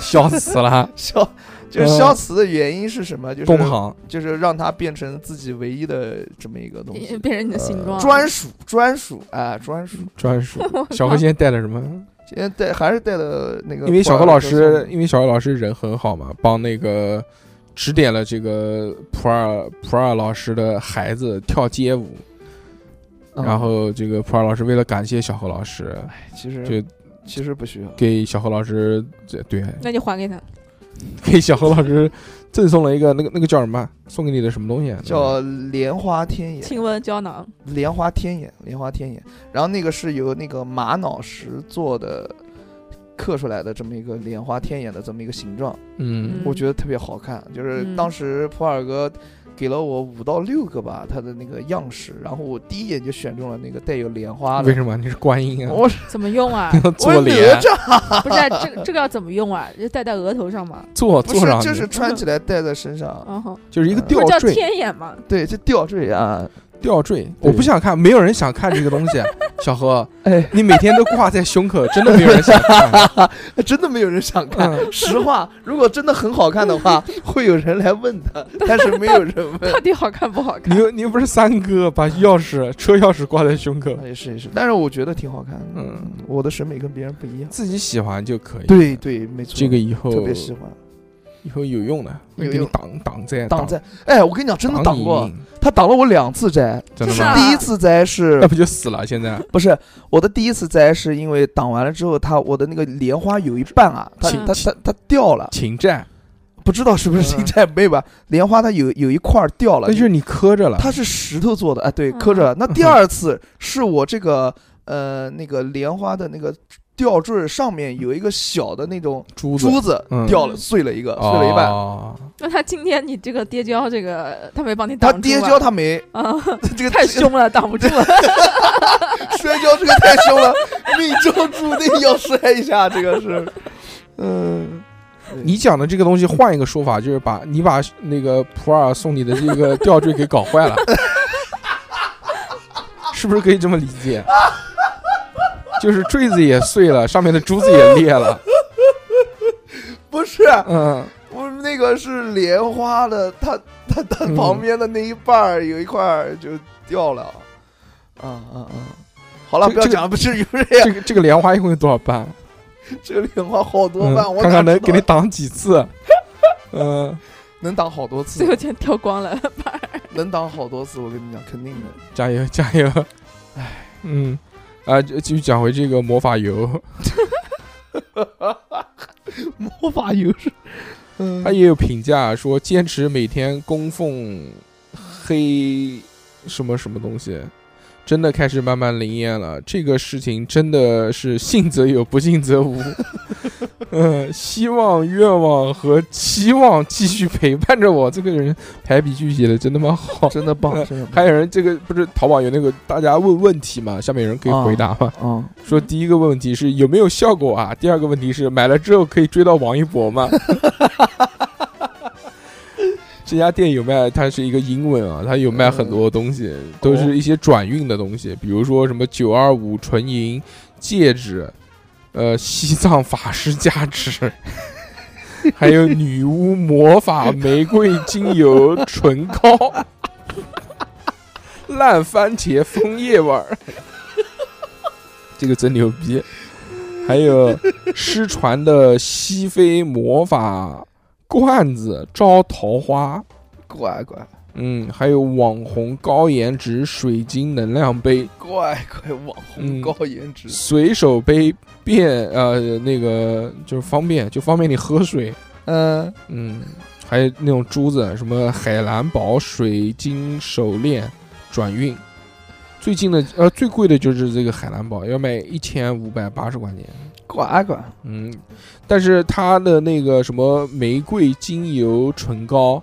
[SPEAKER 3] 笑死了，
[SPEAKER 4] 消，就是消磁的原因是什么？就是
[SPEAKER 3] 工行。
[SPEAKER 4] 就是让它变成自己唯一的这么一个东西，呃
[SPEAKER 5] 变成你嗯的形状。
[SPEAKER 4] 专属专属啊专属。
[SPEAKER 3] 专 属小何现在带了什么？
[SPEAKER 4] 今天带还是带的那个，
[SPEAKER 3] 因为小何老师，因为小何老师人很好嘛，帮那个指点了这个普洱普洱老师的孩子跳街舞，
[SPEAKER 4] 嗯
[SPEAKER 3] 然后这个普洱老师为了感谢小何老师，
[SPEAKER 4] 哎其实
[SPEAKER 3] 就
[SPEAKER 4] 其实不需要。
[SPEAKER 3] 给小何老师这对
[SPEAKER 5] 那就还给他。
[SPEAKER 3] 给小何老师赠送了一个那个那个叫什么？啊送给你的什么东西啊？
[SPEAKER 4] 叫莲花天眼，
[SPEAKER 5] 亲吻胶囊，
[SPEAKER 4] 莲花天眼，莲花天眼。然后那个是由那个玛瑙石做的，刻出来的这么一个莲花天眼的这么一个形状，
[SPEAKER 3] 嗯
[SPEAKER 5] 嗯
[SPEAKER 4] 我觉得特别好看。就是
[SPEAKER 5] 嗯
[SPEAKER 4] 当时普洱哥给了我五到六个吧，他的那个样式，然后我第一眼就选中了那个带有莲花
[SPEAKER 3] 为
[SPEAKER 4] 的。
[SPEAKER 3] 什么你是观音啊？
[SPEAKER 4] 我是
[SPEAKER 5] 怎么 用啊？
[SPEAKER 4] 我
[SPEAKER 3] 做
[SPEAKER 4] 是
[SPEAKER 3] 脸
[SPEAKER 4] 哪吒，
[SPEAKER 5] 不是啊这这个要怎么用啊？就戴在额头上嘛。
[SPEAKER 3] 做
[SPEAKER 4] 不是
[SPEAKER 3] 做上去，
[SPEAKER 4] 就是呃穿起来戴在身上，
[SPEAKER 5] 然后
[SPEAKER 3] 就是一个
[SPEAKER 5] 不
[SPEAKER 3] 吊
[SPEAKER 5] 是叫
[SPEAKER 3] 坠，
[SPEAKER 5] 天眼 吗？
[SPEAKER 4] 对，就吊坠啊，
[SPEAKER 3] 吊坠。我
[SPEAKER 4] 对
[SPEAKER 3] 不想看，没有人想看这个东 西。啊小何，
[SPEAKER 4] 哎，
[SPEAKER 3] 你每天都挂在胸口，真的没有人 想看。
[SPEAKER 4] 还真的没有人想看。
[SPEAKER 3] 嗯，
[SPEAKER 4] 实话，如果真的很好看的 话，会有人来问 他，但是没有人问。
[SPEAKER 5] 到底好看不好
[SPEAKER 3] 你
[SPEAKER 5] 看？
[SPEAKER 3] 又你又不是三哥，把钥匙车钥匙挂在胸口，
[SPEAKER 4] 也是也是，但是我觉得挺好看的。
[SPEAKER 3] 嗯
[SPEAKER 4] 嗯，我的审美跟别人不一样。
[SPEAKER 3] 自己喜欢就可以。
[SPEAKER 4] 对，对，没错，
[SPEAKER 3] 这个以后
[SPEAKER 4] 特别喜欢。
[SPEAKER 3] 以后有用的，
[SPEAKER 4] 有
[SPEAKER 3] 给你
[SPEAKER 4] 用
[SPEAKER 3] 挡挡在
[SPEAKER 4] 挡在，哎，我跟你讲，真的挡
[SPEAKER 3] 你一，
[SPEAKER 4] 过
[SPEAKER 3] 命
[SPEAKER 4] 他挡了我两次摘。
[SPEAKER 3] 真的
[SPEAKER 5] 是
[SPEAKER 3] 吗
[SPEAKER 5] 啊？
[SPEAKER 4] 第一次摘是
[SPEAKER 3] 那不就死了？现在
[SPEAKER 4] 不是我的第一次摘？是因为挡完了之后，它我的那个莲花有一半啊，它
[SPEAKER 5] 请
[SPEAKER 4] 它它它掉了，
[SPEAKER 3] 情债，
[SPEAKER 4] 啊不知道是不是新摘没吧？莲花它有有一块儿掉
[SPEAKER 3] 嗯
[SPEAKER 4] 了，
[SPEAKER 3] 那就是你磕着了。
[SPEAKER 4] 它是石头做的，哎，对，
[SPEAKER 5] 嗯
[SPEAKER 4] 磕 着。那第二次是我这个呃那个莲花的那个吊坠上面有一个小的那种
[SPEAKER 3] 珠子
[SPEAKER 4] 珠子
[SPEAKER 3] 嗯
[SPEAKER 4] 掉了，碎了一个，碎了一半。
[SPEAKER 3] 哦
[SPEAKER 5] 那他今天你这个跌跤，这个他没帮你
[SPEAKER 4] 他
[SPEAKER 5] 挡住
[SPEAKER 4] 跌
[SPEAKER 5] 吧
[SPEAKER 4] 跤他没，
[SPEAKER 5] 啊，
[SPEAKER 4] 这个
[SPEAKER 5] 太凶了，挡不 住了。
[SPEAKER 4] 摔跤这个太凶了， 命中注定要摔一下，这个是，嗯，
[SPEAKER 3] 你讲的这个东西，换一个说法，就是把你把那个普洱送你的这个吊坠给搞坏了，是不是可以这么理解？就是坠子也碎了，上面的珠子也裂了。
[SPEAKER 4] 不是，
[SPEAKER 3] 嗯，
[SPEAKER 4] 我那个是莲花的，它它它
[SPEAKER 3] 嗯
[SPEAKER 4] 旁边的那一半儿有一块儿就掉了，啊啊啊！好了，
[SPEAKER 3] 这
[SPEAKER 4] 不要
[SPEAKER 3] 这个
[SPEAKER 4] 讲了，不是有这样，
[SPEAKER 3] 这个这个莲花一共有多少瓣？
[SPEAKER 4] 这个莲花好多
[SPEAKER 3] 嗯
[SPEAKER 4] 瓣，我
[SPEAKER 3] 看看
[SPEAKER 4] 哪
[SPEAKER 3] 能
[SPEAKER 4] 知道
[SPEAKER 3] 给你挡几次？嗯，
[SPEAKER 4] 能挡好多
[SPEAKER 5] 最
[SPEAKER 4] 次
[SPEAKER 5] 后，全掉光了。
[SPEAKER 4] 能挡好多次，我跟你讲，肯定的。
[SPEAKER 3] 加油加油！哎，嗯，啊，就继续讲回这个魔法油，
[SPEAKER 4] 魔法油是，
[SPEAKER 3] 他
[SPEAKER 4] 嗯，
[SPEAKER 3] 也有评价说，坚持每天供奉黑什么什么东西，真的开始慢慢灵验了。这个事情真的是信则有，不信则无。 嗯，希望、愿望和期望继续陪伴着我。这个人排比句写的真他妈好。
[SPEAKER 4] 真的棒，真的棒
[SPEAKER 3] 还有人，这个不是淘宝有那个大家问问题嘛？下面有人可以回答嘛？
[SPEAKER 4] 啊！
[SPEAKER 3] 说第一个问题是有没有效果啊？第二个问题是买了之后可以追到王一博吗？ 这家店有卖，它是一个英文啊，它有卖很多东西，都是一些转运的东西，比如说什么九二五纯银戒指，呃，西藏法师加持， 还有女巫魔法玫瑰精油唇膏， 烂番茄枫叶味儿。这个真牛逼。还有失传的西非魔法罐子招桃花，
[SPEAKER 4] 乖乖
[SPEAKER 3] 嗯，还有网红高颜值水晶能量杯、
[SPEAKER 4] 乖乖，网
[SPEAKER 3] 嗯
[SPEAKER 4] 红高颜值，
[SPEAKER 3] 随手杯便呃那个就是方便，就方便你喝水，
[SPEAKER 4] 嗯，
[SPEAKER 3] 嗯，还有那种珠子，什么海蓝宝水晶手链转运。最近的呃最贵的就是这个海蓝宝，要卖一千五百八十块钱。
[SPEAKER 4] 乖乖，
[SPEAKER 3] 嗯，但是它的那个什么玫瑰精油唇膏，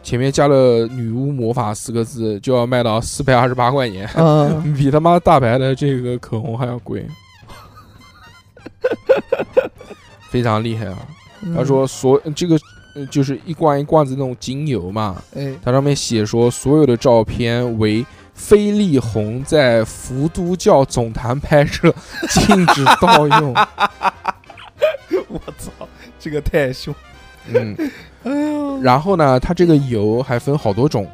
[SPEAKER 3] 前面加了“女巫魔法”四个字，就要卖到四百二十八块钱，
[SPEAKER 4] 嗯，
[SPEAKER 3] 比他妈大白的这个口红还要贵， 非常厉害啊！
[SPEAKER 4] 嗯
[SPEAKER 3] 他说所这个呃就是一罐一罐子那种精油嘛，
[SPEAKER 4] 嗯，哎，
[SPEAKER 3] 它上面写说所有的照片为菲力红在福都教总坛拍摄，禁止盗用。
[SPEAKER 4] 我操，这个太凶！
[SPEAKER 3] 嗯，然后呢，它这个油还分好多种，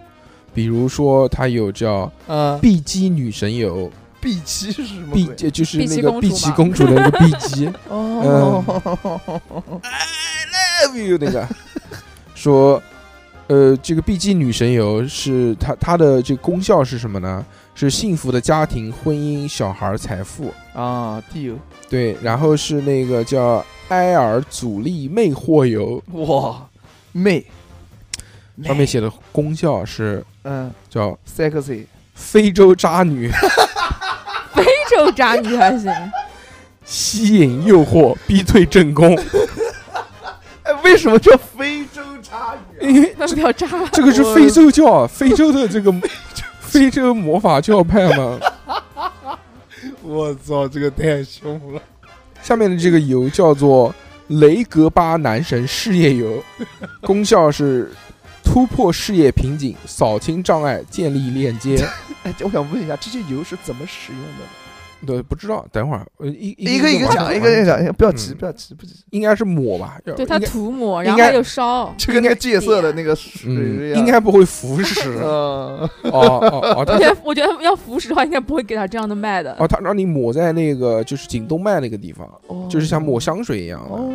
[SPEAKER 3] 比如说它有叫
[SPEAKER 4] 啊，
[SPEAKER 3] 碧姬女神油，
[SPEAKER 4] 碧琪是什么
[SPEAKER 3] 碧
[SPEAKER 4] 鬼？
[SPEAKER 3] 呃就是
[SPEAKER 5] 碧
[SPEAKER 3] 那
[SPEAKER 5] 琪
[SPEAKER 3] 个
[SPEAKER 5] 公
[SPEAKER 3] 碧
[SPEAKER 5] 主
[SPEAKER 3] 琪
[SPEAKER 5] 嘛
[SPEAKER 3] 公主的那个碧 姬
[SPEAKER 4] 哦，
[SPEAKER 5] 哎
[SPEAKER 3] ，I love you 那个，说呃，这个 BG 女神油是它它的这个功效是什么呢？是幸福的家庭、婚姻、小孩、财富。
[SPEAKER 2] 啊，D
[SPEAKER 3] 对，然后是那个叫埃尔阻力魅惑油，
[SPEAKER 2] 哇，妹，
[SPEAKER 3] 上面写的功效是
[SPEAKER 2] 嗯
[SPEAKER 3] 叫
[SPEAKER 2] ，sexy，
[SPEAKER 3] 非洲渣女
[SPEAKER 5] 非洲渣女还 行，
[SPEAKER 3] 吸引诱惑、逼退正宫。
[SPEAKER 2] 哎，为什么叫非洲渣女？
[SPEAKER 3] 因为
[SPEAKER 5] 那不要渣。
[SPEAKER 3] 这个是非洲教，啊非洲的这个 非洲魔法教派嘛。
[SPEAKER 6] 我操，这个太凶了！
[SPEAKER 3] 下面的这个油叫做雷格巴男神事业油，功效是突破事业瓶颈、扫清障碍、建立链接。
[SPEAKER 2] 哎，我想问一下，这些油是怎么使用的呢？
[SPEAKER 3] 对，不知道，等会儿呃一
[SPEAKER 2] 一个一个
[SPEAKER 3] 往
[SPEAKER 2] 讲，
[SPEAKER 3] 上
[SPEAKER 2] 一个一个讲，不要急，
[SPEAKER 3] 嗯
[SPEAKER 2] 不要急，不急。
[SPEAKER 3] 应该是抹吧？要
[SPEAKER 5] 对它
[SPEAKER 3] 应该
[SPEAKER 5] 涂抹，
[SPEAKER 3] 应
[SPEAKER 5] 然后
[SPEAKER 3] 该
[SPEAKER 5] 还有 烧，
[SPEAKER 2] 就跟那个戒色的那个水一
[SPEAKER 3] 嗯，
[SPEAKER 2] 样，
[SPEAKER 3] 应该不会腐 蚀。哦
[SPEAKER 2] 嗯，
[SPEAKER 3] 哦哦，
[SPEAKER 5] 我
[SPEAKER 3] 他
[SPEAKER 5] 觉 得我觉得要服食的话，应该不会给他这样的卖的。
[SPEAKER 3] 哦他让你抹在那个就是颈动脉那个地方，
[SPEAKER 2] 哦
[SPEAKER 3] 就是像抹香水一样的。
[SPEAKER 2] 哦，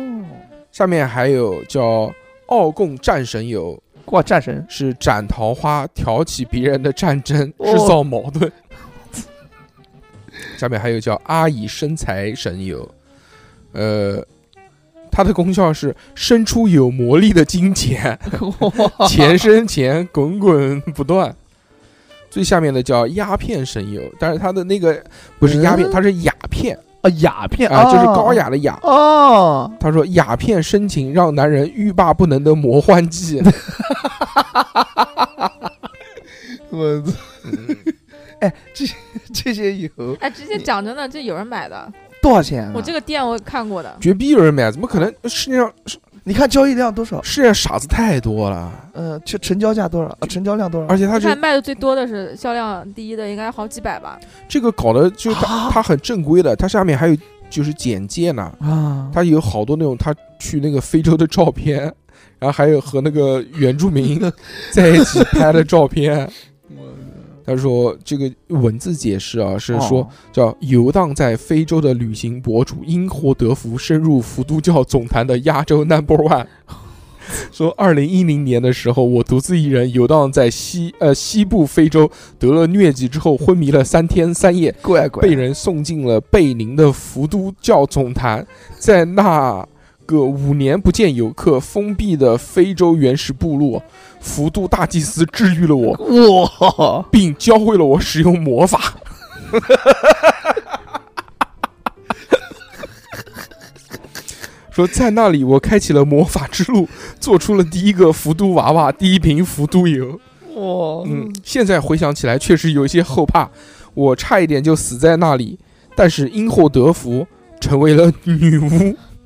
[SPEAKER 3] 下面还有叫奥贡战神油，
[SPEAKER 2] 挂战 神，
[SPEAKER 3] 是斩桃花、挑起别人的战争、
[SPEAKER 2] 哦
[SPEAKER 3] 制造矛盾。下面还有叫阿以身材神油，呃，它的功效是生出有魔力的金 钱，钱生钱滚滚不断。最下面的叫鸦片神油，但是它的那个不是鸦片，
[SPEAKER 2] 嗯
[SPEAKER 3] 它是鸦片
[SPEAKER 2] 啊，鸦片
[SPEAKER 3] 啊、就是高雅的雅。
[SPEAKER 2] 哦，
[SPEAKER 3] 他说：“鸦片深情让男人欲罢不能的魔 幻剂。
[SPEAKER 6] 我操，
[SPEAKER 2] 这些油
[SPEAKER 5] 哎，这些讲真的，这有人买的，
[SPEAKER 2] 多少钱啊？
[SPEAKER 3] 嗯，
[SPEAKER 5] 我这个店我看过的
[SPEAKER 3] 绝逼有人买，怎么可能？
[SPEAKER 2] 哦
[SPEAKER 3] 世界上
[SPEAKER 2] 你看交易量多少？
[SPEAKER 3] 世界上傻子太多了，
[SPEAKER 2] 嗯，就成交价多少？啊成交量多少？
[SPEAKER 3] 而且他
[SPEAKER 5] 你看
[SPEAKER 3] 是
[SPEAKER 5] 卖的最多的是销量第一的，应该好几百吧。
[SPEAKER 3] 这个搞的，就
[SPEAKER 2] 啊
[SPEAKER 3] 他他很正规的，他下面还有就是简介呢，
[SPEAKER 2] 啊，
[SPEAKER 3] 他有好多那种他去那个非洲的照片，然后还有和那个原住 民在一起拍的照片。他说这个文字解释啊，是说
[SPEAKER 2] 哦
[SPEAKER 3] 叫游荡在非洲的旅行博主因祸得福，深入佛都教总坛的亚洲 Number One。说，二零一零年的时候，我独自一人游荡在西呃西部非洲，得了疟疾之后昏迷了三天三夜，
[SPEAKER 2] 乖乖
[SPEAKER 3] 被人送进了贝宁的佛都教总坛，在那个五年不见游客、封闭的非洲原始部落，佛都大祭司治愈了我，
[SPEAKER 2] 哇，
[SPEAKER 3] 并教会了我使用魔法。说在那里，我开启了魔法之路，做出了第一个福都娃娃，第一瓶福都油。
[SPEAKER 2] 哇，
[SPEAKER 3] 嗯，现在回想起来，确实有一些后怕，我差一点就死在那里，但是因祸得福，成为了女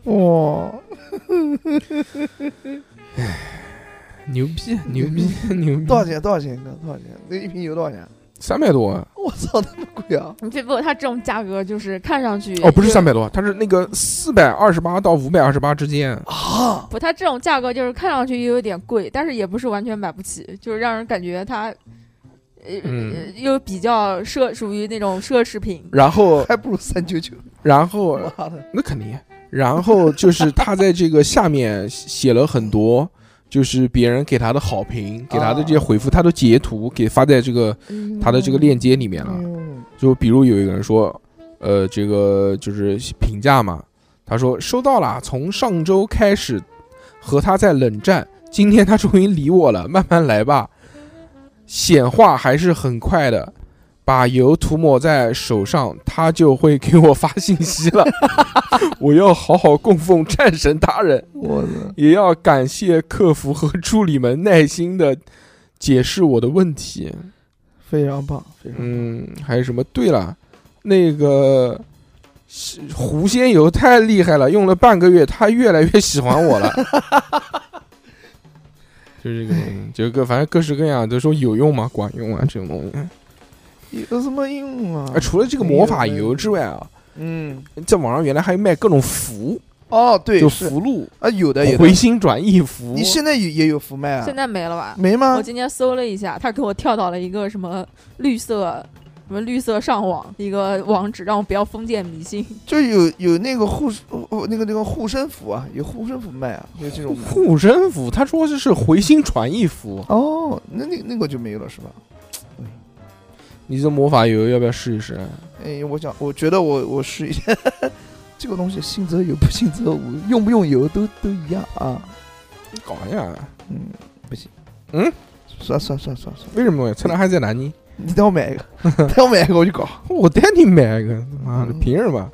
[SPEAKER 3] 巫，
[SPEAKER 2] 哇，
[SPEAKER 3] 牛逼，啊牛逼，牛逼！啊
[SPEAKER 2] 多少钱？多少钱？哥，多少钱？那一瓶油多少钱？
[SPEAKER 3] 三百多啊？
[SPEAKER 2] 我操，那么贵啊！
[SPEAKER 5] 你这不，它这种价格就是看上去
[SPEAKER 3] 哦，不是
[SPEAKER 5] 就
[SPEAKER 3] 三百多，它是那个四百二十八到五百二十八之间。
[SPEAKER 2] 啊，
[SPEAKER 5] 不，它这种价格就是看上去又有点贵，但是也不是完全买不起，就是让人感觉它，呃，
[SPEAKER 3] 嗯
[SPEAKER 5] 呃又比较奢，属于那种奢侈品。
[SPEAKER 3] 然后，
[SPEAKER 2] 还不如三九九。
[SPEAKER 3] 然后
[SPEAKER 2] 妈的，
[SPEAKER 3] 那肯定。然后就是他在这个下面写了很多，就是别人给他的好评，给他的这些回复，他都截图给发在这个他的这个链接里面了。
[SPEAKER 2] 嗯
[SPEAKER 3] 就比如有一个人说，呃，这个就是评价嘛，他说收到了，从上周开始和他在冷战，今天他终于理我了，慢慢来吧。显化还是很快的，把油涂抹在手上，他就会给我发信息了。我要好好供奉战神大人。
[SPEAKER 2] 我的
[SPEAKER 3] 也要感谢客服和助理们耐心的解释我的问题。
[SPEAKER 2] 非常棒，非常
[SPEAKER 3] 嗯，还有什么？对了，那个是狐仙油太厉害了，用了半个月，他越来越喜欢我了。就是这个，就各反正各式各样，都说有用吗？管用啊，这种东西。
[SPEAKER 2] 有什么用啊
[SPEAKER 3] 哎，？除了这个魔法油之外啊，
[SPEAKER 2] 嗯，
[SPEAKER 3] 在网上原来还有卖各种符，
[SPEAKER 2] 哦，对，
[SPEAKER 3] 就是符箓、
[SPEAKER 2] 啊，有
[SPEAKER 4] 呃
[SPEAKER 2] 的有的
[SPEAKER 3] 回。心转意符
[SPEAKER 2] 你。现在有也有福卖啊
[SPEAKER 3] 嗯
[SPEAKER 5] 现？在没了吧？
[SPEAKER 2] 没吗
[SPEAKER 5] 我？今天搜了一下，他给我跳到了一个什么绿色什么绿色上网一个网址，让我不要封建迷信。
[SPEAKER 4] 就有有那个护士哦哦那个那个护身符啊，有护身符卖啊，有这种卖
[SPEAKER 3] 护身符，他说是是回心转意符。
[SPEAKER 4] 哦，那那那个就没有了是吧？
[SPEAKER 3] 你这魔法油要不要试一试？
[SPEAKER 4] 哎，我想我觉得我我试一下 这个东西，信则有，不信则无，用不用油都都一样啊。
[SPEAKER 3] 你搞一下，
[SPEAKER 4] 嗯，不行，
[SPEAKER 3] 嗯，
[SPEAKER 4] 算算算算算，
[SPEAKER 3] 为什么？趁他还在南京，
[SPEAKER 4] 你带我买一 个，带我买一个我就搞。
[SPEAKER 2] 哦
[SPEAKER 3] 我带你买一个，他妈的，
[SPEAKER 4] 嗯
[SPEAKER 3] 凭什么？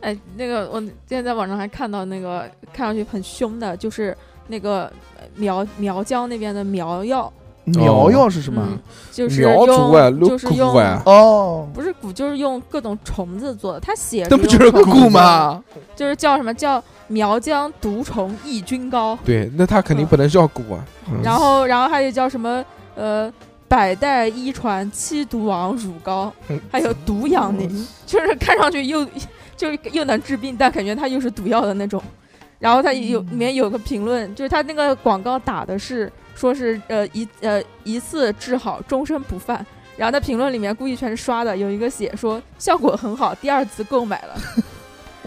[SPEAKER 5] 哎，那个我今天在网上还看到那个看上去很凶的，就是那个呃苗苗疆那边的苗药，
[SPEAKER 4] 苗药是什么
[SPEAKER 5] 嗯
[SPEAKER 4] 啊？
[SPEAKER 5] 就是
[SPEAKER 3] 苗族啊，
[SPEAKER 5] 用
[SPEAKER 3] 六
[SPEAKER 5] 就是
[SPEAKER 3] 古
[SPEAKER 5] 用
[SPEAKER 3] 啊，
[SPEAKER 4] 哦，
[SPEAKER 5] 不是蛊，就是用各种虫子做的。它写
[SPEAKER 3] 那不
[SPEAKER 5] 用
[SPEAKER 3] 就是
[SPEAKER 5] 虫子
[SPEAKER 3] 蛊
[SPEAKER 4] 吗？
[SPEAKER 5] 就是叫什么叫苗疆毒虫抑菌膏，
[SPEAKER 3] 对，那他肯定
[SPEAKER 5] 嗯
[SPEAKER 3] 不能叫蛊啊。嗯
[SPEAKER 5] 然后然后还有叫什么呃百代一传七毒王乳膏
[SPEAKER 3] 嗯，
[SPEAKER 5] 还有毒养宁，就是看上去又 就是又能治病，但感觉它又是毒药的那种。然后它有
[SPEAKER 3] 嗯
[SPEAKER 5] 里面有个评论，就是它那个广告打的是说是呃一呃一次治好，终身不犯。然后它评论里面故意全是刷的，有一个写说效果很好，第二次购买了。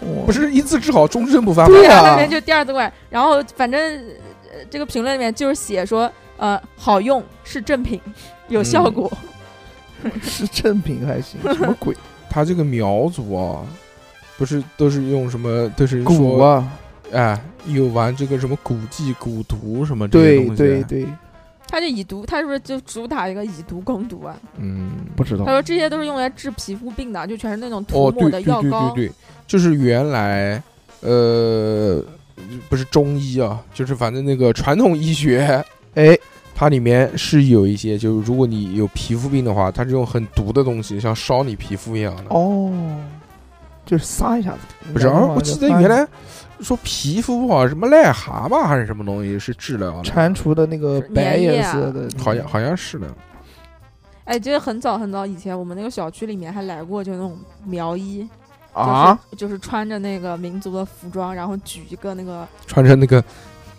[SPEAKER 4] 哦
[SPEAKER 3] 不是一次治好，终身不发吗？
[SPEAKER 4] 对
[SPEAKER 5] 然后那
[SPEAKER 4] 呀
[SPEAKER 5] 边，就第二次过来，然后反正、呃、这个评论里面就是写说，呃，好用是正品， 有效果。
[SPEAKER 3] 嗯
[SPEAKER 4] 是正品还 行，什么 鬼？
[SPEAKER 3] 他这个苗族啊，不是都是用什么？都是
[SPEAKER 4] 蛊
[SPEAKER 3] 说
[SPEAKER 4] 啊，
[SPEAKER 3] 哎，有玩这个什么蛊技、蛊毒什么这些东
[SPEAKER 4] 对
[SPEAKER 3] 西。啊嗯
[SPEAKER 4] 对，对，
[SPEAKER 5] 他就以毒，他是不是就主打一个以毒攻毒啊？
[SPEAKER 3] 嗯，
[SPEAKER 4] 不知道
[SPEAKER 5] 他。说这些都是用来治皮肤病的，就全是那种涂
[SPEAKER 3] 哦，
[SPEAKER 5] 抹
[SPEAKER 3] 对
[SPEAKER 5] 的
[SPEAKER 3] 对
[SPEAKER 5] 药
[SPEAKER 3] 对
[SPEAKER 5] 膏。
[SPEAKER 3] 对对，就是原来呃，不是中医啊，就是反正那个传统医 学，
[SPEAKER 4] 哎，
[SPEAKER 3] 它里面是有一些，就是如果你有皮肤病的话，它是用很毒的东西，像烧你皮肤一样的。
[SPEAKER 4] 哦，就是撒一下子。
[SPEAKER 3] 不是，
[SPEAKER 4] 然
[SPEAKER 3] 而
[SPEAKER 4] 后
[SPEAKER 3] 我记得原来说皮肤不好，什么癞蛤蟆还是什么东西是治疗的，
[SPEAKER 4] 蟾蜍的那个白颜
[SPEAKER 5] 啊
[SPEAKER 4] 色的，
[SPEAKER 3] 好像好像是的。
[SPEAKER 5] 哎，这很早很早以前，我们那个小区里面还来过，就那种苗医，
[SPEAKER 4] 啊，
[SPEAKER 5] 就是就是穿着那个民族的服装，然后举一个那个，
[SPEAKER 3] 穿着那个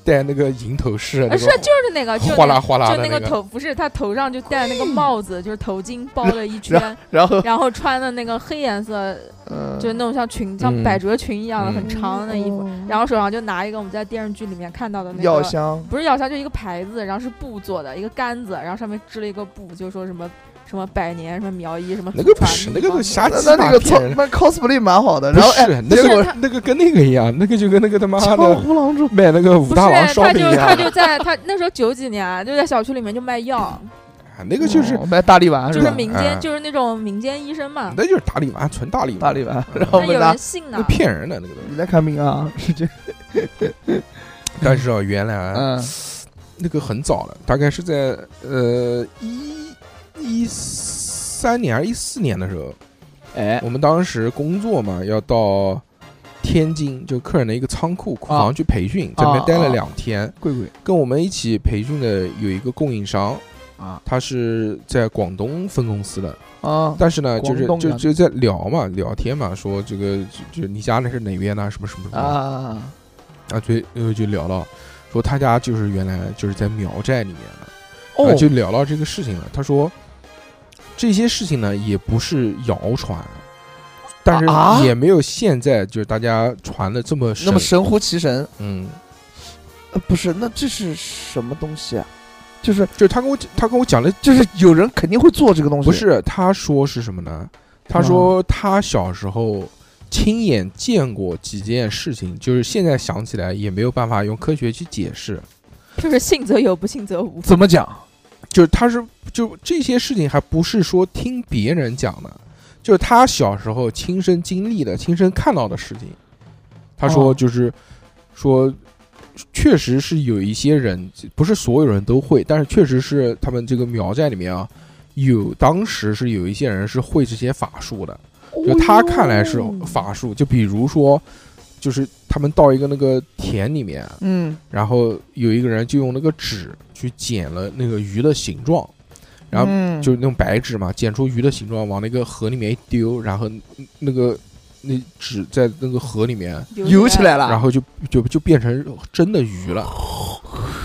[SPEAKER 3] 戴那个银头饰，啊那
[SPEAKER 5] 呃，是
[SPEAKER 3] 个
[SPEAKER 5] 就是那个，就
[SPEAKER 3] 哗
[SPEAKER 5] 那
[SPEAKER 3] 啦哗啦
[SPEAKER 5] 就
[SPEAKER 3] 的
[SPEAKER 5] 那个
[SPEAKER 3] 个，
[SPEAKER 5] 头，不是他头上就戴那个帽子，就是头巾包了 一圈，
[SPEAKER 4] 然 后
[SPEAKER 5] 然后穿的那个黑颜色，
[SPEAKER 4] 嗯，
[SPEAKER 5] 就是那种像裙、像百褶裙一样的
[SPEAKER 3] 嗯
[SPEAKER 5] 很长的衣
[SPEAKER 4] 哦
[SPEAKER 5] 服，然后手上就拿一个我们在电视剧里面看到的那
[SPEAKER 4] 药
[SPEAKER 5] 个，
[SPEAKER 4] 香
[SPEAKER 5] 不是药箱，就一个牌子，然后是布做的一个杆子，然后上面织了一个布，就说什么什么百年什么苗医什么
[SPEAKER 3] 那个不
[SPEAKER 5] 祖传
[SPEAKER 3] 是
[SPEAKER 5] 秘
[SPEAKER 3] 那个
[SPEAKER 5] 方
[SPEAKER 3] 是瞎
[SPEAKER 4] 那
[SPEAKER 3] 鸡
[SPEAKER 4] 那那
[SPEAKER 3] 巴
[SPEAKER 4] 个
[SPEAKER 3] 啊骗
[SPEAKER 4] 操
[SPEAKER 3] 人，
[SPEAKER 4] 那 cosplay 蛮好的，然后
[SPEAKER 3] 不
[SPEAKER 4] 哎
[SPEAKER 3] 是，那
[SPEAKER 4] 结
[SPEAKER 3] 个
[SPEAKER 4] 果
[SPEAKER 5] 他
[SPEAKER 3] 那个跟那个一样，那个就跟那个 他妈
[SPEAKER 4] 敲
[SPEAKER 3] 的
[SPEAKER 4] 胡狼柱，
[SPEAKER 3] 卖那个武
[SPEAKER 5] 不
[SPEAKER 3] 大郎
[SPEAKER 5] 是，
[SPEAKER 3] 烧
[SPEAKER 5] 他
[SPEAKER 3] 饼
[SPEAKER 5] 就
[SPEAKER 3] 一
[SPEAKER 5] 他
[SPEAKER 3] 样
[SPEAKER 5] 就
[SPEAKER 3] 的，
[SPEAKER 5] 在他那时候九几年啊就在小区里面就卖药，
[SPEAKER 3] 啊那个就是
[SPEAKER 4] 哦卖大力丸
[SPEAKER 5] 就是是
[SPEAKER 4] 吧？
[SPEAKER 5] 民
[SPEAKER 3] 嗯
[SPEAKER 5] 间就是那种民间医生嘛，
[SPEAKER 3] 那就是大力丸，纯大力丸，
[SPEAKER 4] 大力丸，
[SPEAKER 3] 嗯
[SPEAKER 4] 然后
[SPEAKER 5] 那
[SPEAKER 4] 我
[SPEAKER 5] 有
[SPEAKER 4] 们拿
[SPEAKER 5] 人信啊
[SPEAKER 3] 那
[SPEAKER 5] 呢？
[SPEAKER 3] 骗人的那个东西。
[SPEAKER 4] 你来看病啊，是这
[SPEAKER 3] 但是啊，原来啊
[SPEAKER 4] 嗯
[SPEAKER 3] 那个很早了，大概是在呃一一三年还是一四年的时候，
[SPEAKER 4] 哎
[SPEAKER 3] 我们当时工作嘛，要到天津，就客人的一个仓库
[SPEAKER 4] 啊
[SPEAKER 3] 库房去培训，在那边待了两天。
[SPEAKER 4] 贵贵
[SPEAKER 3] 跟我们一起培训的有一个供应商，
[SPEAKER 4] 啊
[SPEAKER 3] 他是在广东分公司的，
[SPEAKER 4] 啊
[SPEAKER 3] 但是呢，
[SPEAKER 4] 广
[SPEAKER 3] 就是
[SPEAKER 4] 东
[SPEAKER 3] 就
[SPEAKER 4] 人
[SPEAKER 3] 就在聊嘛，聊天嘛，说这个就就你家那是哪边呢？什么什么什么啊？
[SPEAKER 4] 啊
[SPEAKER 3] 最呃就聊到说他家就是原来就是在苗寨里面的。
[SPEAKER 4] 哦
[SPEAKER 3] 啊，就聊到这个事情了。他说，这些事情呢也不是谣传，但
[SPEAKER 4] 啊
[SPEAKER 3] 是也没有现在就是大家传的这么
[SPEAKER 4] 那
[SPEAKER 3] 深。
[SPEAKER 4] 么神乎其神，
[SPEAKER 3] 嗯，
[SPEAKER 4] 呃不是，那这是什么东西啊？就是
[SPEAKER 3] 就是他跟我讲他跟我讲的
[SPEAKER 4] 就是有人肯定会做这个东西，嗯
[SPEAKER 3] 不是，他说是什么呢？他说他小时候亲眼见过几件事情，就是现在想起来也没有办法用科学去解释。
[SPEAKER 5] 就是信则有，不信则无。
[SPEAKER 4] 怎么讲？
[SPEAKER 3] 就是他是就这些事情还不是说听别人讲的，就是他小时候亲身经历的、亲身看到的事情。他说
[SPEAKER 4] 哦
[SPEAKER 3] 就是、说，确实是有一些人，不是所有人都会，但是确实是他们这个苗寨里面啊，有当时是有一些人是会这些法术的，就他看来是法术，就比如说，就是他们到一个那个田里面，啊
[SPEAKER 4] 嗯，
[SPEAKER 3] 然后有一个人就用那个纸去剪了那个鱼的形状，然后
[SPEAKER 4] 后
[SPEAKER 3] 就是那种白纸嘛，剪出鱼的形状，往那个河里面一丢，然后嗯那个那纸在那个河里面，
[SPEAKER 4] 游起来了。
[SPEAKER 3] 然后就就就变成真的鱼了。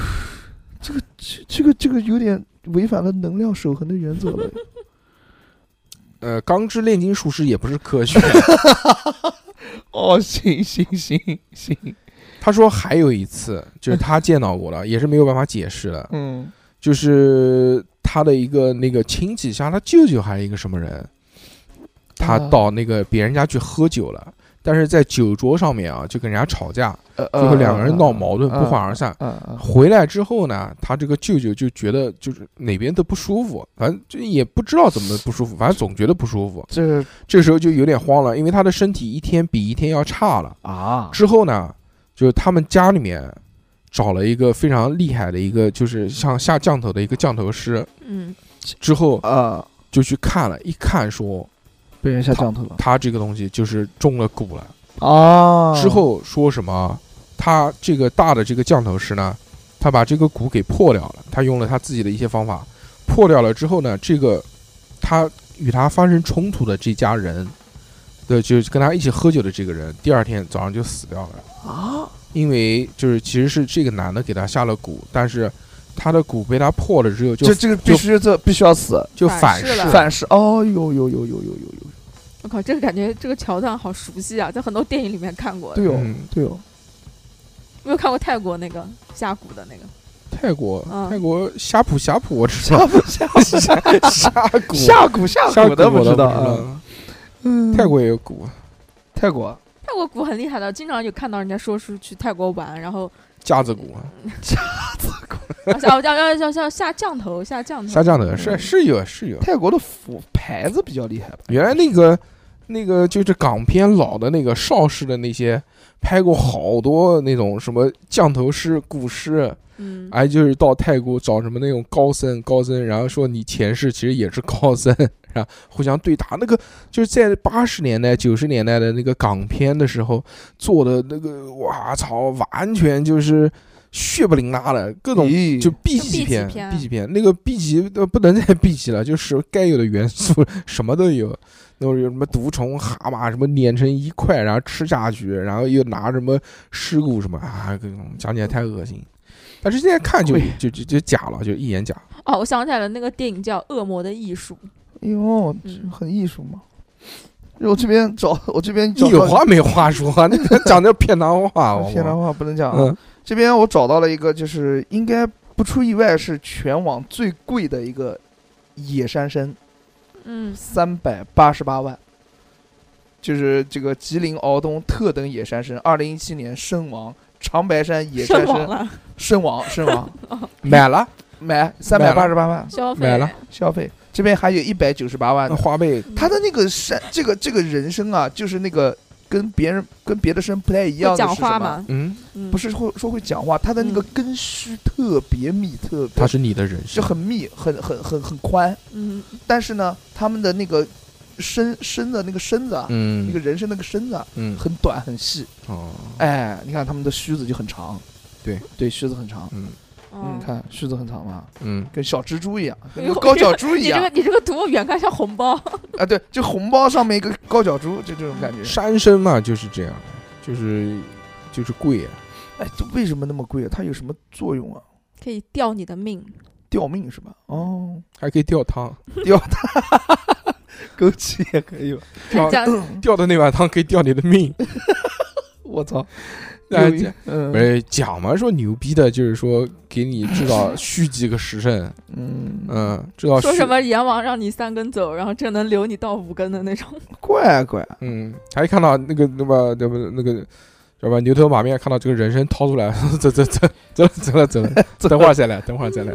[SPEAKER 4] 这个这个这个有点违反了能量守恒的原则了。
[SPEAKER 3] 呃，钢之炼金术师也不是科学。
[SPEAKER 7] 哦，行行行行，
[SPEAKER 3] 他说还有一次，就是他见到过了，也是没有办法解释了，
[SPEAKER 7] 嗯
[SPEAKER 3] 就是他的一个那个亲戚，像他舅舅还是一个什么人，他
[SPEAKER 7] 啊
[SPEAKER 3] 到那个别人家去喝酒了，但是在酒桌上面啊就跟人家吵架，
[SPEAKER 7] 呃，
[SPEAKER 3] 最后两个人闹矛
[SPEAKER 4] 呃
[SPEAKER 3] 盾，不欢而散。
[SPEAKER 7] 嗯嗯
[SPEAKER 3] 回来之后呢，他这个舅舅就觉得就是哪边都不舒服，反正就也不知道怎么不舒服，反正总觉得不舒服。
[SPEAKER 4] 这是
[SPEAKER 3] 这时候就有点慌了，因为他的身体一天比一天要差了。
[SPEAKER 4] 啊，
[SPEAKER 3] 之后呢，就是他们家里面找了一个非常厉害的一个，就是像下降头的一个降头师，
[SPEAKER 5] 嗯，
[SPEAKER 3] 之后
[SPEAKER 4] 啊，
[SPEAKER 3] 就去看了，一看说
[SPEAKER 4] 被人下降头了
[SPEAKER 3] 他这个东西就是中了蛊了。
[SPEAKER 4] 啊
[SPEAKER 3] 之后说什么？他这个大的这个降头师呢，他把这个蛊给破掉了，他用了他自己的一些方法破掉了之后呢，这个他与他发生冲突的这家人，对，就是跟他一起喝酒的这个人，第二天早上就死掉了啊，因为就是其实是这个男的给他下了蛊，但是他的蛊被他破了之后就
[SPEAKER 4] 这这个必须这必须要死
[SPEAKER 3] 就
[SPEAKER 5] 反
[SPEAKER 3] 反
[SPEAKER 5] 噬
[SPEAKER 3] 噬
[SPEAKER 5] 了
[SPEAKER 3] 了，
[SPEAKER 4] 反噬，哦呦呦呦呦呦呦呦，
[SPEAKER 5] 我靠，这个感觉这个桥段好熟悉啊，在很多电影里面看过的。
[SPEAKER 4] 对哦
[SPEAKER 3] 嗯
[SPEAKER 4] 对哦，
[SPEAKER 5] 没有看过泰国那个下蛊的那个，
[SPEAKER 3] 泰国
[SPEAKER 5] 嗯
[SPEAKER 3] 泰国呷哺呷哺我知 道，
[SPEAKER 4] 下
[SPEAKER 3] 呷蛊
[SPEAKER 4] 下蛊下
[SPEAKER 3] 下
[SPEAKER 4] 蛊的不知道啊，
[SPEAKER 3] 嗯，泰国也有蛊，
[SPEAKER 4] 泰国
[SPEAKER 5] 泰国蛊很厉害的，经常有看到人家说是去泰国玩，然后啊
[SPEAKER 3] 架子蛊，
[SPEAKER 5] 然后下要要要要下降头，下降头
[SPEAKER 3] 下，降头
[SPEAKER 4] 嗯
[SPEAKER 3] 是是有是有。
[SPEAKER 4] 泰国的府牌子比较厉害吧？
[SPEAKER 3] 原来那个那个就是港片老的那个邵氏的那些，拍过好多那种什么降头师、蛊师，
[SPEAKER 5] 嗯，
[SPEAKER 3] 哎，就是到泰国找什么那种高僧，高僧，然后说你前世其实也是高僧，然后互相对打。那个就是在八十年代、九十年代的那个港片的时候做的那个，哇操，完全就是血不淋拉的各种。
[SPEAKER 4] 咦
[SPEAKER 3] 就 B
[SPEAKER 5] 就 B 级
[SPEAKER 3] 级片
[SPEAKER 5] 片啊
[SPEAKER 3] ，B 级片，那个 B 级都不能再 B 级了，就是该有的元素什么都有，那种有什么毒虫、蛤蟆，什么碾成一块，然后吃下去，然后又拿什么尸骨什么啊，各种讲起来太恶心。但是现在看就
[SPEAKER 4] 贵
[SPEAKER 3] 就就就假了，就一眼假。
[SPEAKER 5] 哦，我想起来了，那个电影叫《恶魔的艺术》，
[SPEAKER 4] 哎呦，
[SPEAKER 5] 嗯
[SPEAKER 4] 很艺术嘛。我这边找，我这边找
[SPEAKER 3] 有
[SPEAKER 4] 到
[SPEAKER 3] 话没话说啊，你 讲的片汤话，我
[SPEAKER 4] 天南话不能讲啊。
[SPEAKER 3] 嗯，
[SPEAKER 4] 这边我找到了一个，就是应该不出意外是全网最贵的一个野山参，
[SPEAKER 5] 嗯，
[SPEAKER 4] 三百八十八万，就是这个吉林敖东特等野山参，二零一七年身亡，长白山野
[SPEAKER 5] 身
[SPEAKER 4] 山
[SPEAKER 5] 亡
[SPEAKER 4] 参
[SPEAKER 5] 了，
[SPEAKER 4] 身亡身亡，
[SPEAKER 3] 买了
[SPEAKER 4] 买三百八十八万
[SPEAKER 5] 消费
[SPEAKER 3] 买了
[SPEAKER 4] 消费，这边还有一百九十八万
[SPEAKER 3] 那
[SPEAKER 4] 的，
[SPEAKER 3] 花呗，
[SPEAKER 5] 嗯
[SPEAKER 4] 他的那个山，这个这个人参啊，就是那个跟别人跟别的参不太一样
[SPEAKER 5] 会
[SPEAKER 4] 的
[SPEAKER 5] 讲
[SPEAKER 4] 是什
[SPEAKER 5] 话
[SPEAKER 4] 么？
[SPEAKER 5] 吗？
[SPEAKER 3] 嗯，
[SPEAKER 5] 嗯，
[SPEAKER 4] 不是会说会讲话，他的那个
[SPEAKER 5] 嗯
[SPEAKER 4] 根须特别密，特别
[SPEAKER 3] 他是你的人
[SPEAKER 4] 就
[SPEAKER 3] 生，
[SPEAKER 4] 很密，很很很很宽，
[SPEAKER 5] 嗯，
[SPEAKER 4] 但是呢，他们的那个身身的那个身子啊，那个
[SPEAKER 3] 嗯
[SPEAKER 4] 人参那个身子啊，
[SPEAKER 3] 嗯
[SPEAKER 4] 很短很细，
[SPEAKER 3] 哦，
[SPEAKER 4] 哎，你看他们的须子就很长，
[SPEAKER 3] 对
[SPEAKER 4] 对，须子很长，
[SPEAKER 3] 嗯
[SPEAKER 5] 哦
[SPEAKER 4] 嗯，你看须子很长嘛，
[SPEAKER 3] 嗯，
[SPEAKER 4] 跟小蜘蛛一样，跟那
[SPEAKER 5] 哎呦
[SPEAKER 4] 个高脚蛛一
[SPEAKER 5] 你这
[SPEAKER 4] 样
[SPEAKER 5] 个你这个图我远看像红包，
[SPEAKER 4] 啊，对，就红包上面一个高脚蛛，就这种感觉。
[SPEAKER 3] 山参嘛就是这样，就是就是贵啊。
[SPEAKER 4] 哎，这为什么那么贵啊？它有什么作用啊？
[SPEAKER 5] 可以吊你的命，
[SPEAKER 4] 吊命是吧？哦，
[SPEAKER 3] 还可以吊汤，嗯
[SPEAKER 4] 枸杞也可以吧？
[SPEAKER 3] 吊
[SPEAKER 5] 讲
[SPEAKER 3] 吊的那碗汤可以吊你的命。
[SPEAKER 4] 我操，
[SPEAKER 3] 哎
[SPEAKER 4] 有一
[SPEAKER 3] 这
[SPEAKER 4] 嗯
[SPEAKER 3] 不是哎讲嘛，说牛逼的，就是说给你至少续几个时辰，
[SPEAKER 4] 嗯，
[SPEAKER 3] 嗯，至少
[SPEAKER 5] 说
[SPEAKER 3] 续
[SPEAKER 5] 什？么阎王让你三根走，然后这能留你到五根的那种，
[SPEAKER 4] 怪啊怪，
[SPEAKER 3] 嗯，还看到那个那么那么那个。要不然牛头马面看到这个人参掏出来， 走走走走了走了走了，等会儿再来，等会儿再来。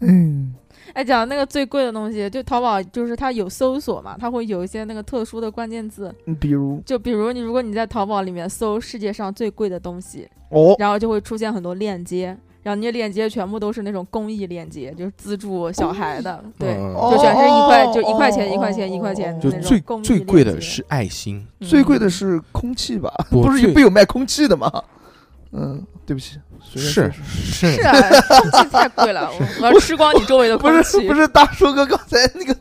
[SPEAKER 4] 嗯，
[SPEAKER 5] 哎，讲那个最贵的东西，就淘宝，就是它有搜索嘛，它会有一些那个特殊的关键字，
[SPEAKER 4] 比如
[SPEAKER 5] 就比如你如果你在淘宝里面搜世界上最贵的东西，
[SPEAKER 4] 哦，
[SPEAKER 5] 然后就会出现很多链接，然后那些链接全部都是那种公益链接，就是资助小孩的，对，
[SPEAKER 3] 嗯
[SPEAKER 4] 哦
[SPEAKER 5] 就显示一块
[SPEAKER 4] 哦
[SPEAKER 5] 就一块钱
[SPEAKER 4] 哦
[SPEAKER 5] 一块钱
[SPEAKER 4] 哦
[SPEAKER 5] 一块
[SPEAKER 4] 哦
[SPEAKER 5] 钱的
[SPEAKER 3] 就
[SPEAKER 5] 那种
[SPEAKER 3] 最
[SPEAKER 5] 公益
[SPEAKER 3] 最
[SPEAKER 5] 链
[SPEAKER 3] 贵的
[SPEAKER 5] 接
[SPEAKER 3] 是爱心，
[SPEAKER 5] 嗯
[SPEAKER 4] 最贵的是空气吧？
[SPEAKER 3] 不
[SPEAKER 4] 不是
[SPEAKER 3] 最
[SPEAKER 4] 不有卖空气的吗？嗯，对不起，随便
[SPEAKER 3] 是
[SPEAKER 4] 说
[SPEAKER 5] 嗯
[SPEAKER 3] 是
[SPEAKER 5] 是啊，空气太贵了， 我我要吃光你周围的
[SPEAKER 4] 不
[SPEAKER 5] 空
[SPEAKER 4] 是
[SPEAKER 5] 气
[SPEAKER 4] 不，是大叔哥刚才那个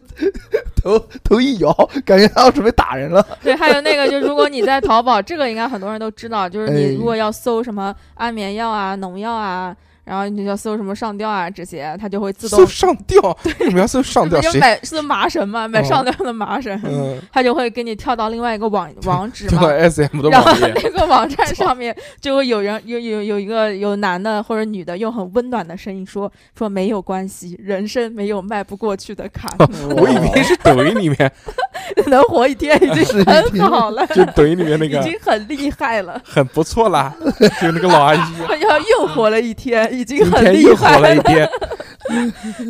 [SPEAKER 4] 头头一摇，感觉他要准备打人了。
[SPEAKER 5] 对，还有那个，就如果你在淘宝，这个应该很多人都知道，就是你
[SPEAKER 4] 哎
[SPEAKER 5] 如果要搜什么安眠药啊、农药啊，然后你就搜什么上吊啊这些，它就会自动
[SPEAKER 3] 搜上吊，为什么要搜上 吊？
[SPEAKER 5] 就
[SPEAKER 3] 谁？哦
[SPEAKER 5] 买是麻绳嘛，买上吊的麻绳，
[SPEAKER 3] 嗯，
[SPEAKER 5] 它就会给你跳到另外一个 网网址
[SPEAKER 3] 跳
[SPEAKER 5] 嘛
[SPEAKER 3] 到。S M 的
[SPEAKER 5] 然后
[SPEAKER 3] 网页，
[SPEAKER 5] 那个网站上面就会有人有有有一个有男的或者女的用很温暖的声音说说没有关系，人生没有迈不过去的坎，
[SPEAKER 3] 我以为是抖音里面，
[SPEAKER 5] 能活一天已经很好了，
[SPEAKER 3] 就抖音里面那
[SPEAKER 5] 已
[SPEAKER 3] 个
[SPEAKER 5] 经很厉害了。
[SPEAKER 3] 很不错啦，就那个老阿姨，
[SPEAKER 5] 要又活了一天，已经
[SPEAKER 3] 今
[SPEAKER 5] 很
[SPEAKER 3] 天
[SPEAKER 5] 厉
[SPEAKER 3] 又
[SPEAKER 5] 害
[SPEAKER 3] 火了一天，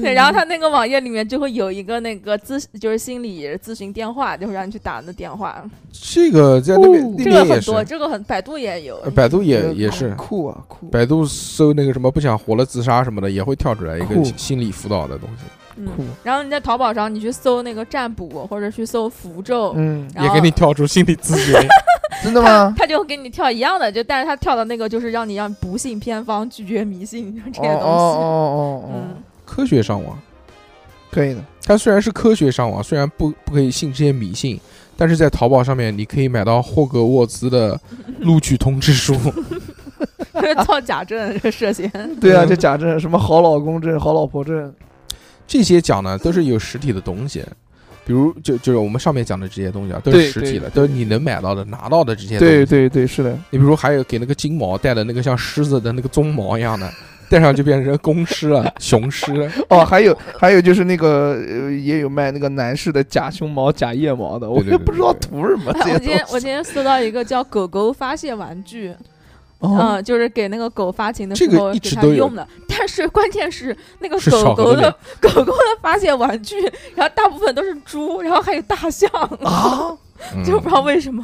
[SPEAKER 5] 对，然后他那个网页里面就会有一个那个咨，就是心理咨询电话，就会让你去打那电话。
[SPEAKER 3] 这个在那边那
[SPEAKER 5] 哦这个
[SPEAKER 3] 边也
[SPEAKER 5] 很
[SPEAKER 3] 是，
[SPEAKER 5] 多，这个很百度也有。
[SPEAKER 3] 呃百度也
[SPEAKER 2] 呃
[SPEAKER 3] 也
[SPEAKER 2] 酷
[SPEAKER 3] 是，
[SPEAKER 2] 酷啊酷，
[SPEAKER 3] 百度搜那个什么不想活了自杀什么的，也会跳出来一个
[SPEAKER 2] 酷
[SPEAKER 3] 心心理辅导的东西，
[SPEAKER 2] 酷
[SPEAKER 5] 嗯，然后你在淘宝上，你去搜那个占卜，或者去搜符咒，
[SPEAKER 2] 嗯，
[SPEAKER 5] 然
[SPEAKER 3] 也
[SPEAKER 5] 后
[SPEAKER 3] 给你啊跳出心理咨询。
[SPEAKER 2] 真的
[SPEAKER 5] 他
[SPEAKER 2] 吗？
[SPEAKER 5] 他就会给你跳一样的，就但是他跳的那个就是让你让不信偏方，拒绝迷信这
[SPEAKER 2] 哦
[SPEAKER 5] 些
[SPEAKER 2] 哦
[SPEAKER 5] 东西。
[SPEAKER 2] 哦哦哦，
[SPEAKER 5] 嗯，
[SPEAKER 3] 科学上网，
[SPEAKER 2] 可以的，
[SPEAKER 3] 它虽然是科学上网，虽然不不可以信这些迷信，但是在淘宝上面你可以买到霍格沃兹的录取通知书。
[SPEAKER 5] 造假证涉 嫌。
[SPEAKER 2] 对啊，
[SPEAKER 3] 嗯
[SPEAKER 2] 这假证什么好老公证、好老婆证，
[SPEAKER 3] 这些讲呢都是有实体的东西，比如就就是我们上面讲的这些东西啊，都是
[SPEAKER 2] 对
[SPEAKER 3] 实
[SPEAKER 2] 对
[SPEAKER 3] 体的，都是你能买到的、拿到的这些东西。
[SPEAKER 2] 对对对，是的，
[SPEAKER 3] 你比如还有给那个金毛戴的那个像狮子的那个鬃毛一样的， 戴上就变成公狮了、雄狮了。
[SPEAKER 2] 哦，还有还有就是那个呃也有卖那个男士的假胸毛、假腋毛的，我
[SPEAKER 3] 对对
[SPEAKER 2] 也
[SPEAKER 3] 对
[SPEAKER 2] 不知
[SPEAKER 3] 对
[SPEAKER 2] 道
[SPEAKER 3] 对
[SPEAKER 2] 图什么这
[SPEAKER 5] 我
[SPEAKER 2] 些
[SPEAKER 5] 今天
[SPEAKER 2] 东
[SPEAKER 5] 我
[SPEAKER 2] 西
[SPEAKER 5] 今天搜到一个叫狗狗发泄玩具，
[SPEAKER 2] 哦，
[SPEAKER 5] 嗯，就是给那个狗发情的
[SPEAKER 3] 这
[SPEAKER 5] 时
[SPEAKER 3] 个
[SPEAKER 5] 候
[SPEAKER 3] 一
[SPEAKER 5] 给
[SPEAKER 3] 直
[SPEAKER 5] 它
[SPEAKER 3] 都有
[SPEAKER 5] 用的，但是关键是那个
[SPEAKER 3] 是
[SPEAKER 5] 狗
[SPEAKER 3] 小
[SPEAKER 5] 狗
[SPEAKER 3] 狗的
[SPEAKER 5] 的狗狗的发泄玩具，然后大部分都是猪，然后还有大象，
[SPEAKER 3] 嗯
[SPEAKER 5] 就不知道为什么。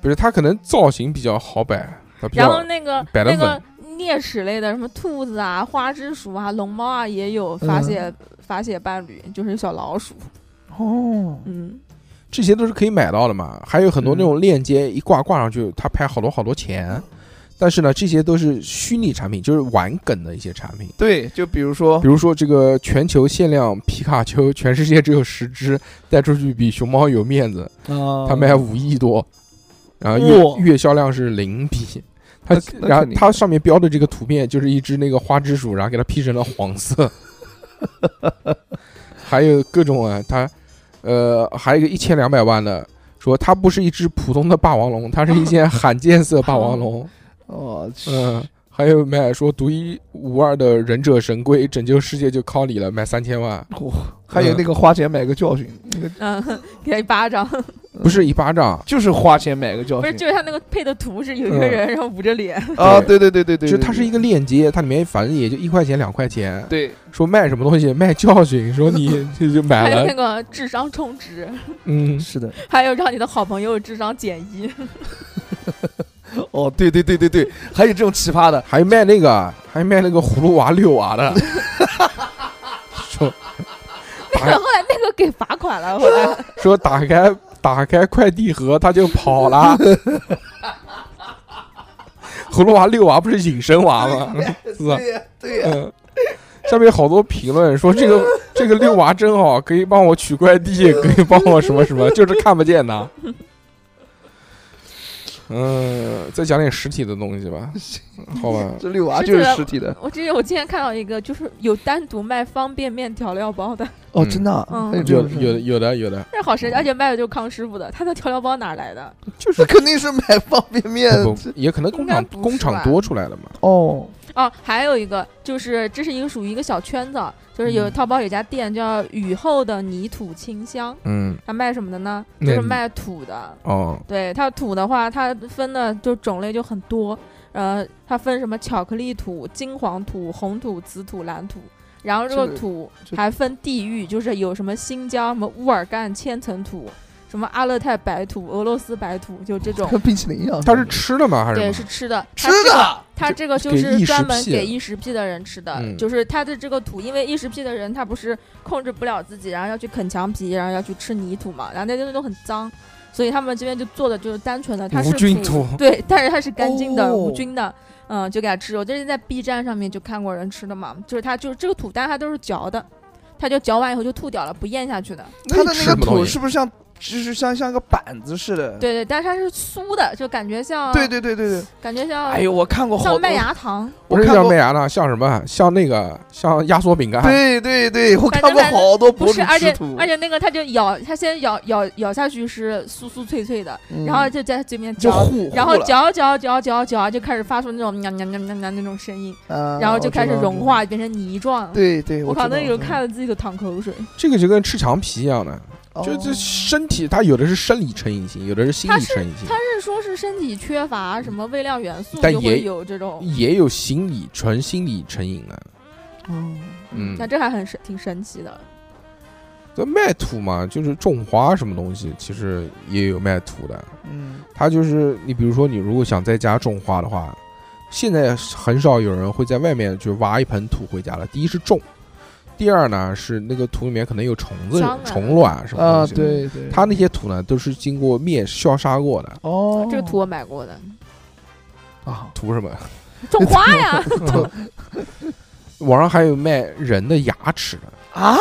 [SPEAKER 3] 不是，它可能造型比较好摆，它比
[SPEAKER 5] 然后
[SPEAKER 3] 较
[SPEAKER 5] 那个
[SPEAKER 3] 摆得
[SPEAKER 5] 那个
[SPEAKER 3] 稳
[SPEAKER 5] 啮齿类的，什么兔子啊、花枝鼠啊、龙猫啊，也有发泄、
[SPEAKER 3] 嗯
[SPEAKER 5] 发泄伴侣，就是小老鼠。
[SPEAKER 2] 哦，
[SPEAKER 5] 嗯，
[SPEAKER 3] 这些都是可以买到的嘛。还有很多那种链接一挂挂上去，它拍好多好多钱。但是呢，这些都是虚拟产品，就是玩梗的一些产品。
[SPEAKER 2] 对，就比如说
[SPEAKER 3] 比如说这个全球限量皮卡丘，全世界只有十只，带出去比熊猫有面子，
[SPEAKER 2] 啊
[SPEAKER 3] 它卖五亿多，然后月、
[SPEAKER 2] 哇
[SPEAKER 3] 月销量是零比。它
[SPEAKER 2] 那肯那
[SPEAKER 3] 然后
[SPEAKER 2] 肯定
[SPEAKER 3] 它
[SPEAKER 2] 的
[SPEAKER 3] 上面标的这个图片就是一只那个花枝鼠，然后给它 P 成了黄色，还有各种啊，它呃还有一个一千两百万的，说它不是一只普通的霸王龙，它是一件罕见色霸王龙，
[SPEAKER 2] 哦，
[SPEAKER 3] 嗯，还有买说独一无二的忍者神龟，拯救世界就靠你了，买三千万，
[SPEAKER 2] 嚯还
[SPEAKER 3] 呃
[SPEAKER 2] 有那个花钱买个教训，那个
[SPEAKER 5] 嗯， 给他一巴掌，
[SPEAKER 3] 不是一巴掌，
[SPEAKER 2] 就是花钱买个教
[SPEAKER 5] 不是，
[SPEAKER 2] 训
[SPEAKER 5] 就是他那个配的图是有一个
[SPEAKER 3] 嗯
[SPEAKER 5] 人，然后捂着脸，
[SPEAKER 2] 啊，对对对对对，
[SPEAKER 3] 就
[SPEAKER 2] 对
[SPEAKER 3] 它是一个链接，它里面反正也就一块钱两块钱，
[SPEAKER 2] 对
[SPEAKER 3] 说卖什么东西卖教训，说你就就买
[SPEAKER 5] 还有那
[SPEAKER 3] 了，
[SPEAKER 5] 个智商充值，
[SPEAKER 3] 嗯，
[SPEAKER 2] 是的，
[SPEAKER 5] 还有让你的好朋友智商减一。
[SPEAKER 3] 嗯
[SPEAKER 2] 哦，对对对对对，还有这种奇葩的，
[SPEAKER 3] 还卖那个还卖那个葫芦娃六啊娃的，说
[SPEAKER 5] 那个后来那个给罚款了，后来
[SPEAKER 3] 说打开打开快递盒他就跑 了。葫芦娃六娃不是隐身娃吗？是吧？
[SPEAKER 2] 呀对 呀，
[SPEAKER 3] 嗯，下面好多评论说这个这个六娃真好，可以帮我取快递，可以帮我什么什么，就是看不见的。 嗯，再讲点实体的东西吧，好吧？
[SPEAKER 2] 这六娃就是实体
[SPEAKER 3] 嗯
[SPEAKER 2] 的
[SPEAKER 5] 我之前我今天看到一个，就是有单独卖方便面调料包的，
[SPEAKER 2] 哦，
[SPEAKER 3] 嗯
[SPEAKER 2] 真的啊
[SPEAKER 5] 嗯
[SPEAKER 2] 还有这
[SPEAKER 3] 有
[SPEAKER 2] 种事
[SPEAKER 3] 有有的有的，
[SPEAKER 5] 这好神奇，而且卖的就是康师傅的，他的调料包哪来的？
[SPEAKER 2] 就是肯定是买方便面
[SPEAKER 3] 不不也可能工厂
[SPEAKER 5] 应该不是
[SPEAKER 3] 工厂
[SPEAKER 5] 吧
[SPEAKER 3] 多出来了嘛。
[SPEAKER 2] 哦，
[SPEAKER 5] 哦，还有一个就是，这是一个属于一个小圈子，就是有
[SPEAKER 3] 嗯
[SPEAKER 5] 淘宝有家店叫雨后的泥土清香，
[SPEAKER 3] 嗯，
[SPEAKER 5] 它卖什么的呢？就
[SPEAKER 3] 那
[SPEAKER 5] 是
[SPEAKER 3] 你
[SPEAKER 5] 卖土的。
[SPEAKER 3] 哦，
[SPEAKER 5] 对，它土的话，它分的就种类就很多，呃，它分什么巧克力土、金黄土、红土、紫土、蓝土。然后这个
[SPEAKER 2] 这个
[SPEAKER 5] 土
[SPEAKER 2] 这
[SPEAKER 5] 还分地域，就是有什么新疆、什么乌尔干千层土、什么阿勒泰白土、俄罗斯白土，就这种
[SPEAKER 2] 跟。冰淇淋一样，
[SPEAKER 3] 它是吃的吗？还是
[SPEAKER 5] 对，
[SPEAKER 3] 什
[SPEAKER 5] 是
[SPEAKER 3] 么
[SPEAKER 5] 吃的，
[SPEAKER 2] 吃
[SPEAKER 5] 它这个
[SPEAKER 2] 的，
[SPEAKER 5] 它这个就
[SPEAKER 3] 给
[SPEAKER 5] 是
[SPEAKER 3] 异食
[SPEAKER 5] 专门
[SPEAKER 3] 癖
[SPEAKER 5] 给
[SPEAKER 3] 的
[SPEAKER 5] 异食癖的人吃的，
[SPEAKER 3] 嗯
[SPEAKER 5] 就是它的这个土，因为异食癖的人他不是控制不了自己，然后要去啃墙皮，然后要去吃泥土嘛，然后那些东西都很脏，所以他们这边就做的就是单纯的，它是
[SPEAKER 3] 无菌
[SPEAKER 5] 土，
[SPEAKER 3] 土。
[SPEAKER 5] 对，但是它是干净的、无
[SPEAKER 2] 哦
[SPEAKER 5] 菌的，嗯，就给它吃。我最近在 B 站上面就看过人吃的嘛，就是它就是这个土，但它都是嚼的，它就嚼完以后就吐掉了，不咽下去的。
[SPEAKER 2] 它的那
[SPEAKER 3] 吃什
[SPEAKER 2] 个
[SPEAKER 3] 么东
[SPEAKER 2] 土
[SPEAKER 3] 西
[SPEAKER 2] 是不是像就是像像个板子似的。
[SPEAKER 5] 对对，但是它是酥的，就感觉像
[SPEAKER 2] 对对对对对，
[SPEAKER 5] 感觉像
[SPEAKER 2] 哎呦，我看过好
[SPEAKER 5] 像
[SPEAKER 2] 多
[SPEAKER 5] 麦，芽糖，
[SPEAKER 2] 我
[SPEAKER 3] 不是
[SPEAKER 2] 看
[SPEAKER 3] 像
[SPEAKER 2] 过
[SPEAKER 3] 麦芽糖，像什么？像那个，像压缩饼干。
[SPEAKER 2] 对对对，我
[SPEAKER 5] 反
[SPEAKER 2] 看
[SPEAKER 5] 正
[SPEAKER 2] 过
[SPEAKER 5] 反正
[SPEAKER 2] 好多博
[SPEAKER 5] 不
[SPEAKER 2] 主
[SPEAKER 5] 是，而
[SPEAKER 2] 吃
[SPEAKER 5] 且
[SPEAKER 2] 图
[SPEAKER 5] 而，且那个它就咬，它先咬咬咬下去是酥酥脆脆的，
[SPEAKER 2] 嗯
[SPEAKER 5] 然后就在嘴里面
[SPEAKER 2] 就
[SPEAKER 5] 嚼，
[SPEAKER 2] 糊，
[SPEAKER 5] 然
[SPEAKER 2] 糊
[SPEAKER 5] 后
[SPEAKER 2] 了，
[SPEAKER 5] 嚼嚼嚼嚼嚼，就开始发出那种喵喵喵喵喵那种声音，
[SPEAKER 2] 啊
[SPEAKER 5] 然后就开始融。
[SPEAKER 2] 我知道
[SPEAKER 5] 化变成泥状。
[SPEAKER 2] 对对，我嗯
[SPEAKER 5] 靠，
[SPEAKER 2] 看
[SPEAKER 5] 那时候看了自己都淌口水。
[SPEAKER 3] 这个就跟吃肠皮一样的，
[SPEAKER 2] 哦
[SPEAKER 3] 就
[SPEAKER 4] 哦
[SPEAKER 3] 这身体它有的是生理成瘾性，有的是心理成瘾性，
[SPEAKER 5] 它是说是身体缺乏什么微量元素，
[SPEAKER 3] 但
[SPEAKER 5] 就
[SPEAKER 3] 也
[SPEAKER 5] 会有这种，
[SPEAKER 3] 也有心理纯心理成瘾的。嗯
[SPEAKER 5] 那这还很神，挺神奇的。
[SPEAKER 3] 这卖土嘛，就是种花什么东西，其实也有卖土的。
[SPEAKER 2] 嗯，
[SPEAKER 3] 它就是你，比如说你如果想在家种花的话，现在很少有人会在外面去挖一盆土回家了。第一是种，第二呢是那个土里面可能有虫子
[SPEAKER 5] 蟑、螂
[SPEAKER 3] 虫卵什么
[SPEAKER 2] 啊
[SPEAKER 3] 东西。，
[SPEAKER 2] 对对，
[SPEAKER 3] 它那些土呢都是经过灭消杀过的。
[SPEAKER 2] 哦，
[SPEAKER 5] 这个图我买过的，
[SPEAKER 2] 啊，
[SPEAKER 3] 图 什么？
[SPEAKER 5] 种花呀，
[SPEAKER 3] 网上还有卖人的牙齿的
[SPEAKER 2] 啊，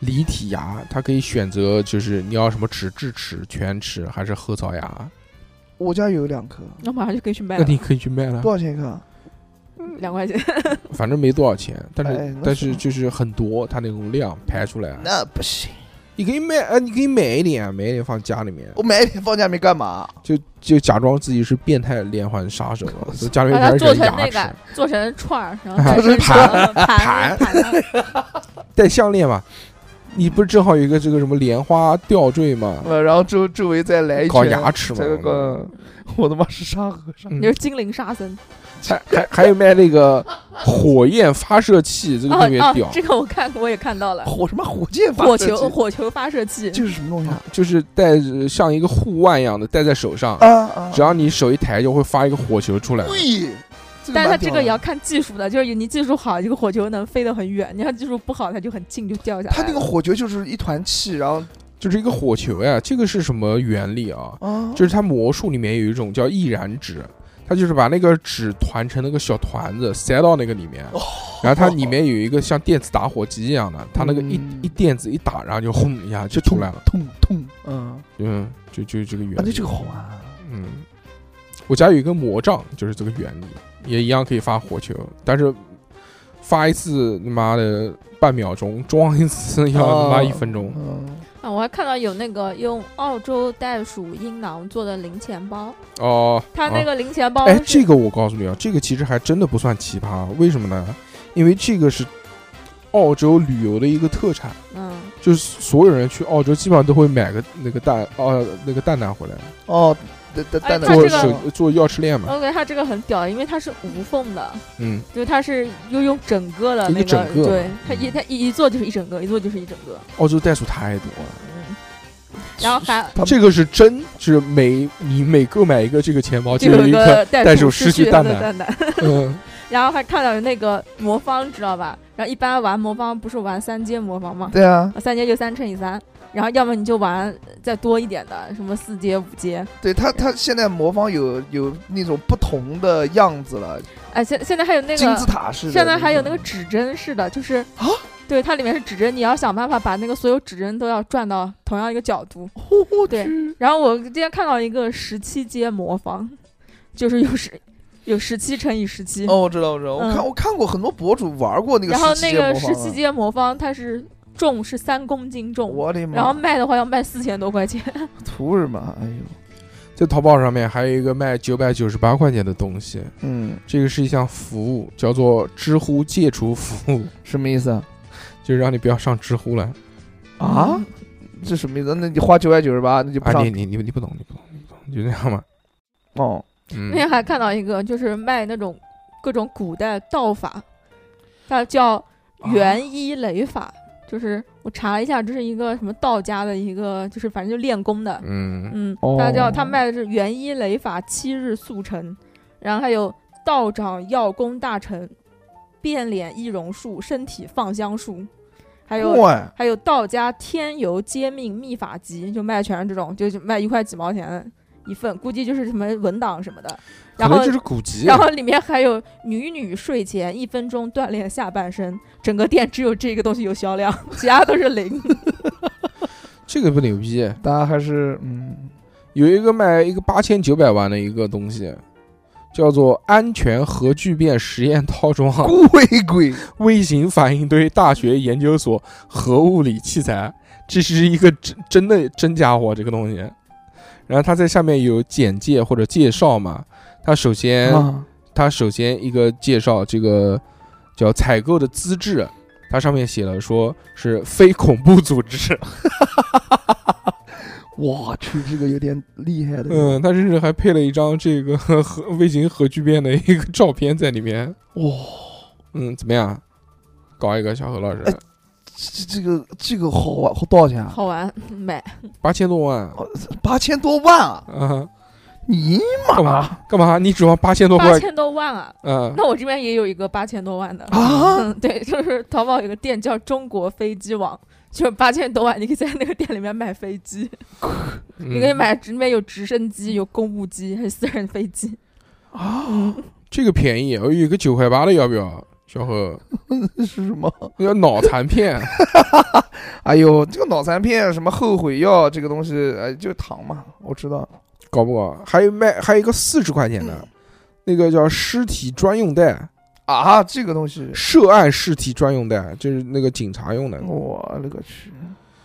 [SPEAKER 3] 离体牙，它可以选择就是你要什么齿、智齿、全齿还是核桃牙，
[SPEAKER 2] 我家有两颗，
[SPEAKER 5] 那马上就可以去卖
[SPEAKER 3] 那
[SPEAKER 5] 了
[SPEAKER 3] 你，可以去卖了
[SPEAKER 2] 多，少钱一颗？
[SPEAKER 5] 两块钱。
[SPEAKER 3] 反正没多少钱，但是、
[SPEAKER 2] 哎那
[SPEAKER 3] 但是
[SPEAKER 2] 行
[SPEAKER 3] 就是很多，它那种量排出来，啊
[SPEAKER 2] 那不行，
[SPEAKER 3] 你可以卖，呃，你可以买一点，买一点放家里面，
[SPEAKER 2] 我买一点放家里面干嘛？
[SPEAKER 3] 就就假装自己是变态连环杀手，啊 就家里
[SPEAKER 5] 把
[SPEAKER 3] 面
[SPEAKER 5] 它
[SPEAKER 3] 全是人
[SPEAKER 5] 做成
[SPEAKER 3] 牙
[SPEAKER 5] 那
[SPEAKER 3] 齿，
[SPEAKER 5] 个，做成串儿，然后在
[SPEAKER 3] 做成
[SPEAKER 5] 身上盘
[SPEAKER 3] 盘
[SPEAKER 5] 盘，
[SPEAKER 3] 戴项链嘛，你不是正好有一个这个什么莲花吊坠嘛，
[SPEAKER 2] 呃，然后周周围再来一
[SPEAKER 3] 搞
[SPEAKER 2] 圈
[SPEAKER 3] 牙齿嘛嗯
[SPEAKER 2] 这个，我他妈是沙和尚，
[SPEAKER 5] 你是精灵沙僧。
[SPEAKER 3] 还 还还有卖那个火焰发射器，这个
[SPEAKER 5] 哦
[SPEAKER 3] 特别
[SPEAKER 5] 哦，
[SPEAKER 3] 屌，
[SPEAKER 5] 这个我看过，我也看到了，
[SPEAKER 2] 火什么火箭发射啊
[SPEAKER 5] 火
[SPEAKER 2] 器
[SPEAKER 5] 球火球发射器，
[SPEAKER 2] 这是什么东西啊？
[SPEAKER 3] 就是戴着像一个护腕一样的戴在手上，
[SPEAKER 2] 啊啊！
[SPEAKER 3] 只要你手一抬就会发一个火球出来。
[SPEAKER 2] 对，
[SPEAKER 5] 但是
[SPEAKER 2] 它
[SPEAKER 5] 它这个也要看技术的，就是你技术好，这个火球能飞得很远；你要技术不好，它就很近就掉下来了。
[SPEAKER 2] 它那个火球就是一团气，然后
[SPEAKER 3] 就是一个火球呀，这个是什么原理啊？
[SPEAKER 2] 啊，
[SPEAKER 3] 就是它魔术里面有一种叫易燃纸，它就是把那个纸团成那个小团子塞到那个里面，然后它里面有一个像电子打火机一样的，它那个一
[SPEAKER 2] 嗯
[SPEAKER 3] 一电子一打，然后就轰一下就出来了。
[SPEAKER 2] 痛痛，嗯，啊，
[SPEAKER 3] 嗯，就就这个原
[SPEAKER 2] 那
[SPEAKER 3] 理
[SPEAKER 2] 这。个好玩啊。
[SPEAKER 3] 嗯，我家有一个魔杖，就是这个原理，也一样可以发火球，但是发一次他妈的半秒钟，装一次要他妈
[SPEAKER 2] 哦
[SPEAKER 3] 一分钟。
[SPEAKER 2] 嗯，
[SPEAKER 5] 啊，我还看到有那个用澳洲袋鼠阴囊做的零钱包，
[SPEAKER 3] 哦，
[SPEAKER 5] 它那个零钱
[SPEAKER 3] 啊
[SPEAKER 5] 包
[SPEAKER 3] 哎，
[SPEAKER 5] 是
[SPEAKER 3] 这个我告诉你啊，这个其实还真的不算奇葩，为什么呢？因为这个是澳洲旅游的一个特产，
[SPEAKER 5] 嗯，
[SPEAKER 3] 就是所有人去澳洲基本上都会买个那个蛋哦、那个蛋蛋回来
[SPEAKER 2] 哦，蛋蛋
[SPEAKER 5] 哎
[SPEAKER 2] 蛋蛋
[SPEAKER 5] 它这
[SPEAKER 3] 做
[SPEAKER 5] 个
[SPEAKER 3] 手做钥匙链嘛，
[SPEAKER 5] 我感觉它这个很屌，因为它是无缝的，
[SPEAKER 3] 嗯，
[SPEAKER 5] 就是它是又用整个的
[SPEAKER 3] 一
[SPEAKER 5] 那
[SPEAKER 3] 整个嗯
[SPEAKER 5] 对，它一它一一做就是一整个，一做就是一整个，
[SPEAKER 3] 澳洲袋鼠太多了。
[SPEAKER 5] 然后还
[SPEAKER 2] 他们
[SPEAKER 3] 这个是真，就是每你每购买一个这个钱包，就
[SPEAKER 5] 就有
[SPEAKER 3] 有
[SPEAKER 5] 一
[SPEAKER 3] 一
[SPEAKER 5] 个
[SPEAKER 3] 个，
[SPEAKER 5] 袋
[SPEAKER 3] 袋
[SPEAKER 5] 鼠
[SPEAKER 3] 鼠
[SPEAKER 5] 失
[SPEAKER 3] 失
[SPEAKER 5] 去
[SPEAKER 3] 去
[SPEAKER 5] 它
[SPEAKER 3] 蛋
[SPEAKER 5] 的
[SPEAKER 3] 蛋
[SPEAKER 5] 蛋蛋，
[SPEAKER 3] 嗯，
[SPEAKER 5] 然后还看到有那个魔方，知道吧？然后一般玩魔方不是玩三阶魔方吗？
[SPEAKER 2] 对啊，
[SPEAKER 5] 三阶就三乘以三，然后要么你就玩再多一点的，什么四阶、五阶。
[SPEAKER 2] 对他他现在魔方有有那种不同的样子了，
[SPEAKER 5] 哎，现现在还有那
[SPEAKER 2] 金字
[SPEAKER 5] 个，
[SPEAKER 2] 塔式的，
[SPEAKER 5] 现在还有那个指针式的，就是啊，对，它里面是指针，你要想办法把那个所有指针都要转到同样一个角度。对，然后我今天看到一个十七阶魔方，就是有十有十七乘以十七、
[SPEAKER 2] 哦，我知道，我知道，我
[SPEAKER 5] 嗯
[SPEAKER 2] 看我看过很多博主玩过那个
[SPEAKER 5] 然后
[SPEAKER 2] 17
[SPEAKER 5] 那
[SPEAKER 2] 阶
[SPEAKER 5] 个
[SPEAKER 2] 魔
[SPEAKER 5] 十
[SPEAKER 2] 方
[SPEAKER 5] 七
[SPEAKER 2] 啊，
[SPEAKER 5] 阶魔方它是重是三公斤重，
[SPEAKER 2] 我的妈，
[SPEAKER 5] 然后卖的话要卖四千多块钱，
[SPEAKER 2] 图什么？哎呦，
[SPEAKER 3] 在淘宝上面还有一个卖九百九十八块钱的东西，
[SPEAKER 2] 嗯，
[SPEAKER 3] 这个是一项服务，叫做知乎戒除服务，
[SPEAKER 2] 什么意思啊？
[SPEAKER 3] 就是让你不要上知乎了。
[SPEAKER 4] 嗯
[SPEAKER 2] 啊，这什么意思？那你花九百九十八，那就不
[SPEAKER 3] 啊，
[SPEAKER 2] 上
[SPEAKER 3] 你你你你不懂，你不懂，你不懂，就这样嘛。
[SPEAKER 2] 哦。
[SPEAKER 5] 那
[SPEAKER 3] 嗯，
[SPEAKER 5] 天还看到一个，就是卖那种各种古代道法，它叫元一雷法，
[SPEAKER 2] 啊
[SPEAKER 5] 就是我查了一下，这是一个什么道家的一个，就是反正就练功的，
[SPEAKER 3] 嗯，
[SPEAKER 5] 嗯，
[SPEAKER 2] 哦
[SPEAKER 5] 它叫它卖的是元一雷法七日速成，然后还有道长药功大成，变脸易容术，身体放香术，还有
[SPEAKER 2] 哇，
[SPEAKER 5] 还有道家天游揭秘秘法集，就卖全是这种，就是卖一块几毛钱一份，估计就是什么文档什么的。
[SPEAKER 3] 可
[SPEAKER 5] 然后
[SPEAKER 3] 能就是古籍，
[SPEAKER 5] 然后里面还有女女睡前一分钟锻炼 下半身，整个店只有这个东西有销量，其他都是零。
[SPEAKER 3] 这个不牛逼。
[SPEAKER 2] 大家还是嗯，
[SPEAKER 3] 有一个卖一个八千九百万的一个东西，叫做安全核聚变实验套 装
[SPEAKER 2] 贵贵，
[SPEAKER 3] 微型反应堆大学研究所核物理器材，这是一个真真的真家伙，这个东西。然后它在下面有简介或者介绍嘛，它首先、
[SPEAKER 2] 啊，
[SPEAKER 3] 它首先一个介绍这个叫采购的资质，它上面写了说是非恐怖 组织，
[SPEAKER 2] 我去，这个有点厉害的，
[SPEAKER 3] 嗯，它甚至还配了一张这个 核微型核聚变的一个照片在里面，
[SPEAKER 2] 哇，
[SPEAKER 3] 嗯，怎么样？搞一个小何老师
[SPEAKER 2] 哎，这这个这个好玩，好多少钱啊？
[SPEAKER 5] 好玩， 买
[SPEAKER 3] 八千多万
[SPEAKER 2] 哦八千多万啊！
[SPEAKER 3] 啊！
[SPEAKER 2] 你
[SPEAKER 3] 干嘛干嘛？你指望八千多块
[SPEAKER 5] 八？千多万啊！
[SPEAKER 3] 嗯，
[SPEAKER 5] 那我这边也有一个八千多万的
[SPEAKER 2] 啊
[SPEAKER 5] 嗯， 对，就是淘宝有个店叫中国飞机网，就是八千多万，你可以在那个店里面买飞机，你
[SPEAKER 3] 你
[SPEAKER 5] 可以买里面有直升机、有公务机，还有私人飞机。
[SPEAKER 2] 啊，
[SPEAKER 3] 这个便宜，我有一个九块八的，要不要？小何，
[SPEAKER 2] 是什么？
[SPEAKER 3] 要脑残 片，
[SPEAKER 2] 哎呦，这个脑残片什么后悔药这个东西，哎，就糖嘛，我知道。
[SPEAKER 3] 搞不搞？还有卖，还有一个四十块钱的，那个叫尸体专用袋，
[SPEAKER 2] 啊，这个东西，
[SPEAKER 3] 涉案尸体专用袋，就是那个警察用的。
[SPEAKER 5] 嗯
[SPEAKER 2] 我勒个去！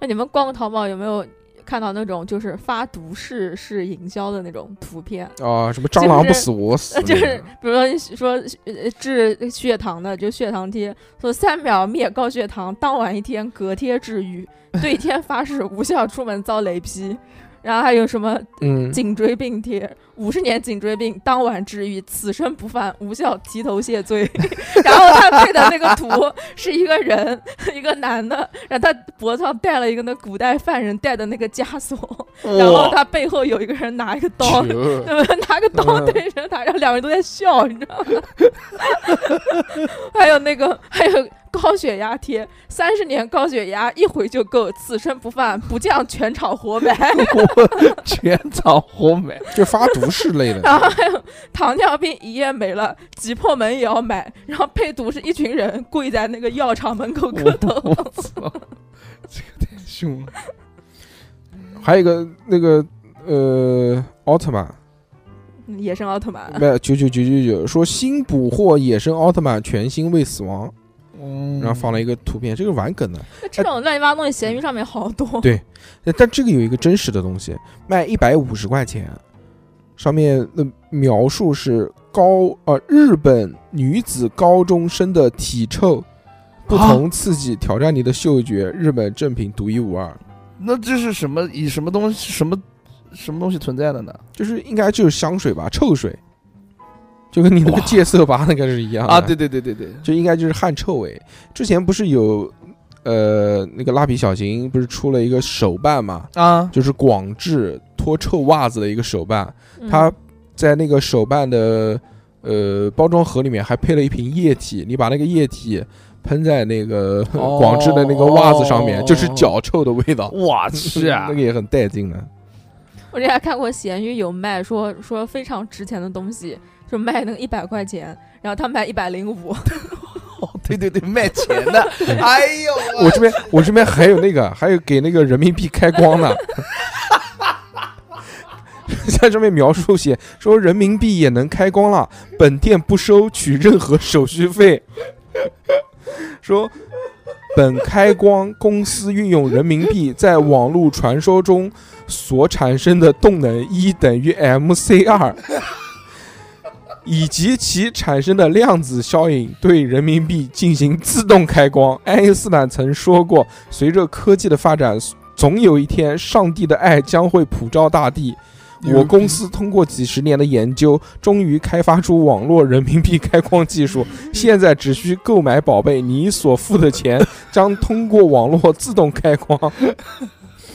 [SPEAKER 5] 那你们逛淘宝有没有看到那种就是发毒誓式营销的那种图片？
[SPEAKER 3] 啊，什么蟑螂不死我死
[SPEAKER 5] 呃，
[SPEAKER 3] 那个，
[SPEAKER 5] 就是比如说你说呃治血糖的，就血糖贴，说三秒灭高血糖，当晚一天，隔贴治愈，对天发誓无效出门遭雷劈。然后还有什么
[SPEAKER 3] 嗯，
[SPEAKER 5] 颈椎病贴，五十年颈椎病当晚治愈，此生不犯，无效提头谢罪。然后他配的那个图是一个人， 一个男的，然后他脖子上戴了一个那古代犯人戴的那个枷锁，然后他背后有一个人拿一个刀，
[SPEAKER 3] 球
[SPEAKER 5] 对吧？ 拿个刀对着他，然后两个人都在笑，你知道吗？ 还有那个，还有高血压贴，三十年高血压一回就够，此生不犯，不降全场活埋。
[SPEAKER 2] 我全场活埋，
[SPEAKER 3] 就发毒誓类 的，
[SPEAKER 5] 然后还有糖尿病一夜没了，挤破门也要买。然后配图是一群人跪在那个药厂门 口磕头
[SPEAKER 2] 我，操，这个太凶了！
[SPEAKER 3] 还有一个那个呃奥特曼，
[SPEAKER 5] 嗯野生奥 特曼。
[SPEAKER 3] 卖九九九九九，说新捕获野生奥特曼全新未死亡，
[SPEAKER 2] 嗯
[SPEAKER 3] 然后放了一个图片，这个玩梗的。
[SPEAKER 5] 这种乱七八糟东西，闲鱼上面好多。
[SPEAKER 3] 对但但这个有一个真实的东西，卖一百五十块钱，上面的描述是高呃日本女子高中生的体臭，不
[SPEAKER 2] 啊
[SPEAKER 3] 同刺激挑战你的嗅觉，日本正品独一无二，
[SPEAKER 2] 那这是什么？以什么东西？什么什么东西存在的呢？
[SPEAKER 3] 就是应该就是香水吧，臭水，就跟你那个戒色吧那个是一样的
[SPEAKER 2] 啊，对，对对对对，
[SPEAKER 3] 就应该就是汗臭味。之前不是有呃那个蜡笔小新不是出了一个手办嘛，
[SPEAKER 2] 啊，
[SPEAKER 3] 就是广智脱臭袜子的一个手办。
[SPEAKER 5] 嗯
[SPEAKER 3] 它在那个手办的呃包装盒里面还配了一瓶液体，你把那个液体喷在那个
[SPEAKER 2] 哦
[SPEAKER 3] 广智的那个袜子上面，就是脚臭的味道。
[SPEAKER 2] 我
[SPEAKER 4] 啊
[SPEAKER 3] 那个也很带劲的。
[SPEAKER 5] 我之前看过闲鱼有卖说说非常值钱的东西，就卖那个一百块钱，然后他卖一百零五，
[SPEAKER 2] 对对对，卖钱的，哎呦，
[SPEAKER 3] 我这边我这边还有那个，还有给那个人民币开光呢。 在上面描述写说人民币也能开光了，本店不收取任何手续费。说本开光公司运用人民币在网络传说中所产生的动能 E 等于 mc 二，以及其产生的量子效应对人民币进行自动开光。爱因斯坦曾说过，随着科技的发展，总有一天上帝的爱将会普照大地。
[SPEAKER 2] 牛
[SPEAKER 3] 我
[SPEAKER 2] 逼
[SPEAKER 3] 公司通过几十年的研究，终于开发出网络人民币开光技术。现在只需购买宝贝，你所付的钱将通过网络自动开光。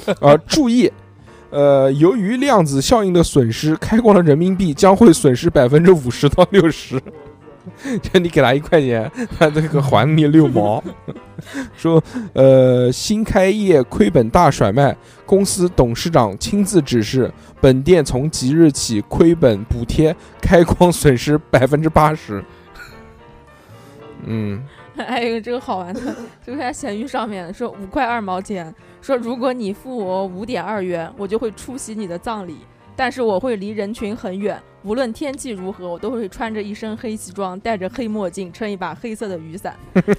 [SPEAKER 3] 呃，注意，呃，由于量子效应的损失，开光的人民币将会损失百分之五十到六十。 这你给他一块钱，他这个还你六毛。 说，呃，新开业亏本大甩卖，公司董事长亲自指示，本店从即日起亏本补 贴开光损失百分之八十。嗯，
[SPEAKER 5] 还有一个哎这个好玩的，就是在闲鱼上面说五块二毛钱，说如果你付我五点二元，我就会出席你的葬礼，但是我会离人群很远，无论天气如何，我都会穿着一身黑西装，戴着黑墨镜，撑一把黑色的雨伞，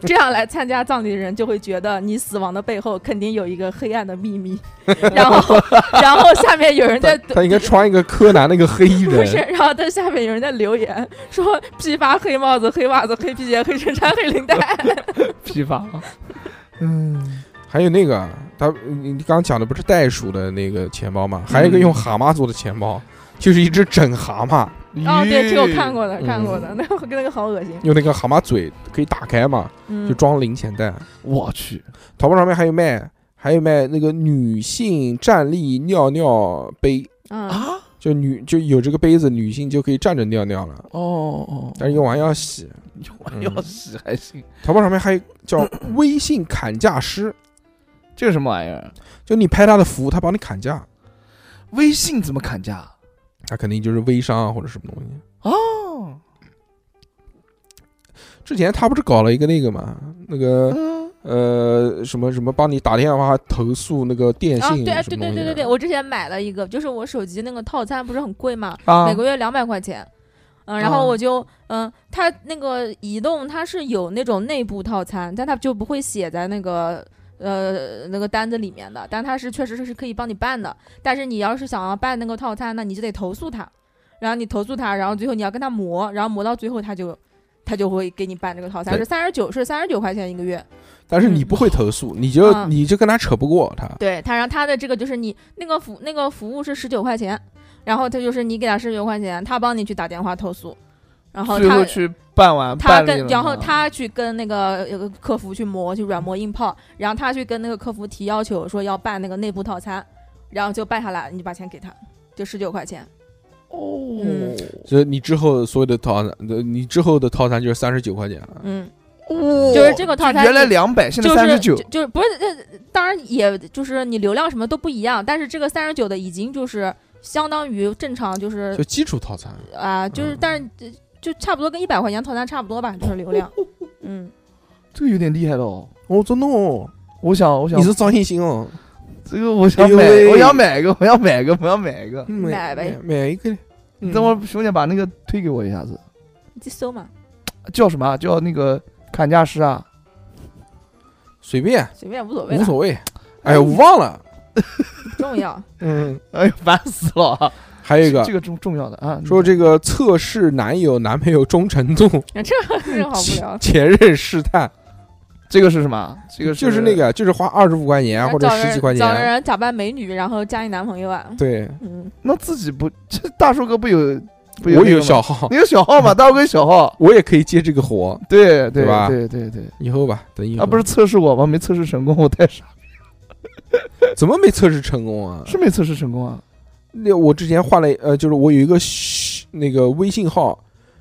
[SPEAKER 5] 这样来参加葬礼的人就会觉得你死亡的背后肯定有一个黑暗的秘密。然后，然后下面 有人在
[SPEAKER 3] 他应该穿一个柯南那个黑衣
[SPEAKER 5] 不
[SPEAKER 3] 人
[SPEAKER 5] 是，，然后在下面有人在留言说批发黑帽子、黑袜子、黑皮鞋、黑衬衫、黑领带。
[SPEAKER 8] 批发。
[SPEAKER 4] 嗯，
[SPEAKER 3] 还有那个他你你刚刚讲的不是袋鼠的那个钱包吗？还有一个用蛤蟆做的钱包，就是一只整蛤蟆，
[SPEAKER 5] 哦，对，这个我
[SPEAKER 4] 咦
[SPEAKER 5] 看过
[SPEAKER 3] 嗯
[SPEAKER 5] 的，看过的，那个那个好恶心。
[SPEAKER 3] 用那个蛤蟆嘴可以打开嘛，
[SPEAKER 5] 嗯
[SPEAKER 3] 就，装零钱袋。
[SPEAKER 4] 我去，
[SPEAKER 3] 淘宝上面还有卖，还有卖那个女性站立尿尿杯，啊
[SPEAKER 5] 嗯，
[SPEAKER 3] 就女就有这个杯子，女性就可以站着尿尿了，
[SPEAKER 4] 哦 哦，
[SPEAKER 3] 但是用完要洗。
[SPEAKER 4] 用完要洗还行，
[SPEAKER 3] 淘宝上面还有叫微信砍价师，
[SPEAKER 4] 这是什么玩意儿？
[SPEAKER 3] 就你拍他的服务，他帮你砍价，
[SPEAKER 4] 微信怎么砍价？啊
[SPEAKER 3] 他肯定就是微商啊或者什么东西。
[SPEAKER 4] 哦，
[SPEAKER 3] 之前他不是搞了一个那个嘛，那个
[SPEAKER 4] 嗯，
[SPEAKER 3] 呃什么什么帮你打电话投诉那个电
[SPEAKER 5] 啊，
[SPEAKER 3] 信
[SPEAKER 5] 对，哎
[SPEAKER 3] 什
[SPEAKER 5] 对
[SPEAKER 3] 么
[SPEAKER 5] 对
[SPEAKER 3] 东西
[SPEAKER 5] 对
[SPEAKER 3] 的
[SPEAKER 5] 对对，我之前买了一个，就是我手机那个套餐不是很贵嘛，
[SPEAKER 8] 啊
[SPEAKER 5] 每个月两百块钱。嗯，然后
[SPEAKER 8] 啊
[SPEAKER 5] 我就嗯，它那个移动它是有那种内部套餐，但它就不会写在那个呃那个单子里面的，但它是确实是可以帮你办的。但是你要是想要办那个套餐，那你就得投诉他，然后你投诉他，然后最后你要跟他磨，然后磨到最后他就他就会给你办这个套餐，
[SPEAKER 3] 对
[SPEAKER 5] 是三十九是三十九块钱一个月。
[SPEAKER 3] 但是你不会投诉，你就、
[SPEAKER 5] 嗯
[SPEAKER 3] 你就跟他扯不过他。
[SPEAKER 5] 对他，然后他的这个就是你那个服那个服务是十九块钱，然后他就是你给他十九块钱，他帮你去打电话投诉，然后
[SPEAKER 8] 最
[SPEAKER 5] 他
[SPEAKER 8] 后去办完，
[SPEAKER 5] 他
[SPEAKER 8] 办理
[SPEAKER 5] 跟
[SPEAKER 8] 了
[SPEAKER 5] 然后
[SPEAKER 8] 吗
[SPEAKER 5] 他去跟那个呃客服去磨，去软磨硬泡，然后他去跟那个客服提要求，说要办那个内部套餐，然后就办下来，你就把钱给他，就十九块钱。
[SPEAKER 4] 哦
[SPEAKER 5] 嗯
[SPEAKER 3] 所以你之后所有的套餐，呃你之后的套餐就是三十九块钱啊了。
[SPEAKER 5] 嗯，
[SPEAKER 4] 哦
[SPEAKER 5] 就是这个套餐
[SPEAKER 4] 原来两百，现在
[SPEAKER 5] 就
[SPEAKER 4] 三
[SPEAKER 5] 是
[SPEAKER 4] 十九
[SPEAKER 5] 就，就是不是，呃当然也就是你流量什么都不一样，但是这个三十九的已经就是相当于正常就是
[SPEAKER 3] 就基础套餐，
[SPEAKER 5] 啊，就是
[SPEAKER 3] 嗯
[SPEAKER 5] 但是呃就差不多跟一百块钱套餐差不多吧，就是 流量。嗯，
[SPEAKER 4] 这个有点厉害了哦。
[SPEAKER 3] 哦，真的哦，
[SPEAKER 4] 我想，我想
[SPEAKER 3] 你，是张艺兴哦，
[SPEAKER 4] 这个我想
[SPEAKER 3] 哎呦
[SPEAKER 4] 买，
[SPEAKER 3] 喂
[SPEAKER 4] 我想买一个， 我要买一个，我要买一个。
[SPEAKER 3] 嗯
[SPEAKER 5] 买嗯呗
[SPEAKER 3] 买买一个，嗯
[SPEAKER 4] 你等我兄弟把那个推给我一下子，
[SPEAKER 5] 你去搜嘛，
[SPEAKER 4] 叫什么啊？叫那个砍价师啊？
[SPEAKER 3] 随便，
[SPEAKER 5] 随便无所 谓
[SPEAKER 3] 无
[SPEAKER 5] 了，
[SPEAKER 3] 所谓。哎呀，我忘了，
[SPEAKER 5] 不重要。
[SPEAKER 3] 嗯，
[SPEAKER 4] 哎呦，烦死了啊！
[SPEAKER 3] 还有一个
[SPEAKER 4] 这个重重要的啊，
[SPEAKER 3] 说这个测试男友男朋友忠诚度，。
[SPEAKER 5] 这这好无 聊
[SPEAKER 3] 前任试探，
[SPEAKER 4] 这个是什么？这个
[SPEAKER 3] 就是那个，就是花二十五块钱或者
[SPEAKER 5] 哎找
[SPEAKER 3] 十
[SPEAKER 5] 人
[SPEAKER 3] 几块
[SPEAKER 5] 找
[SPEAKER 3] 钱，
[SPEAKER 5] 人假扮美女，然后加你男朋友啊。
[SPEAKER 3] 对
[SPEAKER 5] 嗯，
[SPEAKER 4] 那自己不，这大树哥不有不
[SPEAKER 3] 我
[SPEAKER 4] 那个
[SPEAKER 3] 有
[SPEAKER 4] 吗
[SPEAKER 3] 小号，
[SPEAKER 4] 你有小 号吗？大树哥有小号，
[SPEAKER 3] 我也可以接这个活，
[SPEAKER 4] 对
[SPEAKER 3] 对
[SPEAKER 4] 对
[SPEAKER 3] 吧
[SPEAKER 4] 对对对，
[SPEAKER 3] 以后吧，等以后
[SPEAKER 4] 啊，不是测试我吗？没测试成功，我太傻，
[SPEAKER 3] 怎么没测试成功啊？
[SPEAKER 4] 是没测试成功啊。
[SPEAKER 3] 那我之前换了，呃，就是我有一个嘘那个微信号，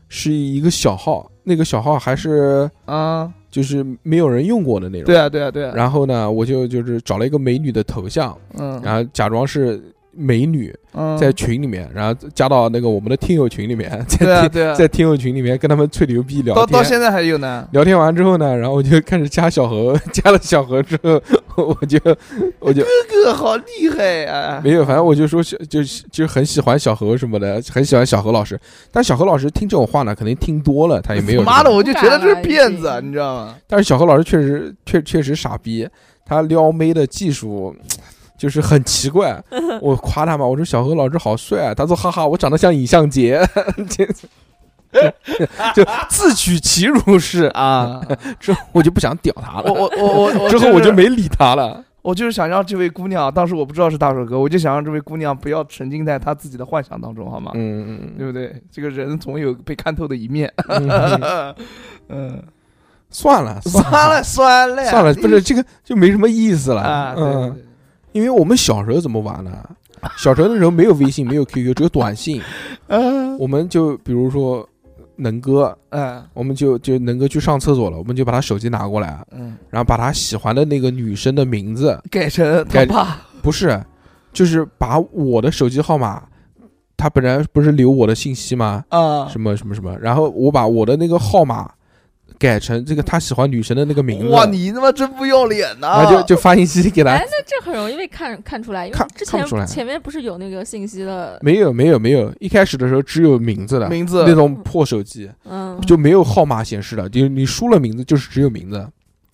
[SPEAKER 3] 是一个小号，那个小号还是
[SPEAKER 4] 啊，
[SPEAKER 3] 就是没有人用过的那种。
[SPEAKER 4] 对啊对啊对啊，
[SPEAKER 3] 然后呢，我就就是找了一个美女的头像，
[SPEAKER 4] 嗯，
[SPEAKER 3] 然后假装是美女，
[SPEAKER 4] 嗯
[SPEAKER 3] 在群里面，然后加到那个我们的听友群里面，在
[SPEAKER 4] 对啊
[SPEAKER 3] 听
[SPEAKER 4] 对啊，
[SPEAKER 3] 在听友群里面跟他们吹牛逼聊
[SPEAKER 4] 到到
[SPEAKER 3] 天。
[SPEAKER 4] 现在还有呢。
[SPEAKER 3] 聊天完之后呢，然后我就开始加小何， 加了小何之后， 我就我就
[SPEAKER 4] 哥哥好厉害啊！
[SPEAKER 3] 没有，反正我就说小，就就很喜欢小何什么的，很喜欢小何老师。但小何老师听这种话呢，肯定听多了，他也没有什么。
[SPEAKER 4] 妈的，我就觉得这是骗
[SPEAKER 5] 不敢
[SPEAKER 4] 子
[SPEAKER 5] 了，
[SPEAKER 4] 你知道吗？
[SPEAKER 3] 但是小何老师确实确确实傻逼，他撩妹的技术就是很奇 怪。我夸他嘛，我说小何老师好帅啊，他说哈哈，我长得像尹相杰， 就就就自取其辱是 啊。
[SPEAKER 4] 啊，
[SPEAKER 3] 之后我就不想屌他
[SPEAKER 4] 我
[SPEAKER 3] 了，
[SPEAKER 4] 我我我，
[SPEAKER 3] 之后我
[SPEAKER 4] 是
[SPEAKER 3] 就没理他了。
[SPEAKER 4] 我就是想让这位姑娘，当时我不知道是大手哥，我就想让这位姑娘不要沉浸在她自己的幻想当中，好吗？
[SPEAKER 3] 嗯
[SPEAKER 4] 对不对？这个人总有被看透的一面。
[SPEAKER 3] 嗯嗯，
[SPEAKER 4] 嗯，
[SPEAKER 3] 算 了
[SPEAKER 4] 算了算了
[SPEAKER 3] 算了，不是这个就没什么意思了
[SPEAKER 4] 啊，对对
[SPEAKER 3] 嗯。
[SPEAKER 4] 对
[SPEAKER 3] 因为我们小时候怎么玩呢？小时候那时候没有微信，没有 QQ，只有短信。
[SPEAKER 4] 嗯
[SPEAKER 3] 我们就比如说能哥，
[SPEAKER 4] 嗯
[SPEAKER 3] 我们就就能哥去上厕所了，我们就把他手机拿过来，
[SPEAKER 4] 嗯，
[SPEAKER 3] 然后把他喜欢的那个女生的名字，
[SPEAKER 4] 改成他
[SPEAKER 3] 改
[SPEAKER 4] 爸
[SPEAKER 3] 不是，就是把我的手机号码，他本来不是留我的信息吗？
[SPEAKER 4] 啊
[SPEAKER 3] 什么什么什么，然后我把我的那个号码改成这个他喜欢女神的那个名字，
[SPEAKER 2] 哇，你他妈真不要脸呐、
[SPEAKER 3] 然后就就发信息给他
[SPEAKER 5] 哦哎，，那这很容易被看看出来，因为
[SPEAKER 3] 看
[SPEAKER 5] 之
[SPEAKER 3] 看不出来
[SPEAKER 5] 前前面不是有那个信息的，
[SPEAKER 3] 没有没有没有，一开始的时候只有名字的，
[SPEAKER 4] 名
[SPEAKER 3] 那
[SPEAKER 4] 字
[SPEAKER 3] 种破手机
[SPEAKER 5] 嗯，
[SPEAKER 3] 就没有号码显示的，就是你输了名字就是只有名字，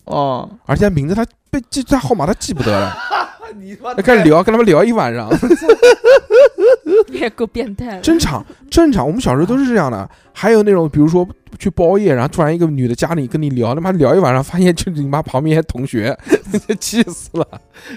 [SPEAKER 4] 哦，
[SPEAKER 3] 而且他名字他被记他号码他记不得了，
[SPEAKER 2] 你他妈
[SPEAKER 3] 他开始聊跟他们聊一晚上，
[SPEAKER 5] 也够变态的。
[SPEAKER 3] 正常正常，我们小时候都是这样的。还有那种比如说去包夜，然后突然一个女的家里跟你聊，他妈聊一晚上，发现就是你妈旁边同学，气死了。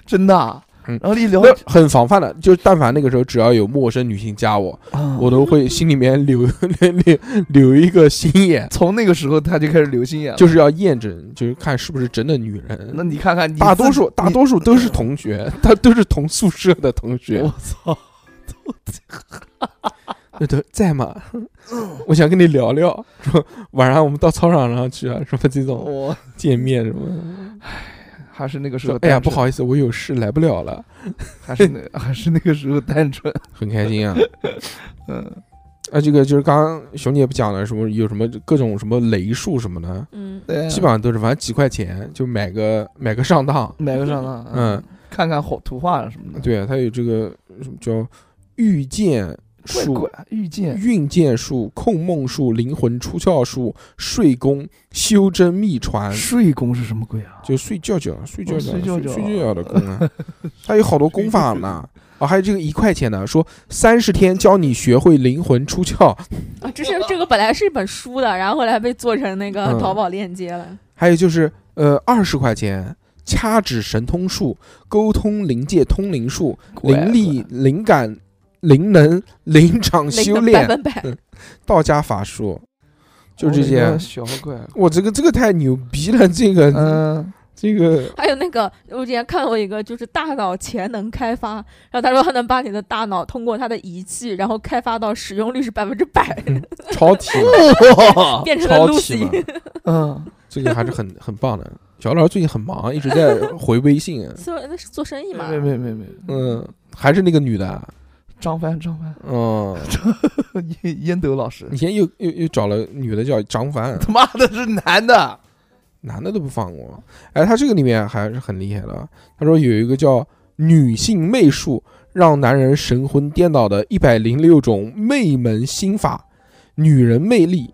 [SPEAKER 2] 真的啊、
[SPEAKER 3] 嗯
[SPEAKER 2] 然后一聊
[SPEAKER 3] 那很防范的，就是但凡那个时候只要有陌生女性加我，
[SPEAKER 2] 啊
[SPEAKER 5] 嗯
[SPEAKER 3] 我都会心里面留 留留留一个心眼，
[SPEAKER 2] 从那个时候他就开始留心眼了。
[SPEAKER 3] 就是要验证，就是看是不是真的女人。
[SPEAKER 2] 那你看看你
[SPEAKER 3] 大
[SPEAKER 2] 自
[SPEAKER 3] 多数大多数都是同 学，他都是同宿舍的同学
[SPEAKER 2] 我。操，
[SPEAKER 3] 那都在吗？我想跟你聊聊，说晚上我们到操场上去啊，什么这种
[SPEAKER 2] 我
[SPEAKER 3] 见面什么。
[SPEAKER 2] 还嗯是那个时
[SPEAKER 3] 说
[SPEAKER 2] 候，
[SPEAKER 3] 哎呀，不，好意思，我有事来不了了，
[SPEAKER 2] 还是那还是那个时候单纯。
[SPEAKER 3] 很开 心啊。
[SPEAKER 2] 嗯，
[SPEAKER 3] 啊，这个就是刚刚熊姐不讲了，什么有什么各种什么雷数什么的，
[SPEAKER 5] 嗯，
[SPEAKER 2] 对啊，
[SPEAKER 3] 基本上都是反正几块钱就买个买个上当。
[SPEAKER 2] 买个上当，
[SPEAKER 3] 嗯，，
[SPEAKER 2] 看看画图画啊什么的。
[SPEAKER 3] 对，它有这个什么叫御剑
[SPEAKER 2] 怪
[SPEAKER 3] 术、
[SPEAKER 2] 怪啊遇见
[SPEAKER 3] 运剑术、控梦术、灵魂出窍术、睡功、修真秘传，
[SPEAKER 2] 睡功是什么鬼啊？
[SPEAKER 3] 就睡觉觉、睡觉觉、
[SPEAKER 2] 睡觉觉
[SPEAKER 3] 睡睡觉觉的功 啊，它有好多功法呢。哦，还有这个一块钱的，说三十天教你学会灵魂出窍，
[SPEAKER 5] 啊，这是这个本来是一本书的，然后后来被做成那个
[SPEAKER 3] 嗯
[SPEAKER 5] 淘宝链接了。
[SPEAKER 3] 还有就是呃二十块钱掐指神通术、沟通灵界通灵术、
[SPEAKER 2] 怪
[SPEAKER 3] 灵力、灵感、灵能、灵场
[SPEAKER 5] 那
[SPEAKER 3] 修
[SPEAKER 5] 个百
[SPEAKER 3] 炼、
[SPEAKER 5] 分百，
[SPEAKER 3] 道家法术，就这
[SPEAKER 2] 我的
[SPEAKER 3] 些啊
[SPEAKER 2] 个。小怪。啊
[SPEAKER 3] 我这个这个太牛逼了，这个、
[SPEAKER 2] 嗯，
[SPEAKER 3] 这个
[SPEAKER 5] 还有那个我之前看过一个，就是大脑潜能开发，然后他说他能把你的大脑通过他的仪器，然后开发到使用率是百分之百，
[SPEAKER 3] 超体嘛，
[SPEAKER 5] 变成了
[SPEAKER 3] 哦超体嘛
[SPEAKER 5] Lucy，，
[SPEAKER 2] 嗯，
[SPEAKER 3] 这个还是很很棒的。小老师最近很忙，一直在回微信。
[SPEAKER 5] 做那是做生意嘛
[SPEAKER 2] 没。没没没，
[SPEAKER 3] 嗯，还是那个女的，啊
[SPEAKER 2] 张帆张帆，
[SPEAKER 3] 嗯，
[SPEAKER 2] 烟烟斗老师
[SPEAKER 3] 以，前又又又找了女的叫张凡，
[SPEAKER 2] 他妈的是男的，
[SPEAKER 3] 男的都不放过。哎，他这个里面还是很厉害的。他说有一个叫女性媚术，让男人神魂颠倒的一百零六种媚门心法，女人魅力。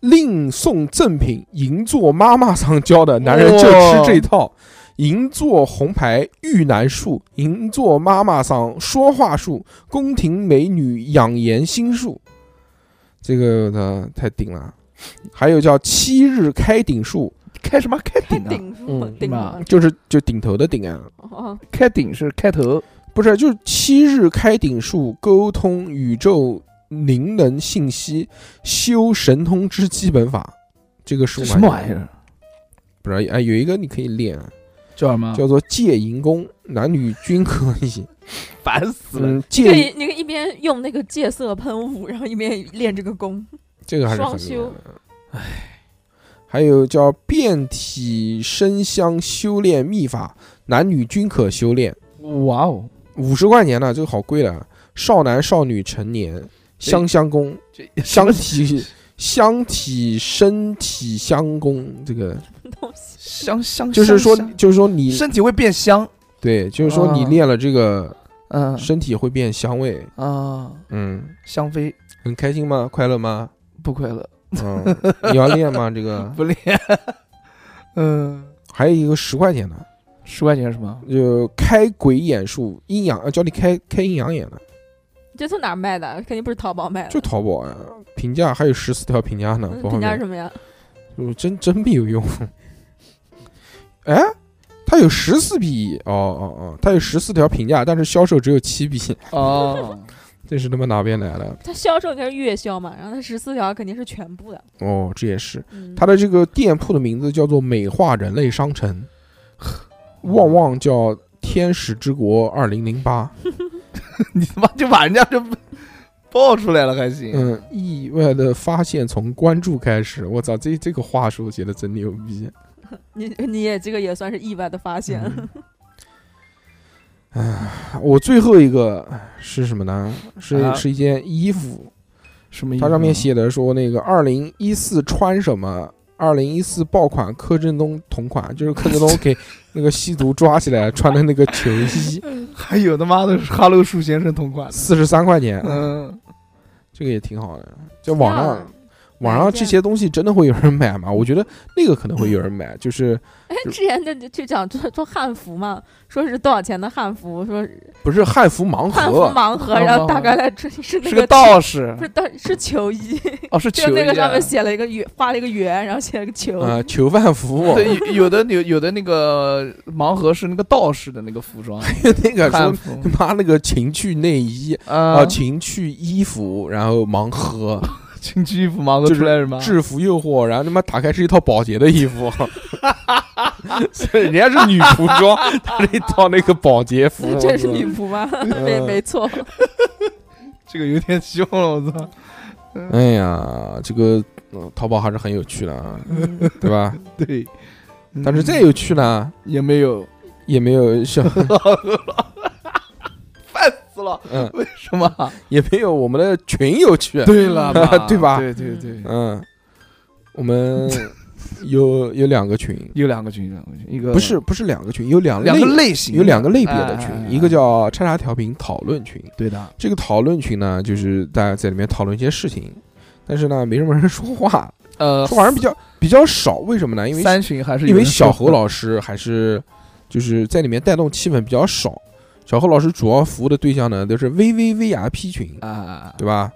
[SPEAKER 3] 另送赠品，银座妈妈桑教的男人就吃这套。银座红牌玉男术，银座妈妈桑说话术，宫廷美女养颜心术，这个呢太顶了。啊还有叫七日开顶术，
[SPEAKER 2] 开什么开
[SPEAKER 5] 太
[SPEAKER 2] 顶啊？
[SPEAKER 5] 顶
[SPEAKER 3] 嗯
[SPEAKER 5] 顶
[SPEAKER 2] 妈
[SPEAKER 5] 了，
[SPEAKER 3] 就是就顶头的顶啊，
[SPEAKER 5] 哦，
[SPEAKER 2] 开顶是开头，
[SPEAKER 3] 不是，就是七日开顶术，沟通宇宙灵能信息，修神通之基本法，这个书
[SPEAKER 2] 这什么玩意？儿？
[SPEAKER 3] 不是，哎，有一个你可以练啊，
[SPEAKER 4] 叫什么？
[SPEAKER 3] 叫做借银功，男女均可 以。
[SPEAKER 2] 烦死了！
[SPEAKER 3] 嗯，
[SPEAKER 5] 可
[SPEAKER 3] 借
[SPEAKER 5] 以那个一边用那个戒色喷雾，然后一边练这个功，
[SPEAKER 3] 这个还是很
[SPEAKER 5] 双
[SPEAKER 3] 厉害
[SPEAKER 5] 修
[SPEAKER 3] 的。还有叫遍体生香修炼秘法，男女均可修炼。
[SPEAKER 2] 哇哦，
[SPEAKER 3] 五十块钱呢，这个好贵了。啊少男少女成年香香功，
[SPEAKER 2] 这
[SPEAKER 3] 香体香体身体香功，这个
[SPEAKER 5] 东西
[SPEAKER 2] 香香
[SPEAKER 3] 就是说
[SPEAKER 2] 香香
[SPEAKER 3] 就是说你
[SPEAKER 2] 身体会变香，
[SPEAKER 3] 对，就是说你
[SPEAKER 2] 啊
[SPEAKER 3] 练了这个，
[SPEAKER 2] 嗯
[SPEAKER 3] 身体会变香味，
[SPEAKER 2] 啊，
[SPEAKER 3] 嗯，
[SPEAKER 2] 香妃
[SPEAKER 3] 很开心吗？快乐吗？
[SPEAKER 2] 不快乐，
[SPEAKER 3] 嗯，你要练吗？这 个
[SPEAKER 2] 不练，嗯，
[SPEAKER 3] 还有一个十块钱的，
[SPEAKER 2] 十块钱是什么？
[SPEAKER 3] 就开鬼眼术，阴阳呃教你开开阴阳眼的，
[SPEAKER 5] 这从哪儿卖的？肯定不是淘宝卖的。
[SPEAKER 3] 就淘宝啊，评价还有十四条评价呢，
[SPEAKER 5] 嗯
[SPEAKER 3] 不好
[SPEAKER 5] 评价
[SPEAKER 3] 看
[SPEAKER 5] 是什么呀？
[SPEAKER 3] 我真真没有用。 哎，它有十四比一，哦哦哦，它有十四条评价，但是销售只有七比一，
[SPEAKER 2] 哦，
[SPEAKER 3] 这是他妈哪边来的？
[SPEAKER 5] 它销售应该是月销嘛，然后它十四条肯定是全部的。
[SPEAKER 3] 哦，这也是
[SPEAKER 5] 嗯，
[SPEAKER 3] 它的这个店铺的名字叫做美化人类商城，旺旺叫天使之国二零零八，
[SPEAKER 2] 你他妈就把人家这爆出来了还行？
[SPEAKER 3] 嗯，意外的发现从关注开始，我操，这这个话术写的真牛逼。
[SPEAKER 5] 你你也这个也算是意外的发
[SPEAKER 3] 嗯
[SPEAKER 5] 现。
[SPEAKER 3] 哎，我最后一个是什么呢？是、
[SPEAKER 2] 啊
[SPEAKER 3] 是一件衣服，
[SPEAKER 4] 哎
[SPEAKER 2] 什么意思？
[SPEAKER 3] 它上面写的说那个二零一四穿什么，二零一四爆款柯震东同款，就是柯震东 给那个吸毒抓起来穿的那个球衣，
[SPEAKER 4] 还有他妈的哈喽树先生同款的，
[SPEAKER 3] 四十三块钱，
[SPEAKER 4] 嗯，
[SPEAKER 3] 这个也挺好的。就网 上网上
[SPEAKER 5] 买一
[SPEAKER 3] 这
[SPEAKER 5] 件
[SPEAKER 3] 些东西真的会有人买吗？我觉得那个可能会有人买，就是
[SPEAKER 5] 哎，之前那就讲做做汉服嘛，说是多少钱的汉服，说
[SPEAKER 3] 不是汉服盲
[SPEAKER 5] 汉服
[SPEAKER 3] 盒，
[SPEAKER 5] 盲盒，然后大概来是是那
[SPEAKER 4] 是个
[SPEAKER 5] 道，
[SPEAKER 4] 道士
[SPEAKER 5] 不，是道是球衣，
[SPEAKER 4] 哦，是
[SPEAKER 5] 就
[SPEAKER 4] 球
[SPEAKER 5] 那个
[SPEAKER 4] 衣
[SPEAKER 5] 上
[SPEAKER 4] 啊
[SPEAKER 5] 面。写了一个圆，画了一个圆，然后写了个球。
[SPEAKER 3] 呃，囚犯服，
[SPEAKER 4] 对，有有的有有的那个盲盒是那个道士的那个服装，
[SPEAKER 3] 那个
[SPEAKER 4] 汉
[SPEAKER 3] 哎说
[SPEAKER 4] 服
[SPEAKER 3] 妈那个情趣内衣
[SPEAKER 4] 啊
[SPEAKER 3] 啊，情趣衣服，然后盲盒
[SPEAKER 4] 情趣衣服盲盒
[SPEAKER 3] 就是
[SPEAKER 4] 出来是
[SPEAKER 5] 啊
[SPEAKER 4] 吗？
[SPEAKER 3] 制服诱惑，然后他妈打开是一套保洁的衣 服，
[SPEAKER 4] 人家
[SPEAKER 3] 是女服 装，他是一套那个保洁服，
[SPEAKER 5] 这是女仆吗？ 没没错，
[SPEAKER 4] 这个有点希望了，我操！
[SPEAKER 3] 哎呀，这个呃淘宝还是很有趣的，啊， 对吧？
[SPEAKER 4] 对，嗯
[SPEAKER 3] 但是再有趣呢，
[SPEAKER 4] 也没有
[SPEAKER 3] 也没有像
[SPEAKER 4] 死了，
[SPEAKER 3] 嗯，
[SPEAKER 4] 为什么？
[SPEAKER 3] 也没有我们的群有趣，
[SPEAKER 4] 对了
[SPEAKER 3] 对吧
[SPEAKER 4] 对对对，
[SPEAKER 3] 嗯，我们有有两个群，
[SPEAKER 4] 有两个群，两个群，一个
[SPEAKER 3] 不是不是两个群，有两
[SPEAKER 4] 两个
[SPEAKER 3] 类。
[SPEAKER 4] 类型，
[SPEAKER 3] 有两个类别的
[SPEAKER 4] 哎哎哎
[SPEAKER 3] 群，一个叫“叉叉调频”讨论群。
[SPEAKER 4] 对的，
[SPEAKER 3] 这个讨论群呢，就是大家在里面讨论一些事情，但是呢，没什么人说话，
[SPEAKER 4] 呃，
[SPEAKER 3] 说话人比较比较少。为什么呢？因为
[SPEAKER 4] 三群还是有
[SPEAKER 3] 因为
[SPEAKER 4] 人
[SPEAKER 3] 小
[SPEAKER 4] 说
[SPEAKER 3] 何老师还是就是在里面带动气氛比较少。小何老师主要服务的对象呢，都是 VVVIP 群，
[SPEAKER 4] 啊，
[SPEAKER 3] 对吧？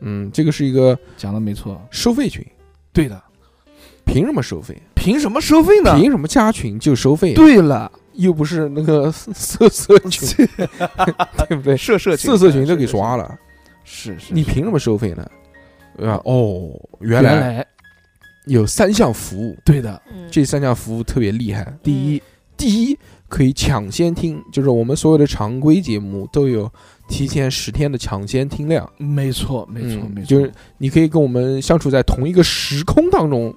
[SPEAKER 3] 嗯，这个是一个
[SPEAKER 4] 讲的没错，
[SPEAKER 3] 收费群，
[SPEAKER 4] 对的，
[SPEAKER 3] 凭什么收费？
[SPEAKER 4] 凭什么收费呢？
[SPEAKER 3] 凭什么加群就收费？
[SPEAKER 4] 啊对了，
[SPEAKER 3] 又不是那个色色群， 对不 对？
[SPEAKER 4] 社社群，
[SPEAKER 3] 色色群都给
[SPEAKER 4] 社社
[SPEAKER 3] 刷了，
[SPEAKER 4] 是是，
[SPEAKER 3] 你
[SPEAKER 4] 是
[SPEAKER 3] 凭什么收费呢？对吧？哦，原来
[SPEAKER 4] 原来
[SPEAKER 3] 有三项服务，
[SPEAKER 4] 对的，
[SPEAKER 5] 嗯
[SPEAKER 3] 这三项服务特别厉害。
[SPEAKER 4] 第一
[SPEAKER 3] 第一，可以抢先听，就是我们所有的常规节目都有提前十天的抢先听量，
[SPEAKER 4] 没错没错
[SPEAKER 3] 嗯
[SPEAKER 4] 没错，
[SPEAKER 3] 就是你可以跟我们相处在同一个时空当中，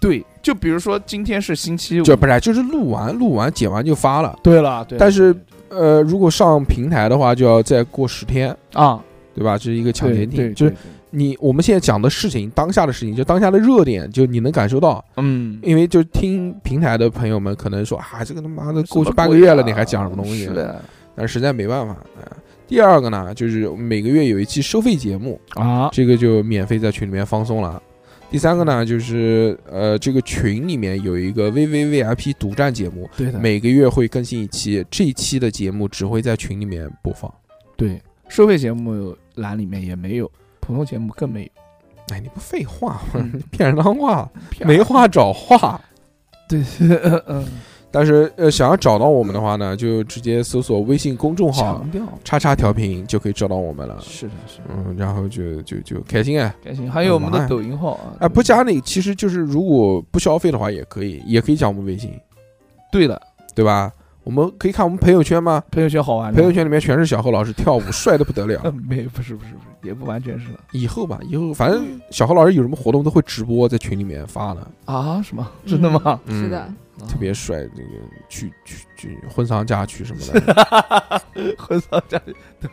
[SPEAKER 4] 对，就比如说今天是星期五，
[SPEAKER 3] 就不是就是录完录完剪完就发了。
[SPEAKER 4] 对了，对了，
[SPEAKER 3] 但是呃，如果上平台的话，就要再过十天，
[SPEAKER 4] 啊，
[SPEAKER 3] 对吧？这是一个抢
[SPEAKER 4] 对
[SPEAKER 3] 先
[SPEAKER 4] 对，
[SPEAKER 3] 听，就是
[SPEAKER 4] 对对
[SPEAKER 3] 你我们现在讲的事情，当下的事情，就当下的热点，就你能感受到。
[SPEAKER 4] 嗯，
[SPEAKER 3] 因为就听平台的朋友们可能说啊，这个他妈的
[SPEAKER 4] 什
[SPEAKER 3] 过
[SPEAKER 4] 么
[SPEAKER 3] 去半个
[SPEAKER 4] 鬼
[SPEAKER 3] 月了，
[SPEAKER 4] 啊
[SPEAKER 3] 你还讲什么东西
[SPEAKER 4] 是？的
[SPEAKER 3] 但实在没办法。啊第二个呢，就是每个月有一期收费节目，
[SPEAKER 4] 啊，
[SPEAKER 3] 这个就免费在群里面放松了。第三个呢，就是呃，这个群里面有一个 VVVIP 独占节目，
[SPEAKER 4] 对的，
[SPEAKER 3] 每个月会更新一期，这一期的节目只会在群里面播放。
[SPEAKER 4] 对，收费节目栏里面也没有，普通节目更没有。
[SPEAKER 3] 哎，你不废话吗
[SPEAKER 4] 嗯？
[SPEAKER 3] 你骗人当话，没话找话。
[SPEAKER 4] 对，嗯嗯，
[SPEAKER 3] 但是呃，想要找到我们的话呢，就直接搜索微信公众号
[SPEAKER 4] 强调
[SPEAKER 3] “叉叉调频”就可以找到我们了。
[SPEAKER 4] 是的，是的，
[SPEAKER 3] 嗯，然后就就就开心哎
[SPEAKER 4] 开心。还有我们的抖音号啊，
[SPEAKER 3] 啊！不加你，其实就是如果不消费的话也可以，也可以加我们微信，
[SPEAKER 4] 对的，
[SPEAKER 3] 对吧？我们可以看我们朋友圈吗？
[SPEAKER 4] 朋友圈好玩的，
[SPEAKER 3] 朋友圈里面全是小何老师跳舞，帅的不得了
[SPEAKER 4] 呃。没不是不是不是，也不完全是了
[SPEAKER 3] 以后吧，以后反正小何老师有什么活动都会直播，在群里面发的，
[SPEAKER 4] 啊？什么？真的吗？啊
[SPEAKER 3] 嗯
[SPEAKER 5] 是的，
[SPEAKER 3] 特别帅。那个去去去婚丧嫁娶什么的，
[SPEAKER 4] 回到家里，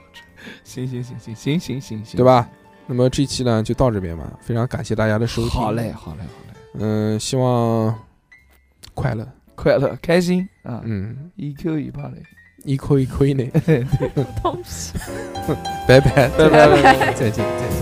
[SPEAKER 4] 行行行行行行行行，
[SPEAKER 3] 对？吧？那么这期呢就到这边吧，非常感谢大家的收听。
[SPEAKER 4] 好嘞，，好嘞，好嘞，
[SPEAKER 3] 嗯，希望快乐，
[SPEAKER 4] 快乐开心啊！
[SPEAKER 3] 嗯，
[SPEAKER 4] 一 Q 一八嘞，
[SPEAKER 3] 一颗一颗呢，
[SPEAKER 5] 东西。
[SPEAKER 3] 拜拜，
[SPEAKER 4] 拜拜拜拜。
[SPEAKER 3] 再见，再见。